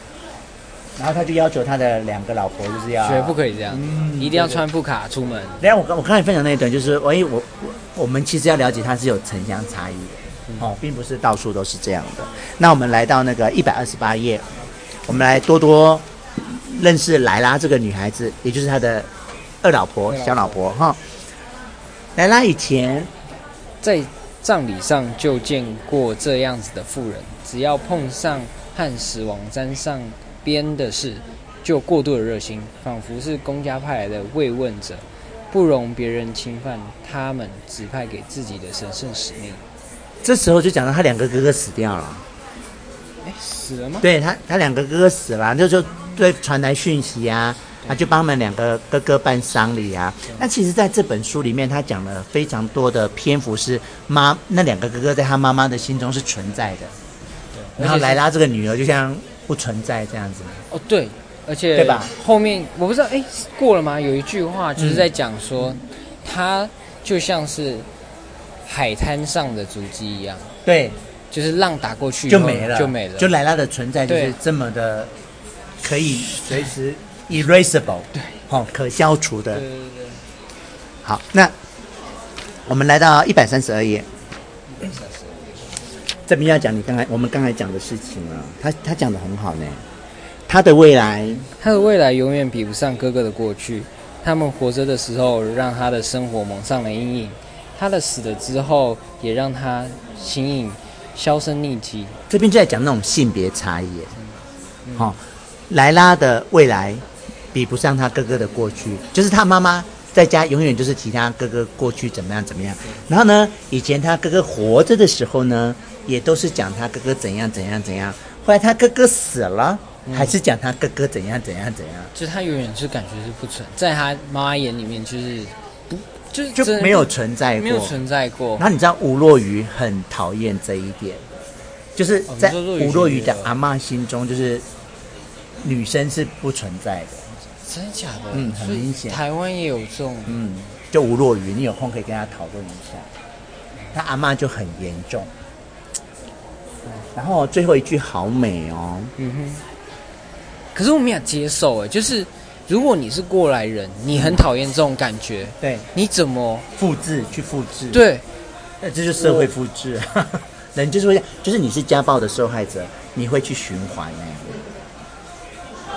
S1: 然后他就要求他的两个老婆就是要
S2: 绝不可以
S1: 啊
S2: 这样，
S1: 嗯
S2: 一定要穿布卡出门。
S1: 等一下我刚我刚才分享那一段，就是哎，我我我们其实要了解它是有城乡差异
S2: 嗯
S1: 的，哦，并不是到处都是这样的。那我们来到那个一百二十八页，我们来多多认识莱拉这个女孩子，也就是她的二老婆
S2: 二老婆
S1: 小老婆哈。莱拉以前
S2: 在葬礼上就见过这样子的妇人，只要碰上和死亡沾上边的事，就过度的热心，仿佛是公家派来的慰问者，不容别人侵犯他们指派给自己的神圣使命。
S1: 这时候就讲到她两个哥哥死掉了，
S2: 哎，死了吗？
S1: 对她她两个哥哥死了，就就对传来讯息啊。啊，就帮他们两个哥哥办丧礼啊。那其实，在这本书里面，他讲了非常多的篇幅是妈那两个哥哥在他妈妈的心中是存在的，
S2: 对
S1: 然后
S2: 而且是
S1: 莱拉这个女儿就像不存在这样子。
S2: 哦，对，而且
S1: 对吧？
S2: 后面我不知道，哎，过了吗？有一句话就是在讲说，它就像是海滩上的足迹一样，
S1: 对，
S2: 就是浪打过去以
S1: 就
S2: 后
S1: 没了，
S2: 就没了，
S1: 就莱拉的存在就是
S2: 对
S1: 这么的可以随时 erasable，对，哦，可消除的
S2: 对。对对
S1: 好，那我们来到一百三十二页，
S2: 对，是是
S1: 这边要讲你刚才我们刚才讲的事情啊，他他讲的很好呢，他的未来。
S2: 他的未来永远比不上哥哥的过去。他们活着的时候，让他的生活蒙上了阴影；他的死了之后，也让他形影销声匿迹。
S1: 这边就在讲那种性别差异耶，
S2: 嗯
S1: 好、莱拉的未来比不上她哥哥的过去，就是她妈妈在家永远就是提她哥哥过去怎么样怎么样，然后呢，以前她哥哥活着的时候呢，也都是讲她哥哥怎样怎样怎样，后来她哥哥死了，
S2: 嗯
S1: 还是讲他哥哥怎样怎样怎样，
S2: 就他永远是感觉是不存在他妈眼里面就是不就是
S1: 就
S2: 真的
S1: 没有存在过。
S2: 没有存在过
S1: 然。后你知道吴若愚很讨厌这一点，就是
S2: 哦
S1: 在
S2: 你说若愚
S1: 吴若愚
S2: 觉得
S1: 的阿嬷心中，就是女生是不存在的。
S2: 真的假的？
S1: 嗯很
S2: 所以
S1: 明显
S2: 台湾也有这种，
S1: 嗯，就吴若愚，你有空可以跟他讨论一下。他阿嬷就很严重。然后最后一句好美哦，
S2: 嗯哼。可是我没有接受哎，就是如果你是过来人，你很讨厌这种感觉，
S1: 对，
S2: 你怎么
S1: 复制去复制，，
S2: 对？
S1: 那这就是社会复制 *laughs* 啊。人就是会这样，就是你是家暴的受害者，你会去循环哎、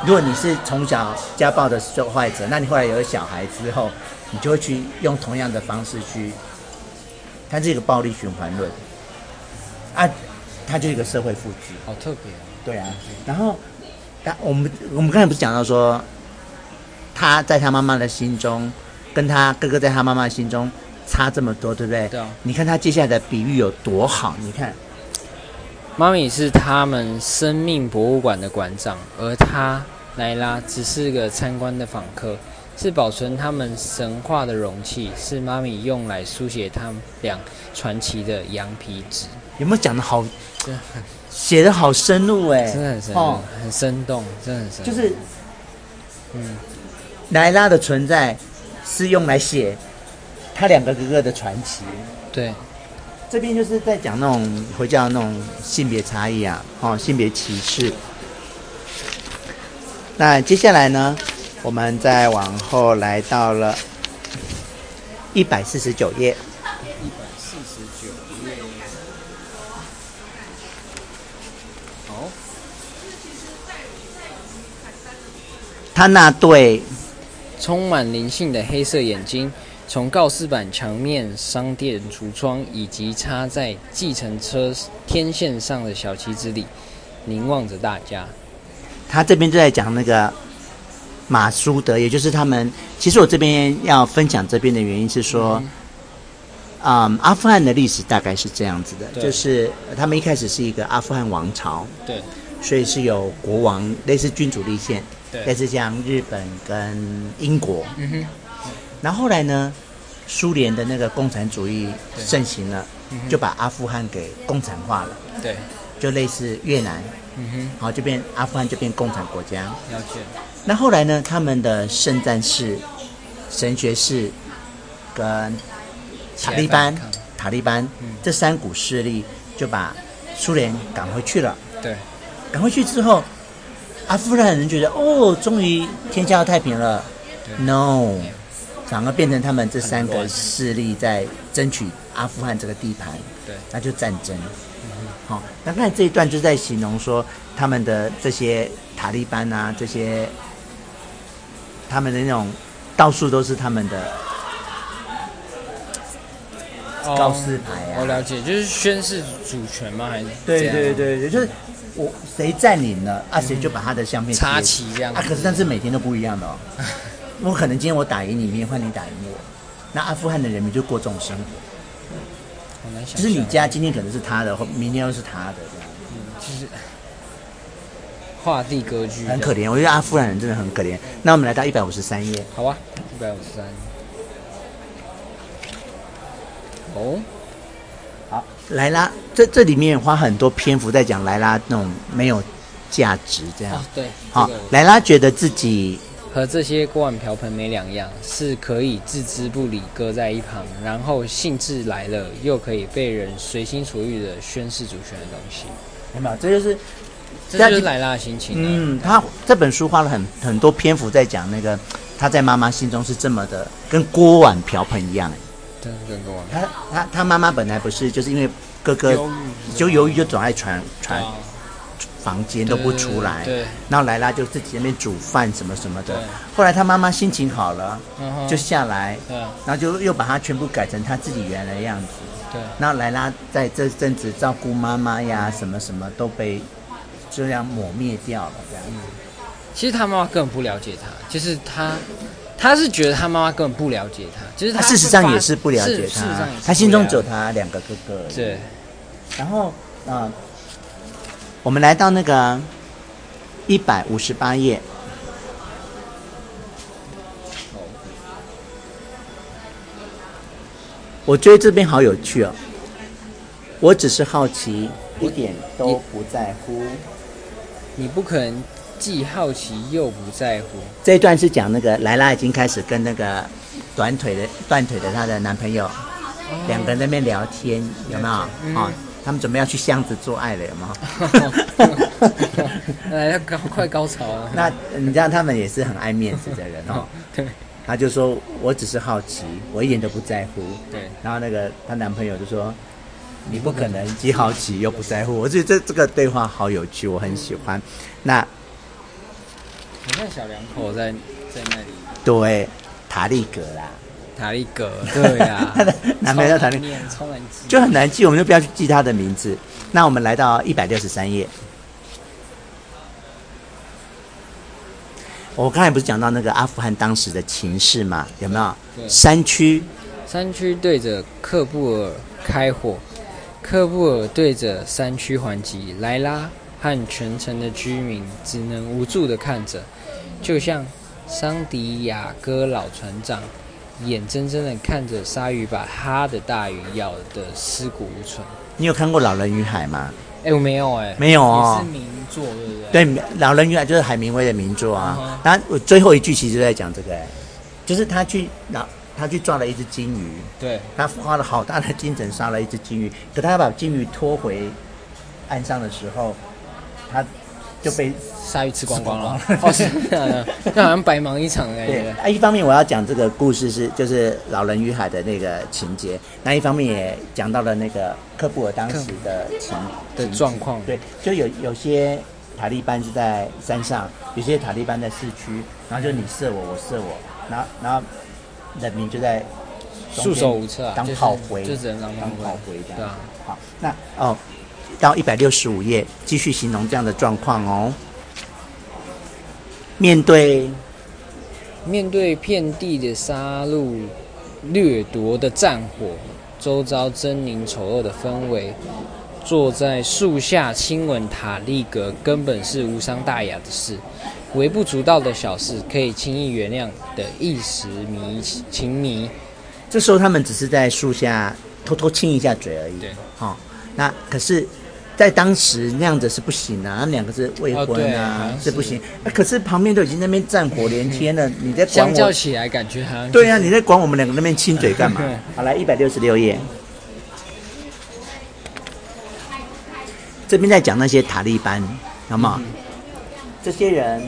S1: 如果你是从小家暴的受害者，那你后来有了小孩之后，你就会去用同样的方式去，它是一个暴力循环论啊，它就是一个社会复制。
S2: 好特别哦、
S1: 对啊，然后，但我们我们刚才不是讲到说，他在他妈妈的心中，跟他哥哥在他妈妈的心中差这么多，对不对？
S2: 对啊
S1: 你看他接下来的比喻有多好，你看，
S2: 妈咪是他们生命博物馆的馆长，而他莱拉只是个参观的访客，是保存他们神话的容器，是妈咪用来书写他们俩传奇的羊皮纸，
S1: 有没有讲的好
S2: 真的，
S1: 写的好深入哎、
S2: 真的很
S1: 哦
S2: 生动，很生动，真的很生
S1: 就
S2: 动。
S1: 是
S2: 嗯，
S1: 莱拉的存在是用来写他两个哥哥的传奇，
S2: 对，
S1: 这边就是在讲那种回教那种性别差异啊，哦，性别歧视。那接下来呢，我们再往后来到了一百四十九页。
S2: 一百四十九页。好，
S1: 他那对
S2: 充满灵性的黑色眼睛，从告示板、墙面、商店橱窗以及插在计程车天线上的小旗子里，凝望着大家。
S1: 他这边就在讲那个马苏德，也就是他们。其实我这边要分享这边的原因是说，嗯阿富汗的历史大概是这样子的，
S2: 对
S1: 就是呃他们一开始是一个阿富汗王朝，
S2: 对，
S1: 所以是有国王类似君主立宪，
S2: 对
S1: 类似像日本跟英国。
S2: 嗯哼，
S1: 然后后来呢，苏联的那个共产主义盛行了，
S2: 嗯
S1: 就把阿富汗给共产化了，
S2: 对，
S1: 就类似越南，
S2: 嗯
S1: 然后就变阿富汗就变共产国家。
S2: 哼，了解。
S1: 那后来呢，他们的圣战士、神学士跟塔利班
S2: 起来反、
S1: 塔利班、这三股势力就把苏联赶回去了。
S2: 对，
S1: 赶回去之后，阿富汗人觉得哦，终于天下要太平了。
S2: 对
S1: No，反而变成他们这三
S2: 很
S1: 个
S2: 乱
S1: 势力在争取阿富汗这个地盘，
S2: 对，
S1: 那就战争。好、那看这一段就在形容说他们的这些塔利班啊，这些他们的那种到处都是他们的
S2: 哦
S1: 告示牌啊
S2: 我了解，就是宣誓主权吗？还是
S1: 对
S2: 怎
S1: 对
S2: 样
S1: 对对，就是我谁占领了啊，谁就把他的相片
S2: 插
S1: 贴
S2: 旗这样子
S1: 啊。可是但是每天都不一样的 *laughs* 哦，我可能今天我打赢你，明天换你打赢我。那阿富汗的人民就过这种生活，
S2: 好难想
S1: 就是啊你
S2: 象
S1: 家今天可能是他的，后明天又是他的，这
S2: 就是画地格局，
S1: 样很可。怜。我觉得阿富汗人真的很可怜。那我们来到一百五十三页，
S2: 好吧，一百五十三。哦，
S1: 好，莱拉这这里面花很多篇幅在讲莱拉那种没有价值哦这样
S2: 啊。对，
S1: 好
S2: 这个，
S1: 莱拉觉得自己
S2: 和这些锅碗瓢盆没两样，是可以置之不理，搁在一旁，然后兴致来了，又可以被人随心所欲的宣示主权的东西。
S1: 有没有？这就是
S2: 这
S1: 但
S2: 就是
S1: 你
S2: 莱拉的心情、啊。
S1: 嗯，他这本书花了很很多篇幅在讲那个他在妈妈心中是这么的，跟锅碗瓢盆一样。
S2: 真的跟锅碗
S1: 他他他妈妈本来不是，就是因为哥哥
S2: 忧郁
S1: 就由于就总爱传传
S2: 啊
S1: 房间都不出来，
S2: 嗯对对对
S1: 然后莱拉就自己在那边煮饭什么什么的
S2: 对。
S1: 后来他妈妈心情好了，
S2: 嗯哼
S1: 就下来，
S2: 对啊
S1: 然后就又把它全部改成他自己原来的样子。
S2: 对，啊
S1: 然后莱拉在这阵子照顾妈妈呀，什么什么都被这样抹灭掉了，这样。
S2: 其实他妈妈根本不了解他，就是他，他是觉得他妈妈根本不了解他，就是
S1: 他
S2: 他
S1: 事实上
S2: 会发
S1: 也是不了解
S2: 是事实
S1: 他
S2: 上也，是
S1: 他心中只有
S2: 不了
S1: 他两个哥哥而已。
S2: 解对。
S1: 呃然后，啊、我们来到那个一百五十八页，我觉得这边好有趣哦。我只是好奇，一点都不在乎。
S2: 你不可能既好奇又不在乎。 *laughs*
S1: 这一段是讲那个莱拉已经开始跟那个短腿的断腿的她的男朋
S2: 哦
S1: 友两个人在那边聊天，有没有？啊、
S2: 嗯
S1: 哦，他们准备要去箱子做爱了，有
S2: *laughs*
S1: 没有？
S2: 来，要高快高潮了。
S1: 那你知道他们也是很爱面子的人哦。
S2: *laughs* 对
S1: 他就说：“我只是好奇，我一点都不在乎。
S2: 对”，
S1: 然后那个她男朋友就说：“你不可能既好奇又不在乎。”我觉得这这个对话好有趣，我很喜欢。那
S2: 你看小两口在在那里，
S1: 对塔利格啦，
S2: 塔利格，对啊
S1: *laughs*
S2: 呀、
S1: 她的男朋友叫塔利格，
S2: 念超难记，
S1: 就很难记，我们就不要去记他的名字。那我们来到一百六十三页。我刚才不是讲到那个阿富汗当时的情势嘛？有没有
S2: 对
S1: 山区？
S2: 山区对着克布尔开火，克布尔对着山区还击。莱拉和全城的居民只能无助地看着，就像桑迪亚哥老船长眼睁睁地看着鲨鱼把他的大鱼咬得尸骨无存。
S1: 你有看过《老人与海》吗？
S2: 哎，我没有哎、
S1: 没有哦
S2: 也是名作对不
S1: 对，
S2: 对？
S1: 《老人与海》就是海明威的名作啊
S2: 嗯。
S1: 然后我最后一句其实就在讲这个、哎就是他去老他去抓了一只金鱼，
S2: 对
S1: 他花了好大的精神杀了一只金鱼，可他把金鱼拖回岸上的时候，他就被
S2: 鲨鱼吃光光了
S1: 吃光。光了
S2: *laughs* 哦，是啊，那好像白忙一场的哎感
S1: 对
S2: 觉。
S1: 啊，一方面我要讲这个故事是就是《老人与海》的那个情节，那一方面也讲到了那个科布尔当时的情情
S2: 的
S1: 景
S2: 状况
S1: 对，就有有些塔利班是在山上，有些塔利班在市区，然后就你射我，我射我，然后然后人民就在中间
S2: 束手无策啊
S1: 当
S2: 就是
S1: 炮灰，
S2: 就只能当炮灰
S1: 炮灰这样。
S2: 对啊
S1: 好，那哦，到一百六十五页继续形容这样的状况哦。面对
S2: 面对遍地的杀戮、掠夺的战火，周遭狰狞丑恶的氛围，坐在树下亲吻塔利格根本是无伤大雅的事，微不足道的小事可以轻易原谅的一时迷情迷。
S1: 这时候他们只是在树下偷偷亲一下嘴而已。
S2: 对，
S1: 哦，那可是，在当时那样子是不行的、啊，他们两个是未
S2: 哦
S1: 婚
S2: 对好
S1: 啊，
S2: 像
S1: 是不行。那、可是旁边都已经在那边战火连天
S2: *laughs*
S1: 了，你在管
S2: 相较
S1: 我？
S2: 起来，感觉好
S1: *laughs*
S2: 像
S1: 对啊，你在管我们两个那边亲嘴 *laughs* 干嘛
S2: 对？
S1: 好，来一百六十六页，这边在讲那些塔利班，好吗？这些人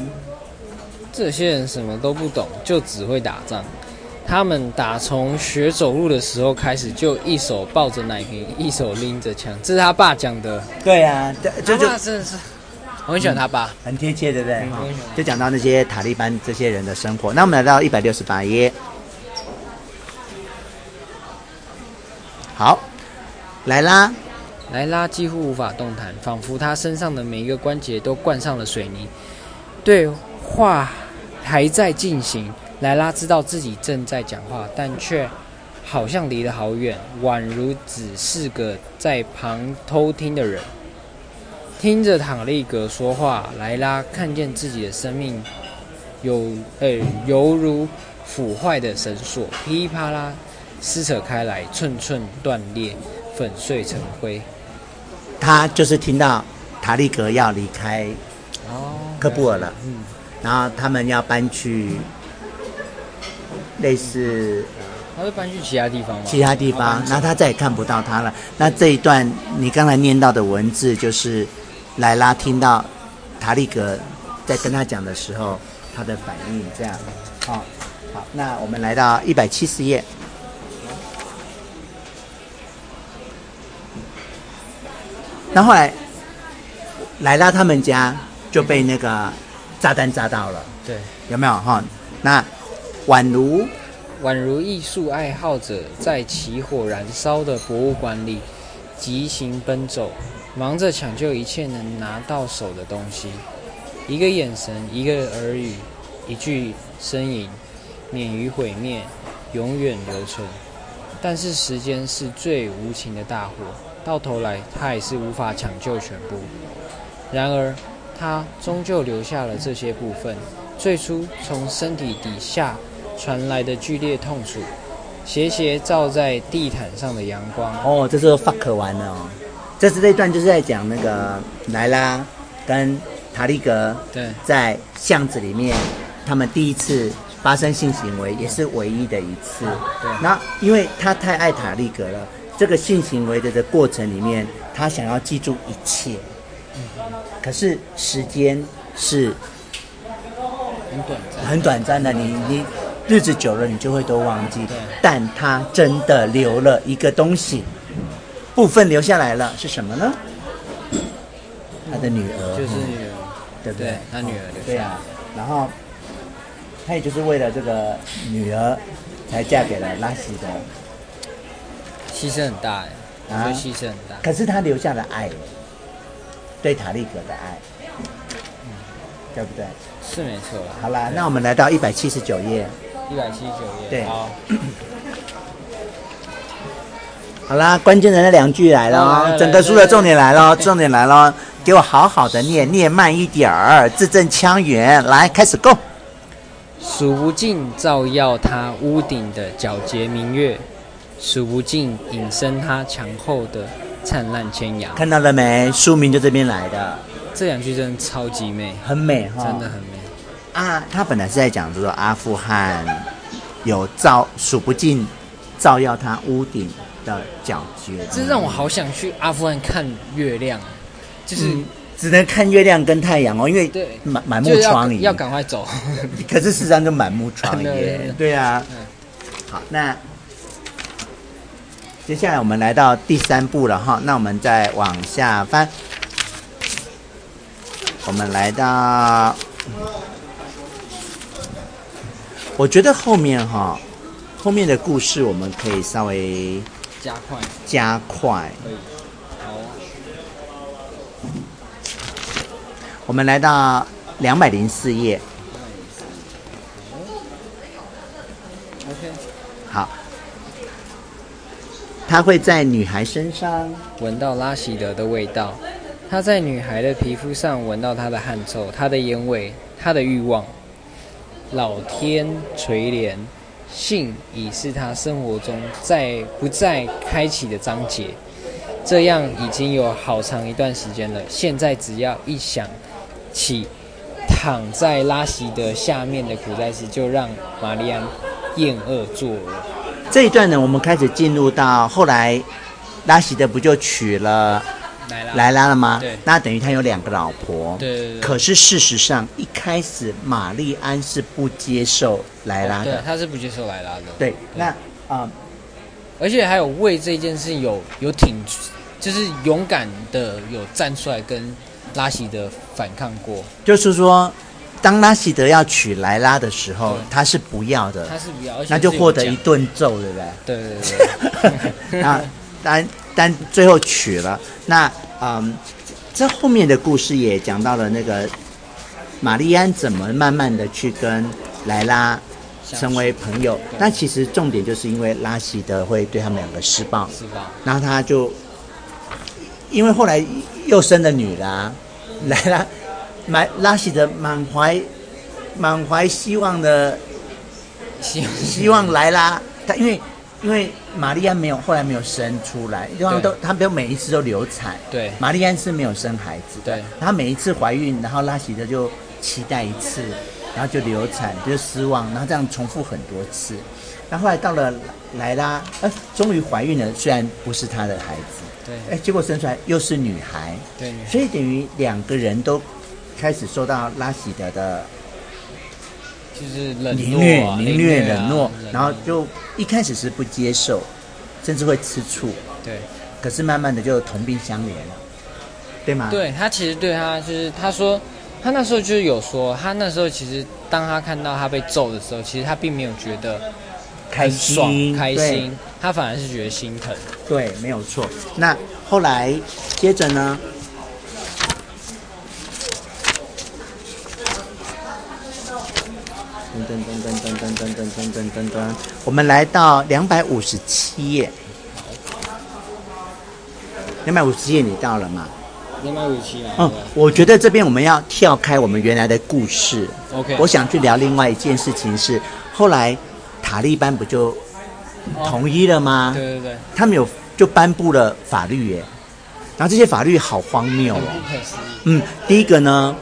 S2: 这些人什么都不懂，就只会打仗。他们打从学走路的时候开始，就一手抱着奶瓶，一手拎着枪。这是他爸讲的，
S1: 对啊，这这就
S2: 他爸真的是，我很喜欢他爸。
S1: 很贴切，对不对？哦
S2: 嗯
S1: 哈
S2: 我也觉得
S1: 就讲到那些塔利班这些人的生活。那我们来到一百六十八页，好，来啦，
S2: 莱拉几乎无法动弹，仿佛她身上的每一个关节都灌上了水泥。对话还在进行，莱拉知道自己正在讲话，但却好像离得好远，宛如只是个在旁偷听的人。听着塔利格说话，莱拉看见自己的生命有呃犹如腐坏的绳索，噼里啪啦撕扯开来，寸寸断裂，粉碎成灰。
S1: 他就是听到塔利格要离开
S2: 哦，
S1: 科布尔了，
S2: 嗯，
S1: 然后他们要搬去类似
S2: 他会搬去其他地方吗？
S1: 其他地
S2: 要
S1: 方
S2: 搬，走
S1: 那他再也看不到他了。那这一段你刚才念到的文字，就是莱拉听到塔利格在跟他讲的时候，他的反应这样。好、好，那我们来到一百七十页。那后来，莱拉他们家就被那个炸弹炸到了，
S2: 对，
S1: 有没有哈、那宛如
S2: 宛如艺术爱好者在起火燃烧的博物馆里急行奔走，忙着抢救一切能拿到手的东西。一个眼神，一个耳语，一句呻吟，免于毁灭，永远留存。但是时间是最无情的大火，到头来它也是无法抢救全部。然而，它终究留下了这些部分。最初从身体底下传来的剧烈痛楚，斜斜照在地毯上的阳光。
S1: 哦，这时候 fuck 完了哦，这是这一段就是在讲那个莱拉跟塔利格
S2: 对，
S1: 在巷子里面，他们第一次发生性行为，也是唯一的一次。
S2: 对
S1: 那因为他太爱塔利格了，这个性行为的这过程里面，他想要记住一切，
S2: 嗯
S1: 可是时间是
S2: 很短暂。
S1: 很短暂的，你你日子久了，你就会都忘记
S2: 对。
S1: 但他真的留了一个东西，部分留下来了，是什么呢？他的女儿，
S2: 就是
S1: 嗯
S2: 女儿，
S1: 对不
S2: 对他女儿留
S1: 对
S2: 下
S1: 啊，然后他也就是为了这个女儿，才嫁给了拉希德。
S2: 牺牲很大哎，我觉
S1: 啊
S2: 得牺牲很大。
S1: 可是他留下了爱，对塔利格的爱，对不对？
S2: 是没错啦。
S1: 好啦，那我们来到一百七十九页。
S2: 一百七十九页。
S1: 对
S2: 好，
S1: 好啦，关键的那两句来了
S2: 好来
S1: 哦
S2: 来，
S1: 整个书的重点来了哦，重点来了哦，给我好好的念，念慢一点儿，字正腔圆。来，开始 go。
S2: 数不尽照耀他屋顶的皎洁明月，数不尽隐身他墙后的灿烂千阳。
S1: 看到了没？书名就这边来的，
S2: 这两句真的超级美，
S1: 很美哈、
S2: 真的很美。
S1: 啊，他本来是在讲，就说阿富汗有照数不尽照耀他屋顶的皎洁，
S2: 这让我好想去阿富汗看月亮，啊就是、
S1: 嗯只能看月亮跟太阳哦，因为
S2: 对
S1: 满满目
S2: 就是
S1: 疮
S2: 要
S1: 痍，
S2: 要赶快走。 *laughs*
S1: 可是事实上就满目疮
S2: 真的真
S1: 痍
S2: 的，
S1: 对啊
S2: 嗯。
S1: 好，那接下来我们来到第三步了哈，那我们再往下翻，我们来到，嗯我觉得后面哈，后面的故事我们可以稍微
S2: 加快
S1: 加快，
S2: 可以。好，
S1: 我们来到两百零四页。
S2: OK。
S1: 好，它会在女孩身上，
S2: 闻到拉希德的味道，他在女孩的皮肤上闻到她的汗臭，她的烟味，她的欲望。老天垂怜，性已是他生活中再不再开启的章节。这样已经有好长一段时间了。现在只要一想起躺在拉希德下面的苦差事，就让玛丽安厌恶作呕。
S1: 这一段呢，我们开始进入到后来，拉希德不就娶了
S2: 来啦，
S1: 莱拉了吗？
S2: 对
S1: 那等于他有两个老婆。
S2: 对对对对，
S1: 可是事实上，一开始玛丽安是不接受莱拉
S2: 对
S1: 的。，
S2: 他是不接受莱拉的。
S1: 对，那啊、
S2: 而且还有为这件事有有挺，就是勇敢的有站出来跟拉希德反抗过，
S1: 就是说，当拉希德要娶莱拉的时候
S2: 对，
S1: 他是不要的，
S2: 他是比较，而且
S1: 那就是
S2: 有
S1: 获得
S2: 讲
S1: 一顿揍，对不对？
S2: 对对对
S1: *laughs*
S2: *laughs* 对
S1: 啊，但但最后娶了。那嗯，这后面的故事也讲到了那个玛丽安怎么慢慢的去跟莱拉
S2: 相
S1: 成为朋友。
S2: 对
S1: 那其实重点就是因为拉希德会对他们两个施暴，
S2: 是吧？
S1: 然后他就因为后来又生了女啦、莱拉满拉希德满怀满怀希望的
S2: 希望
S1: 希望莱拉，她因为因为玛丽安没有后来没有生出来，因为他们都他们都每一次都流产，
S2: 对
S1: 玛丽安是没有生孩子的
S2: *laughs* 对，
S1: 她每一次怀孕，然后拉希德就期待一次，然后就流产，就失望，然后这样重复很多次，然后后来到了莱拉，呃，终于怀孕了，虽然不是她的孩子，
S2: 对
S1: 哎，结果生出来又是女孩，
S2: 对女
S1: 所以等于两个人都开始受到拉希德的
S2: 就是冷
S1: 凌虐
S2: 落、啊、、
S1: 凌虐、
S2: 啊
S1: 冷落，然后
S2: 冷落
S1: 就一开始是不接受，甚至会吃醋，
S2: 对
S1: 可是慢慢的就同病相怜了，对吗？，
S2: 对他其实对他就是他说。他那时候就是有说，他那时候其实当他看到他被揍的时候，其实他并没有觉得
S1: 开
S2: 很爽
S1: 心，
S2: 开心，他反而是觉得心疼。
S1: 对，对，没有错。那后来接着呢？噔噔噔噔噔噔噔噔噔噔噔，我们来到两百五十七页，两百五十页你到了吗？
S2: 零百五七嘛。
S1: 嗯，我觉得这边我们要跳开我们原来的故事，
S2: o k
S1: 我想去聊另外一件事情是，后来塔利班不就统一了吗？
S2: 对对对，
S1: 他们有就颁布了法律耶，然后这些法律好荒谬
S2: 很
S1: 哦。
S2: 不可思议。
S1: 嗯，第一个呢，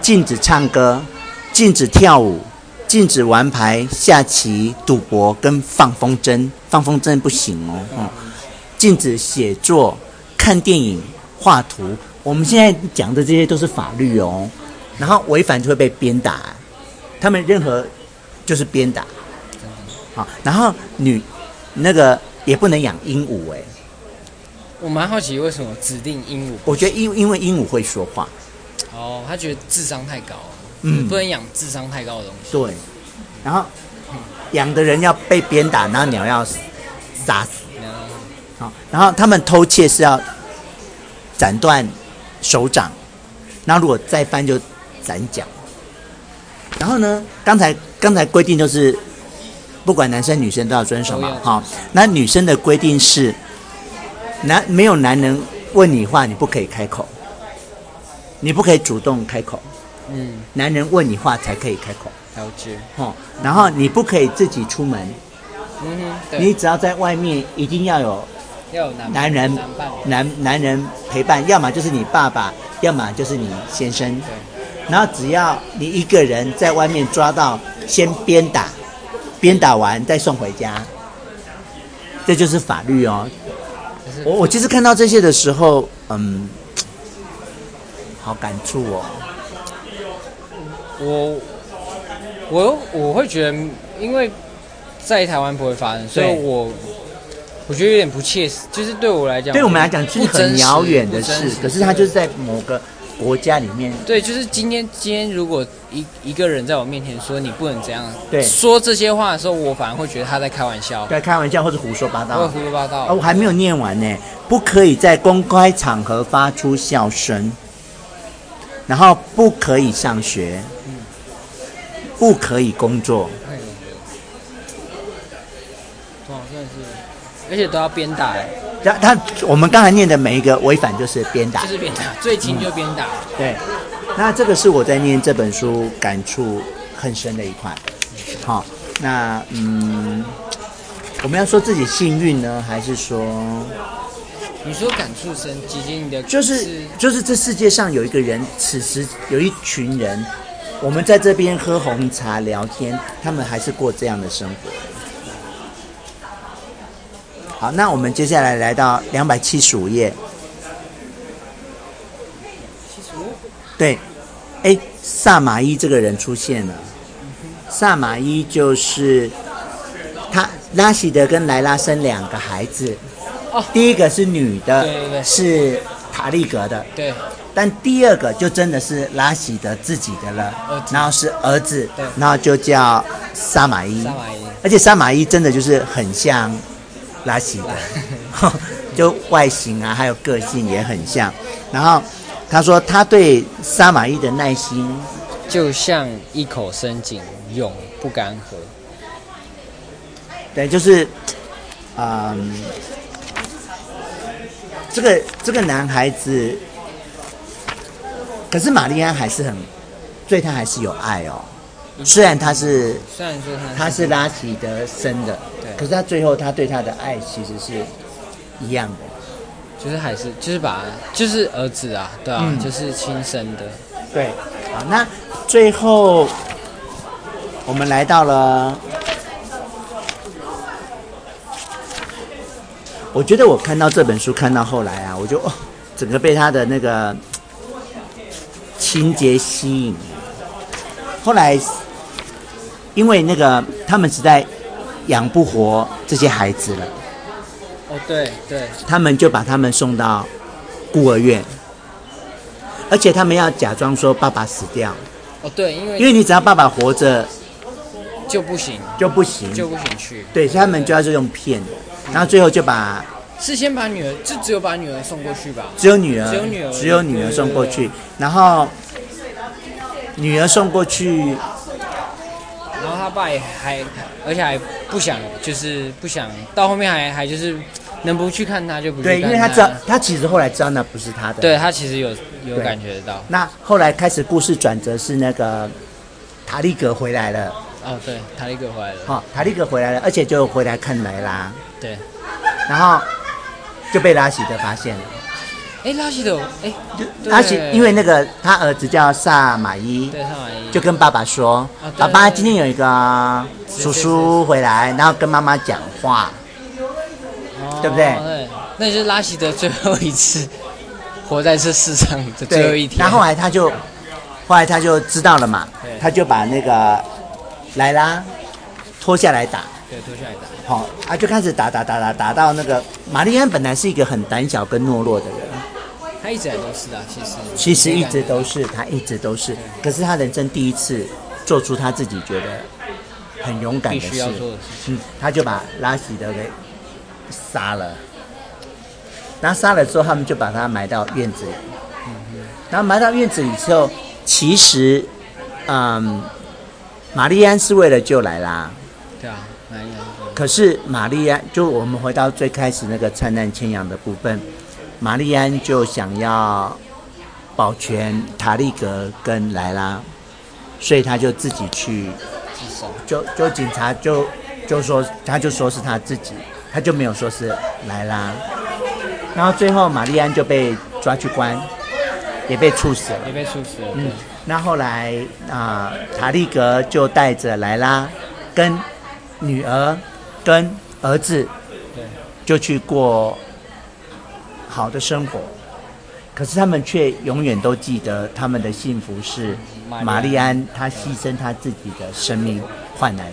S1: 禁止唱歌，禁止跳舞，禁止玩牌、下棋、赌博跟放风筝，放风筝不行哦。嗯，禁止写作、看电影、画图。我们现在讲的这些都是法律哦，然后违反就会被鞭打，他们任何就是鞭打。好，然后女那个也不能养鹦鹉哎，
S2: 我蛮好奇为什么指定鹦鹉？
S1: 我觉得因因为鹦鹉会说话，
S2: 哦，他觉得智商太高了，
S1: 嗯
S2: 不能养智商太高的东西。
S1: 对，然后养的人要被鞭打，然后鸟要杀死。
S2: 嗯
S1: 好，然后他们偷窃是要斩断手掌，那如果再犯就斩脚。然后呢，刚才刚才规定就是，不管男生女生都要遵守嘛
S2: 都要。
S1: 好，那女生的规定是，男没有男人问你话，你不可以开口，你不可以主动开口，
S2: 嗯，
S1: 男人问你话才可以开口。
S2: 了解。
S1: 哦，然后你不可以自己出门，
S2: 嗯哼，对，
S1: 你只要在外面一定要有
S2: 要有男
S1: 男人
S2: 男伴，
S1: 男男人陪伴，要么就是你爸爸，要么就是你先生。然后只要你一个人在外面抓到，先鞭打，鞭打完再送回家，这就是法律哦。
S2: 可是
S1: 我我其实看到这些的时候，嗯，好感触哦。
S2: 我我我会觉得，因为在台湾不会发生，所以
S1: 对
S2: 我我觉得有点不切实，就是对我来讲，
S1: 对我们来讲是
S2: 不真
S1: 很
S2: 实
S1: 遥远的
S2: 不真
S1: 事，
S2: 实
S1: 可是它就是在某个国家里面
S2: 对，就是今天今天如果一一个人在我面前说你不能这样，
S1: 对
S2: 说这些话的时候，我反而会觉得他在开玩笑，
S1: 在开玩笑或者胡说八
S2: 他会
S1: 道。
S2: 胡说八道。
S1: 啊，我还没有念完呢。不可以在公开场合发出笑声，然后不可以上学，不可以工作，
S2: 哎呦哇，真的是，而且都要鞭打，哎
S1: 然后他我们刚才念的每一个违反就是鞭打
S2: 就，是鞭打，最轻就鞭打。
S1: 对。那这个是我在念这本书感触很深的一块。好、那嗯，我们要说自己幸运呢，还是说
S2: 你说感触深，姐姐你的
S1: 就是就是这世界上有一个人，此时有一群人，我们在这边喝红茶聊天，他们还是过这样的生活。好，那我们接下来来到两百七十五页，
S2: 其实我
S1: 对，哎，萨马伊这个人出现了。萨马伊就是他拉希德跟莱拉生两个孩子，
S2: 哦
S1: 第一个是女的，
S2: 对对对
S1: 是塔利格的，
S2: 对
S1: 但第二个就真的是拉希德自己的
S2: 儿
S1: 了
S2: 子，
S1: 然后是儿子
S2: 对，
S1: 然后就叫萨马伊
S2: 萨，马伊，
S1: 而且萨马伊真的就是很像拉希
S2: *laughs*
S1: 德，就外形啊，还有个性也很像。然后他说他对萨马伊的耐心，
S2: 就像一口深井，永不干涸。
S1: 对，就是，嗯，这个这个男孩子，可是玛丽安还是很对他还是有爱哦，虽然他是
S2: 虽然说他
S1: 他是拉希德生的，
S2: 嗯对
S1: 可是他最后他对他的爱其实是一样的，
S2: 就是还是就是把就是儿子啊，对啊，
S1: 嗯
S2: 就是亲生的。
S1: 对，好，那最后我们来到了，我觉得我看到这本书看到后来啊，我就、哦、整个被他的那个情节吸引，后来因为那个他们实在养不活这些孩子了。
S2: 哦，对对，
S1: 他们就把他们送到孤儿院，而且他们要假装说爸爸死掉，
S2: 哦对，因
S1: 因
S2: 为
S1: 为你只要爸爸活着
S2: 就不行，
S1: 就不行。
S2: 就不行去。
S1: 对，所以他们就要这种骗的，然后最后就把
S2: 是先把女儿，就只有把女儿送过去吧。
S1: 只有女儿，
S2: 只有女儿
S1: 只有女儿送过去，然后女儿送过去，
S2: 然后他爸也还，而且还不想，就是不想到后面还还就是能不去看他就不去看
S1: 对，因为他知道，他其实后来知道那不是他的。。
S2: 对他其实有有
S1: 对
S2: 感觉得到。
S1: 那后来开始故事转折是那个塔利格回来了，
S2: 哦，对，塔利哥回来了。
S1: 哈、塔利格回来了，而且就回来看莱拉，
S2: 对，
S1: 然后就被拉希德发现了。
S2: 哎，拉希德，哎，对
S1: 拉希因为那个他儿子叫萨马伊，
S2: 对上来
S1: 就跟爸爸说
S2: 啊：“对
S1: 爸爸，
S2: 对
S1: 今天有一个叔叔回来，然后跟妈妈讲话。对不对
S2: 哦对，那就是拉希德最后一次活在这世上的”最后一
S1: 对，
S2: 天。
S1: 然后后来他就，后来他就知道了嘛
S2: 对，
S1: 他就把那个莱拉拖下来打，
S2: 对脱下来打，
S1: 好、啊，就开始打打打打打到那个玛丽安本来是一个很胆小跟懦弱的人，
S2: 啊他一直以来都是啊，其实
S1: 其实一直都是他一直都是，可是他人生第一次做出他自己觉得很勇敢
S2: 必
S1: 的
S2: 须
S1: 事
S2: 要，做的事情。
S1: 嗯，他就把拉希德给杀了，然后杀了之后，他们就把他埋到院子里，然后埋到院子里之后，其实，嗯，玛丽安是为了救莱拉，
S2: 对啊，哪一样？
S1: 可是玛丽安，就嗯我们回到最开始那个灿烂千阳的部分，玛丽安就想要保全塔利格跟莱拉，所以他就自己去，
S2: 自首。
S1: 就就警察就就说，他就说是他自己，他就没有说是莱拉。然后最后玛丽安就被抓去关，也被处死了。
S2: 也被处死了。
S1: 嗯，那后来啊、塔利格就带着莱拉、跟女儿、跟儿子，
S2: 对，
S1: 就去过好的生活。可是他们却永远都记得他们的幸福是
S2: 玛丽安
S1: 玛丽安，她牺牲她自己的生命换来的。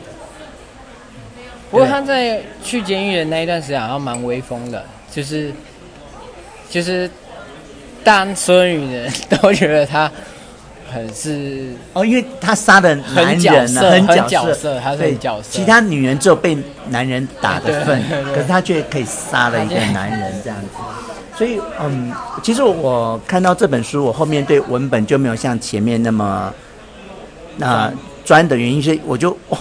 S2: 不过他在去监狱的那一段时间好像蛮威风的，就是就是大所有女人都觉得他很是
S1: 哦，因为她杀的男
S2: 角
S1: 人呢、啊
S2: 色
S1: 很
S2: 很
S1: 角
S2: 角色她是
S1: 对
S2: 很角色
S1: 其他女人只有被男人打
S2: *laughs*
S1: 的份
S2: 对对，对
S1: 可是她却可以杀了一个男人这样子。所以，嗯，其实我看到这本书，我后面对文本就没有像前面那么那、专的原因是，我就哇、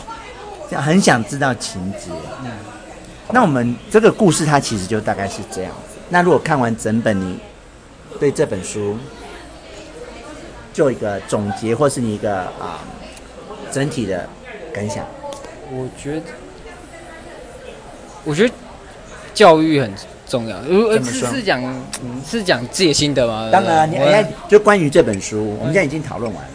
S1: 很想知道情节。那我们这个故事它其实就大概是这样子。那如果看完整本，你对这本书做一个总结，或是你一个啊、整体的感想？
S2: 我觉得，我觉得教育很重要。如呃
S1: 怎么
S2: 是
S1: 说
S2: 是讲、嗯、是讲自己的心得吗？
S1: 当然，你
S2: 呃我
S1: 哎，就关于这本书，我们现在已经讨论完了。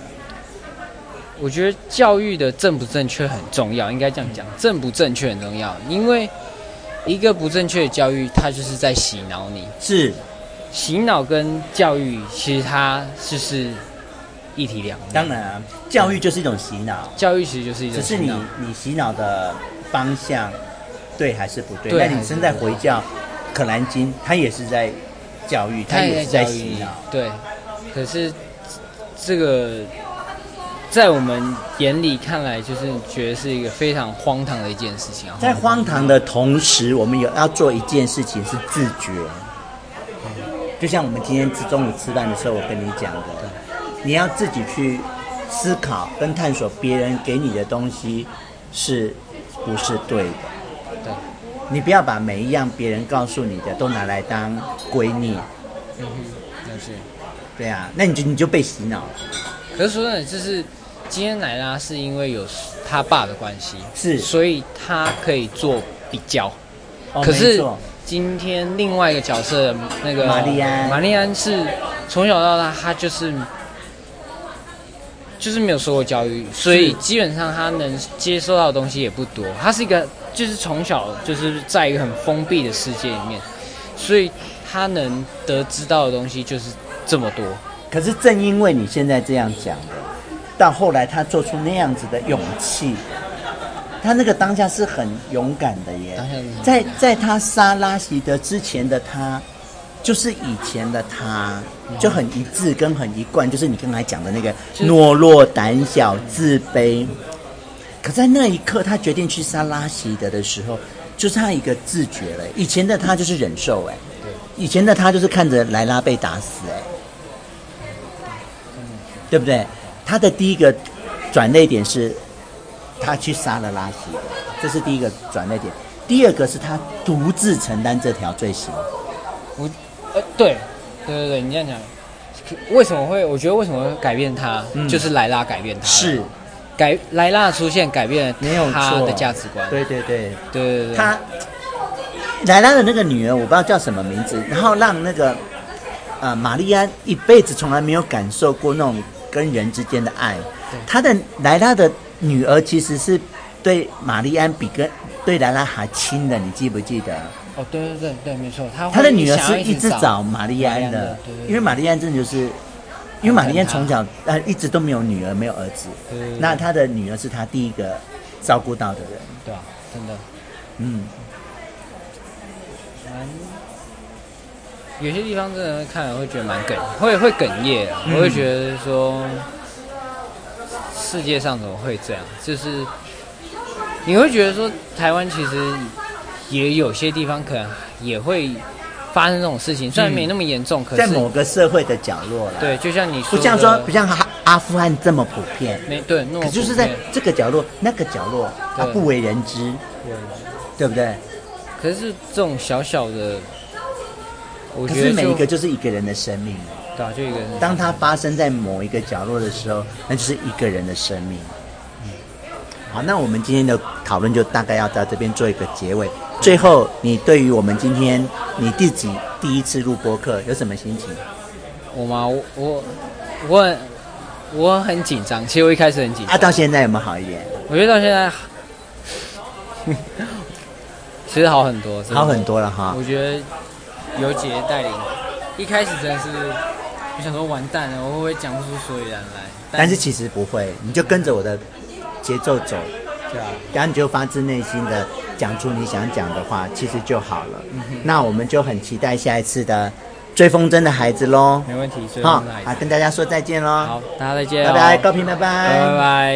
S2: 我觉得教育的正不正确很重要，应该这样讲，正不正确很重要，因为一个不正确的教育，它就是在洗脑你。
S1: 是，
S2: 洗脑跟教育其实它就是一体两面。
S1: 当，然啊，教育就是一种洗脑，
S2: 教育其实就是一种
S1: 只
S2: 洗
S1: 是
S2: 脑
S1: 你。你洗脑的方向对还是不对？
S2: 对
S1: 那
S2: 还
S1: 你
S2: 是
S1: 身在
S2: 不
S1: 回教《可兰经》，它也是在教育，它
S2: 它
S1: 也
S2: 也
S1: 是
S2: 在
S1: 在
S2: 教育
S1: 洗
S2: 你
S1: 脑。
S2: 对，可是这个在我们眼里看来，就是觉得是一个非常荒唐的一件事情啊。
S1: 在荒唐的同时，我们有要做一件事情是自觉。就像我们今天吃中午吃饭的时候，我跟你讲的，你要自己去思考跟探索别人给你的东西是不是对的。
S2: 对，
S1: 你不要把每一样别人告诉你的都拿来当归臬。
S2: 嗯哼，那是。
S1: 对啊，那你就你就被洗脑了。
S2: 可是说真的，就是今天莱拉是因为有他爸的关系，
S1: 是
S2: 所以他可以做比较。
S1: 哦
S2: 可
S1: 没
S2: 是
S1: 错
S2: 今天另外一个角色那个
S1: 玛丽安
S2: 玛丽安是从小到大，她就是就是没有受过教育，所以基本上她能接受到的东西也不多。她是一个就是从小就是在一个很封闭的世界里面，所以她能得知到的东西就是这么多。
S1: 可是正因为你现在这样讲的，到后来他做出那样子的勇气，他那个当下是很勇敢的耶
S2: 当下是很勇。敢
S1: 在在他杀拉希德之前的他，就是以前的他，就很一致跟很一贯，就是你刚才讲的那个
S2: 嗯就是
S1: 懦弱、胆小、自卑。可在那一刻，他决定去杀拉希德的时候，就是他一个自觉了。以前的他就是忍受，哎，以前的他就是看着莱拉被打死、哎，对不对？他的第一个转捩点是，他去杀了拉希德，这是第一个转捩点。第二个是他独自承担这条罪行。
S2: 我，呃，对，对对对，你这样讲，为什么会？我觉得为什么会改变他，
S1: 嗯
S2: 就是莱拉改变他，
S1: 是，
S2: 改莱拉的出现改变了
S1: 没有
S2: 他
S1: 错
S2: 的价值观，
S1: 对对对，
S2: 对对对，
S1: 他莱拉的那个女儿，我不知道叫什么名字，然后让那个呃玛丽安一辈子从来没有感受过那种跟人之间的爱。她的莱拉的女儿其实是对玛丽安比跟对莱拉还亲的，你记不记得？
S2: 哦，对对对对，没错，他
S1: 她
S2: 他
S1: 的女儿是
S2: 一
S1: 一直找玛丽安
S2: 玛丽
S1: 的
S2: 安的对对，对
S1: 因为玛丽安真的就是。因为玛丽安从小呃一直都没有女儿，没有儿子，
S2: 对对对
S1: 那她的女儿是她第一个照顾到的人，
S2: 对吧、真的
S1: 嗯，
S2: 蛮。有些地方真的看了会觉得蛮哽，会会哽咽啊！
S1: 嗯
S2: 我会觉得说，世界上怎么会这样？就是你会觉得说，台湾其实也有些地方可能也会发生这种事情，虽然没那么严重，可
S1: 嗯在
S2: 是
S1: 某个社会的角落啦，
S2: 对，就像你说
S1: 不
S2: 的，
S1: 像说不像阿阿富汗这么普遍，
S2: 没对，那么
S1: 可就是
S2: 普
S1: 在
S2: 遍
S1: 这个角落、那个角落，它
S2: 对
S1: 不为人知，对不对？
S2: 可是这种小小的，我
S1: 可
S2: 觉
S1: 是
S2: 得
S1: 每一
S2: 就
S1: 个就是一个人的生命，
S2: 对啊，就一个人，
S1: 当它发生在某一个角落的时候，那就是一个人的生命。好，那我们今天的讨论就大概要到这边做一个结尾。最后，你对于我们今天你自己第一次录播课有什么心情？
S2: 我吗？我我我很我很紧张，其实我一开始很紧
S1: 啊，
S2: 张，
S1: 到现在有没有好一点？
S2: 我觉得到现在 *laughs* 其实好很多，真的
S1: 好很。多了哈。
S2: 我觉得有姐带领，一开始真的是我想说完蛋了，我会不会讲不出所以然来？
S1: 但是其实不会，你就跟着我的节奏走，
S2: 对啊，
S1: 然后你就发自内心的讲出你想讲的话，其实就好了。
S2: 嗯
S1: 那我们就很期待下一次的追风筝的孩子喽。
S2: 没问题，所以我
S1: 好
S2: 们来，
S1: 啊，跟大家说再见喽，
S2: 好，大家再见、
S1: 拜
S2: 哦，
S1: 拜，高平，拜
S2: 拜拜。